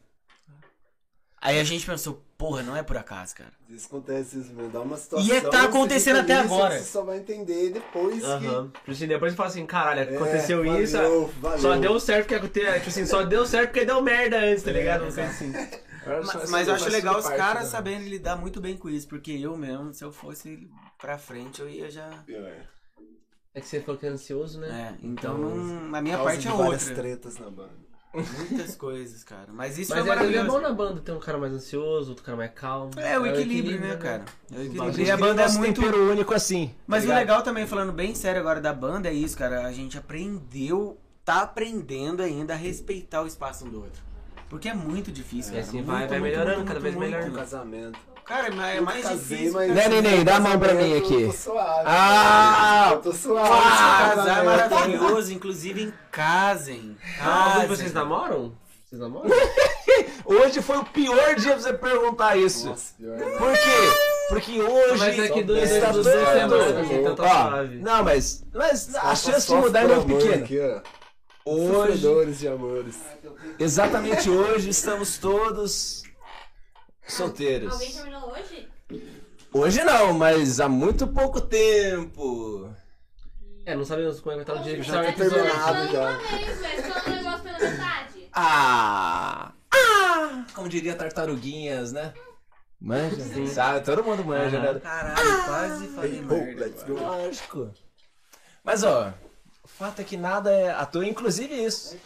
S2: Aí a gente pensou, porra, não é por acaso, cara.
S8: Às vezes acontece isso, mano. Dá uma situação.
S2: E é que tá
S8: você
S2: acontecendo até
S8: fica ali,
S2: agora.
S8: Você só vai entender depois
S1: Aham.
S8: que.
S1: Pra gente Depois você fala assim, caralho,
S8: É,
S1: aconteceu
S8: valeu,
S1: isso.
S8: valeu.
S1: Só deu certo porque aconteceu. Tipo assim, só deu certo porque deu merda antes, tá
S9: É,
S1: ligado? Uma coisa assim.
S2: Mas, mas eu acho legal os caras saberem lidar muito bem com isso, porque eu mesmo, se eu fosse pra frente, eu ia já.
S8: Pior.
S1: É que você falou que é ansioso, né?
S2: É, então não- a minha
S8: Causa
S2: parte
S8: de
S2: é
S8: várias
S2: outra.
S8: tretas na banda.
S2: Muitas coisas, cara. Mas isso foi
S1: Mas é, é bom
S2: maravilhoso.
S1: na banda ter um cara mais ansioso, outro cara mais calmo.
S2: É o equilíbrio, né, cara? É o
S1: A
S2: equilíbrio.
S1: gente
S2: E a banda é muito
S3: tempero único assim.
S2: Mas o legal também, falando bem sério agora da banda, é isso, cara. A gente aprendeu, tá aprendendo ainda a respeitar o espaço um do outro. Porque é muito difícil,
S1: É,
S2: cara.
S1: assim,
S2: Muito,
S1: vai- vai
S2: muito,
S1: melhorando
S2: muito,
S1: cada vez
S2: muito.
S1: melhor.
S8: Um casamento.
S2: Cara, é
S8: Nunca
S2: mais
S8: casei,
S2: difícil.
S8: mas-
S3: Né, neném? Dá a mão pra mim
S8: Casamento,
S3: aqui.
S8: Eu tô suave.
S3: Ah!
S8: Eu tô suave.
S2: Ah, casar
S8: esse
S2: é
S8: casamento.
S2: maravilhoso, inclusive em casem.
S1: Ah,
S2: Casem.
S1: vocês namoram? Vocês namoram?
S3: Hoje foi o pior dia pra você perguntar isso.
S8: Nossa, pior. é
S3: Por quê? Porque hoje.
S1: Mas daqui É dois,
S3: está
S1: dois,
S3: tudo
S1: duas
S3: sendo-
S1: semanas,
S8: né?
S1: então tá
S3: Ó,
S1: suave.
S3: Não, mas, mas a
S8: Tá Só-
S3: chance de
S8: só
S3: mudar é
S8: por
S3: muito
S8: amor
S3: pequena.
S8: Aqui, ó.
S3: Hoje,
S8: Sofredores de amores.
S3: exatamente hoje, estamos todos solteiros.
S6: Alguém terminou hoje?
S3: Hoje não, mas há muito pouco tempo.
S1: É, não sabemos como é que tá o dia que tá o
S8: tô
S1: episódio.
S8: terminado. já.
S6: uma vez, mas falando um negócio pela metade.
S3: Ah! Ah! Como diria tartaruguinhas, né? Manja, sabe? Todo mundo manja,
S1: Aham.
S3: né?
S2: Caralho, quase falei
S8: Hey, ho,
S2: merda.
S8: let's go.
S3: Lógico. Mas, ó, o fato é que nada é à toa, inclusive isso.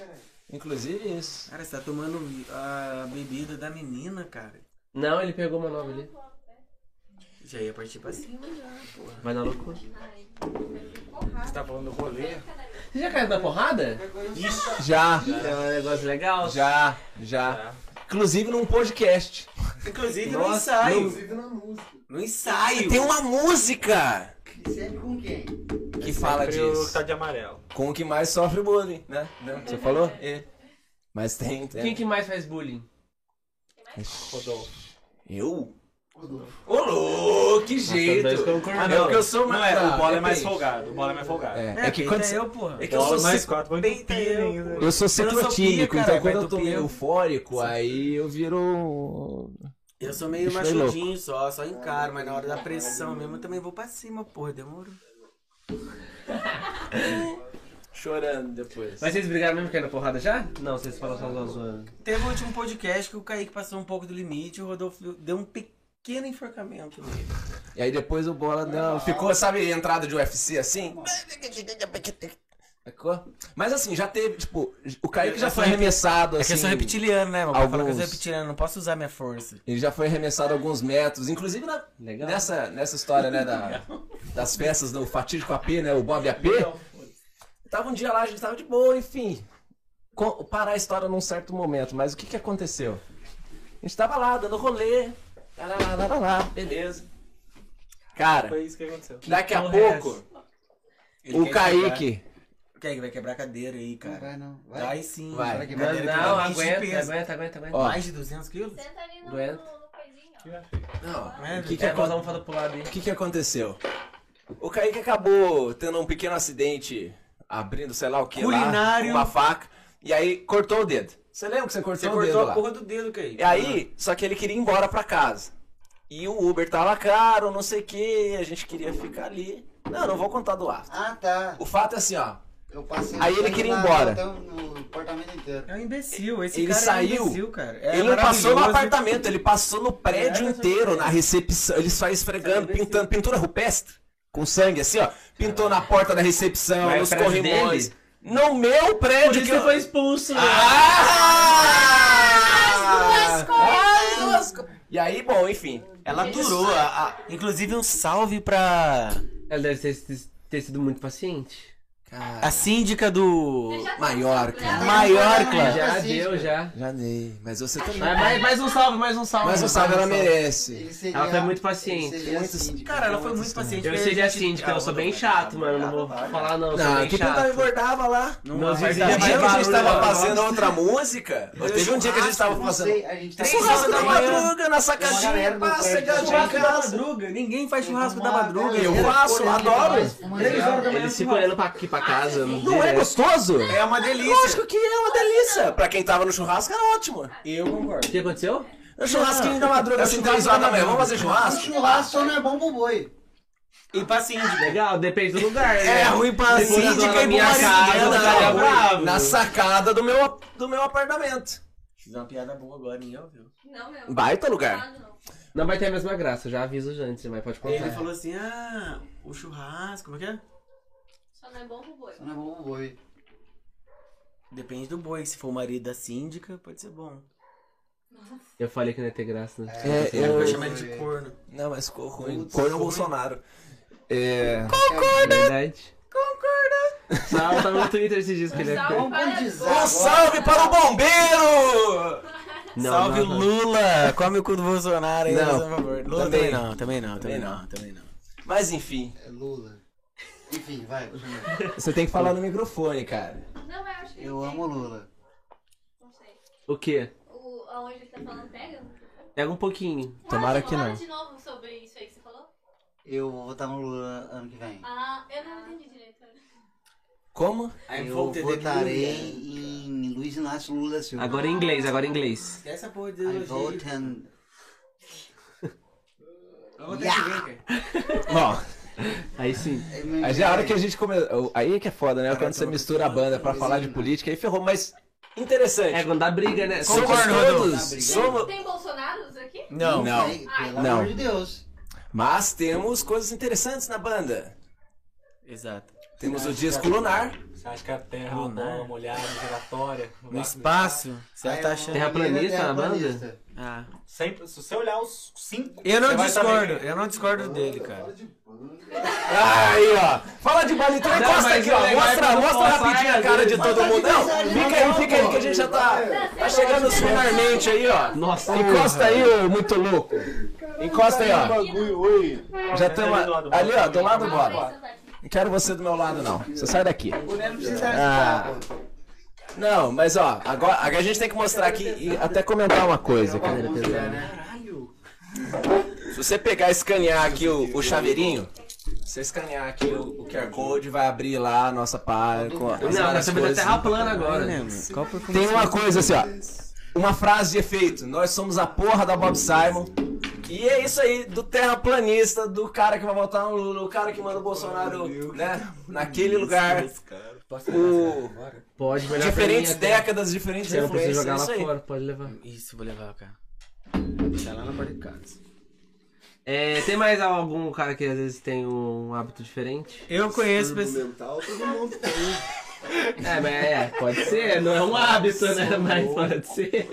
S3: Inclusive isso.
S2: Cara, você tá tomando a bebida da menina, cara.
S1: Não, ele pegou uma nova ali.
S2: Já ia partir pra cima.
S1: Vai na loucura.
S4: Você tá falando do rolê?
S1: Você já caiu na porrada?
S3: Já,
S1: É um negócio legal.
S3: já, já. Inclusive num podcast.
S2: Inclusive no ensaio.
S8: Inclusive na música.
S2: No ensaio.
S3: Tem uma música
S7: Sempre com quem?
S3: que fala
S4: Sempre o que
S3: disso.
S4: tá de amarelo.
S3: Com o que mais sofre o bullying, né? Não, Você falou? É. Mas tem, tem.
S1: Quem que mais faz bullying?
S3: Eu? Ô, louco, que jeito!
S1: dois concordamos.
S3: Ah, não, porque eu sou
S4: Não
S3: mais.
S4: é, o bola é mais
S3: peraí.
S4: folgado. O bola é mais folgado.
S3: É, é que quando.
S2: peita eu, porra.
S3: É que eu
S4: Bola
S3: sou
S4: mais
S3: se-
S4: quatro, mas
S2: peita
S4: pira
S2: eu,
S3: Eu
S4: ainda.
S3: sou
S2: Eu não sou
S3: ciclotímico,
S2: pia,
S3: então
S2: cara,
S3: quando
S2: vai
S3: eu tô
S2: entupir.
S3: meio eufórico, aí eu viro. um
S2: Eu sou meio
S3: Isso foi louco.
S2: machudinho só, só encaro, mas na hora da pressão mesmo eu também vou pra cima, porra, demorou.
S3: Chorando depois.
S1: Mas vocês brigaram mesmo caindo na porrada já? Não, vocês falam só zoando.
S2: Teve o último podcast que o Kaique passou um pouco do limite, o Rodolfo deu um pequeno enforcamento nele.
S3: E aí depois o bola um- não. Ficou, sabe, entrada de UFC assim? Sacou? Mas assim, já teve, tipo, o Kaique já
S2: Eu
S3: foi
S2: sou
S3: arremessado
S2: É
S3: assim.
S2: que eu sou reptiliano, né? Meu pai fala que eu sou
S3: alguns.
S2: reptiliano, não posso usar minha força.
S3: Ele já foi arremessado alguns metros, inclusive na-
S1: Legal.
S3: nessa, nessa história, né, da- das festas do fatídico AP, né, o Bob AP. Tava um dia lá, a gente tava de boa, enfim. Co- Parar a história num certo momento, mas o que que aconteceu? A gente tava lá, dando rolê, lá, lá, lá, lá, lá, beleza. Cara,
S4: Foi isso que aconteceu.
S3: daqui a
S1: porra é
S3: pouco,
S2: Ele
S3: o
S2: quer
S3: Kaique...
S2: quebrar- O Kaique vai quebrar a cadeira aí,
S7: Não
S2: cara.
S7: vai não. Vai.
S2: Vai sim.
S3: Vai.
S2: Será que
S1: Não,
S2: cadeira que
S1: não,
S2: dá 20
S1: aguenta,
S2: pesos?
S1: aguenta, aguenta, aguenta.
S3: Ó.
S2: Mais de 200 quilos?
S6: Senta ali no,
S1: Aguenta.
S6: no, no coisinho, ó.
S3: Não,
S2: É,
S3: o que que
S1: É, vou dar
S3: aconteceu?
S1: um fada pro lado aí.
S3: O que, que aconteceu? O Kaique acabou tendo um pequeno acidente, abrindo, sei lá o que
S2: Culinário.
S3: lá, uma faca, e aí cortou o dedo. Você lembra que você cortou
S2: Você
S3: o
S2: cortou
S3: dedo
S2: a
S3: lá?
S2: porra do dedo, Kaique.
S3: E aí, só que ele queria ir embora pra casa. E o Uber tava caro, não sei o que, a gente queria ficar ali. Não, não vou contar do after.
S7: Ah, tá.
S3: O fato é assim, ó.
S8: Eu passei
S3: Aí
S8: o
S3: ele
S8: tempo
S3: queria ir
S8: na-
S3: embora.
S8: até o apartamento inteiro.
S2: É um imbecil. Esse
S3: Ele
S2: cara é
S3: saiu.
S2: um imbecil, cara. É
S3: ele não passou no
S2: maravilhoso.
S3: apartamento, ele passou no prédio
S2: É,
S3: inteiro, na recepção. Ele só esfregando, pintando pintura rupestre com sangue, assim, ó. Pintou na porta da recepção,
S1: Mas
S3: nos
S1: é prédio
S3: corrimões.
S1: dele?
S3: No meu prédio
S1: Por isso
S3: que
S1: que
S3: eu-
S1: foi expulso, né?
S3: Ah! Ah, duas co- E aí, bom, enfim.
S2: Ela durou. A, a- Inclusive, um salve pra.
S1: Ela deve ter, ter sido muito paciente.
S2: A síndica do.
S3: Maiorca.
S2: Maiorca.
S1: Já
S8: assim,
S1: deu, já.
S3: Já dei, mas você tá- também.
S1: Mas- mas- mais um salve, mais um salve.
S3: Mas o Sábio, ela merece.
S8: Ele seria-
S1: Ela foi muito
S8: ele
S1: paciente.
S8: seria assim,
S2: Cara, ela foi muito paciente.
S1: Eu
S2: porque
S1: seria
S2: a gente-
S1: síndica, eu sou bem
S2: Ah,
S1: chato, mano. Não
S2: vai,
S1: vou
S2: vai.
S1: falar, não. Eu sou
S3: Não,
S1: bem
S3: que eu
S1: chato.
S3: engordava lá.
S2: Não
S1: Meus
S2: vai
S1: vizinhos
S2: dar
S3: Um dia
S1: mais
S3: que a
S1: barulho,
S3: gente tava
S1: não.
S3: fazendo outra música. Teve um dia que a gente tava
S8: não
S3: fazendo.
S8: sei, a gente tava-
S3: Três horas da madruga na
S8: galera
S3: sacadinha,
S8: no
S3: pá,
S8: prédio.
S3: chegadinha em
S2: Churrasco da
S3: casa.
S2: madruga. Ninguém faz churrasco da
S8: Uma né?
S2: madruga.
S8: galera
S3: Eu faço,
S8: correndo
S3: adoro.
S8: atrás, fumando
S2: Três
S8: cigarro.
S2: horas da manhã.
S1: Ele se colhendo pra aqui pra casa. não
S3: Não é
S1: direto.
S3: gostoso?
S12: É uma delícia.
S3: Lógico que é uma delícia. Pra quem tava no churrasco, era ótimo.
S2: Eu concordo.
S1: O que aconteceu?
S3: No É churrasquinho da madruga, assim, três horas da manhã. Vamos fazer churrasco?
S8: Churrasco só não é bom pro boi.
S2: E pra síndica.
S1: Legal, depende do lugar, né?
S3: É ruim pra
S1: Depois da
S3: síndica
S1: dona
S3: e
S1: minha
S3: pra
S1: casa,
S3: síndica,
S1: o cara é
S3: não.
S1: bravo.
S3: Na sacada do meu, do meu apartamento.
S2: Fiz uma piada boa agora, ninguém ouviu.
S6: Não, meu.
S3: Baita lugar.
S6: Ah, não.
S1: Não vai ter a mesma graça, já aviso já antes, mas pode
S2: Ele
S1: contar.
S2: falou assim: ah, o churrasco, como é que é?
S6: Só não é bom pro boi.
S8: Só não é bom pro boi.
S2: Depende do boi. Se for o marido da síndica, pode ser bom.
S1: Eu falei que não ia ter graça, né?
S3: É,
S2: Ela
S3: eu-
S2: vai chamar ele de corno.
S3: Não, mas ficou ruim.
S8: Putz,
S3: Corno
S8: ruim.
S3: Bolsonaro. É.
S1: Verdade. Concorda! Sal tava no Twitter esses dias que ele
S6: Sal,
S1: é.
S6: para-
S3: Um salve para o bombeiro!
S1: Não,
S2: Salve
S1: não, não.
S2: Lula! Come o cu do Bolsonaro, hein?
S3: Não.
S2: Nelson, por favor. Lula
S3: um Também.
S2: também, não, também não, também
S3: não.
S2: não, também não.
S3: Mas enfim,
S8: É Lula. Enfim, vai. continua.
S3: você tem que falar no microfone, cara.
S6: Não, eu acho que
S8: Eu
S6: ele
S8: amo o
S6: pega.
S8: Lula.
S6: Não sei.
S1: O quê?
S6: O, aonde ele tá falando, pega?
S1: Pega um pouquinho.
S3: Tomara
S6: Fala-
S3: que
S6: fala
S3: não.
S6: de novo sobre isso aí que você falou.
S8: Eu vou votar no Lula ano que vem.
S6: Ah, eu não entendi direito.
S3: Como?
S8: Eu
S3: um
S8: votarei em Luiz Inácio Lula da Silva.
S1: Agora em inglês, agora em inglês.
S2: Essa porra de
S8: I
S2: hoje.
S8: vote in...
S2: Vamos
S8: Yeah.
S2: ver, cara.
S3: Bom,
S1: Aí sim.
S3: aí já é a hora que a gente começou. Aí é que é foda, né? Quando você mistura a banda pra falar de política, aí ferrou, mas
S1: É,
S3: interessante.
S1: quando dá briga, né?
S3: Somos
S1: Concordo.
S3: todos.
S6: Tem,
S3: Somos.
S6: tem Bolsonaros aqui?
S2: Não.
S3: Não.
S8: Ei, Pelo
S3: Não.
S8: amor de Deus.
S3: Mas temos coisas interessantes na banda.
S2: Exato.
S3: Temos o disco lunar.
S4: Você acha que a terra
S2: é uma bola
S4: molhada, giratória?
S2: No espaço, você
S8: Ah,
S2: tá
S8: é
S2: achando.
S1: Terraplanista na banda?
S8: terraplanista.
S2: Ah.
S4: Sempre, se você olhar os cinco.
S2: Eu não
S4: Você vai
S2: discordo,
S4: saber
S2: eu não discordo dele, cara.
S3: Aí, ó. Fala de bala, então encosta
S1: mas
S3: aqui,
S1: o
S3: ó.
S1: legal é
S3: Mostra,
S1: quando
S3: mostra
S1: forçar
S3: rapidinho a
S1: as
S3: cara de
S1: duas.
S3: todo mundo. Não, fica aí, fica aí, que a gente já tá, tá chegando finalmente aí, ó.
S1: Nossa,
S3: Encosta aí, ô, muito louco. Encosta aí, ó.
S13: Bagulho, oi.
S3: Já estamos ali, ó, do lado do
S6: Pra
S3: bora.
S6: isso, tá aqui.
S3: Não quero você do meu lado, não. Você sai daqui.
S8: O Nero precisa
S3: Ah. Não, mas ó, agora agora a gente tem que mostrar aqui e até comentar uma coisa, cara. Se você pegar e escanear aqui o, o chaveirinho, se você escanear aqui o, o QR Code, vai abrir lá a nossa página com as
S1: Não,
S3: várias
S1: nós estamos da
S3: coisas.
S1: terra
S2: né?
S1: plana
S2: É
S1: agora.
S3: Tem uma coisa assim, ó. Uma frase de efeito. Nós somos a porra da Bob Simon. E é isso aí, do terraplanista, do cara que vai votar no Lula, o cara que manda o Bolsonaro, né? Naquele lugar. O...
S1: Pode, melhor
S3: Diferentes
S1: pra mim, até-
S3: décadas, diferentes
S1: Você não precisa
S3: influências. É
S1: jogar lá
S3: isso aí.
S1: fora, pode levar.
S2: Isso, vou levar, cara. Tá lá na porta de casa.
S1: É, tem mais algum cara que às vezes tem um hábito diferente?
S2: Eu conheço pessoas.
S13: mental, todo mundo tem.
S1: *laughs* É, mas é, pode ser, não é um hábito, né? Mas pode ser.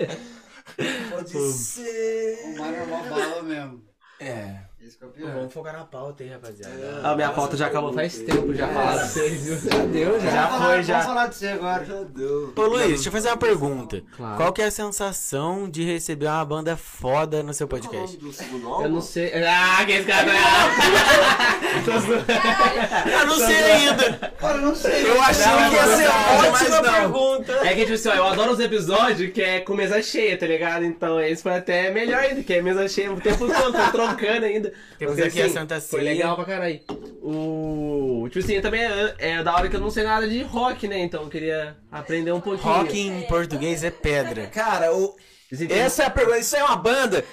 S3: Pode ser.
S8: O Mário é uma bala mesmo.
S3: É.
S8: Esse que é o pior.
S2: focar na pauta aí, rapaziada.
S1: A minha pauta já acabou faz tempo, já falaram pra vocês, viu?
S3: Já deu, já.
S2: Já
S8: *laughs* Vamos
S2: foi,
S8: falar-
S2: já.
S8: Vamos falar de você agora.
S2: Ô Luiz, deixa eu fazer uma pergunta.
S1: Claro.
S2: Qual que é a sensação de receber uma banda foda no seu podcast? é?
S1: Eu não sei. Ah, que esse cara tá.
S2: Eu não sei ainda!
S8: Cara, eu não sei.
S3: Eu achei que ia ser ótima pergunta.
S2: pergunta!
S1: É que, tipo assim, ó, eu adoro os episódios que é com mesa cheia, tá ligado? Então esse foi até melhor ainda, que é mesa cheia o tempo todo, tô trocando ainda.
S2: Temos
S1: Mas,
S2: aqui a Santa
S1: Foi
S3: é
S2: Ceia.
S1: legal pra caralho. O. Tipo assim, também é, é da hora que eu não sei nada de rock, né? Então eu queria aprender um pouquinho.
S2: Rock em português é pedra.
S3: Cara, o...
S1: Vocês entendem?
S3: essa é a pergunta. Isso é uma banda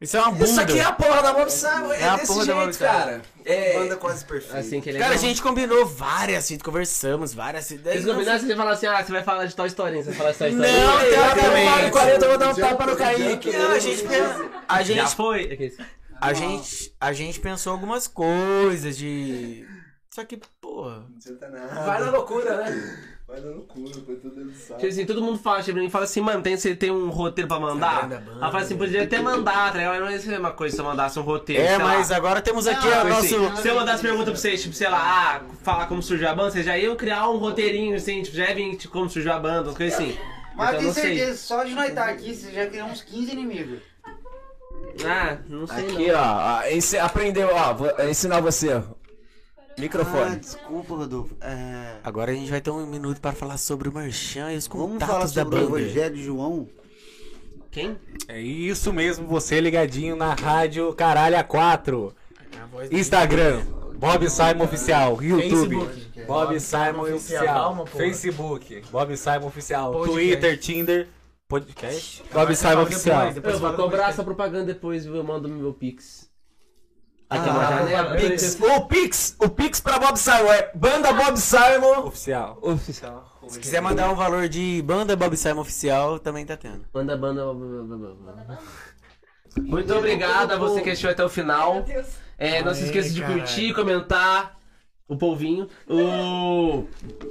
S9: Isso é uma bunda.
S3: Isso aqui é a porra da Bob Simon. É,
S9: É a
S3: desse
S9: porra da
S3: jeito,
S9: Bob Simon.
S3: cara. É,
S8: Banda quase perfeita.
S1: Assim que ele
S9: Cara, a gente combinou várias, assim, conversamos várias ideias.
S1: Vocês combinaram se você falar assim, ah, você vai falar de tal historinha, você vai falar de tal historinha.
S9: Não,
S3: Ei, eu quero um
S9: teoricamente.
S3: Mario 40, eu vou dar um
S8: Já-
S3: tapa no
S8: já-
S3: Kaique.
S9: Não, a gente, a gente
S1: Já foi. É que isso.
S9: A gente, a gente pensou algumas coisas de. Só que, porra.
S8: Não adianta nada.
S3: Vai na loucura, né?
S8: Vai na loucura, depois todo mundo sabe.
S1: Tipo assim, todo mundo fala, chega pra mim e fala assim, mano, tem, você tem um roteiro pra mandar?
S9: Sagrada
S1: Ela fala assim, podia até mandar, tá ligado? Mas Não ia ser a mesma coisa se eu mandasse um roteiro,
S9: É,
S1: sei lá.
S9: mas agora temos aqui
S1: Tipo
S9: o
S1: assim,
S9: nosso.
S1: se eu mandasse pergunta pra vocês, tipo, sei lá, ah, falar como surgiu a banda, vocês já iam criar um roteirinho, assim, tipo, já ia vir tipo, como surgiu a banda, umas coisas assim. então,
S7: Mas eu tenho
S1: não
S9: é
S1: sei.
S7: certeza, só de nós estar aqui, você já criou uns 15 inimigos.
S1: Ah, não sei
S3: Aqui, ó. ó, ensi- Aprendeu, ó. Vou ensinar você. Microfone.
S7: desculpa, Rodolfo. É,
S9: Agora a gente vai ter um minuto para falar sobre o Merchan e os
S7: Vamos falar
S9: contatos da
S7: sobre o
S9: banda.
S7: Evangelho de João?
S1: não. Quem?
S4: É isso mesmo, você é ligadinho na rádio Caralha 4. é Instagram, Bob Simon Oficial. YouTube, Bob Simon Oficial. Facebook, Bob Simon Oficial. Twitter, Tinder, podcast, Bob Simon Oficial.
S9: é
S1: Eu vou cobrar essa propaganda depois, viu? Eu mando meu Pix.
S9: Ah,
S1: Aqui na janela. eu falei,
S3: Pix. O Pix. O Pix pra Bob Simon. É banda Bob Simon.
S4: Oficial.
S9: Se quiser mandar um valor de banda Bob Simon oficial, também tá tendo.
S1: Manda banda. Muito obrigado a você que assistiu até o final. É, não se esqueça de curtir, comentar. O polvinho. O.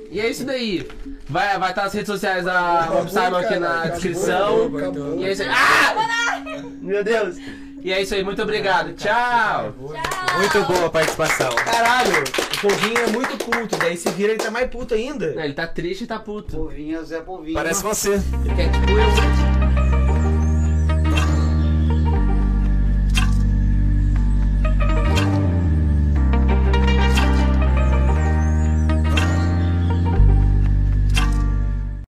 S1: E é isso daí. Vai vai estar nas redes sociais da Bob Simon aqui na descrição.
S8: Acabou.
S1: E é isso aí. Ah! Meu Deus! E é isso aí, muito obrigado. Tchau!
S4: Muito boa a participação.
S3: Caralho. O povinho é muito culto. Daí se vira, ele tá mais puto ainda.
S1: Não, Ele tá triste e tá puto.
S7: Polvinho é o Zé Polvinho.
S3: Parece você.
S1: Quer que eu-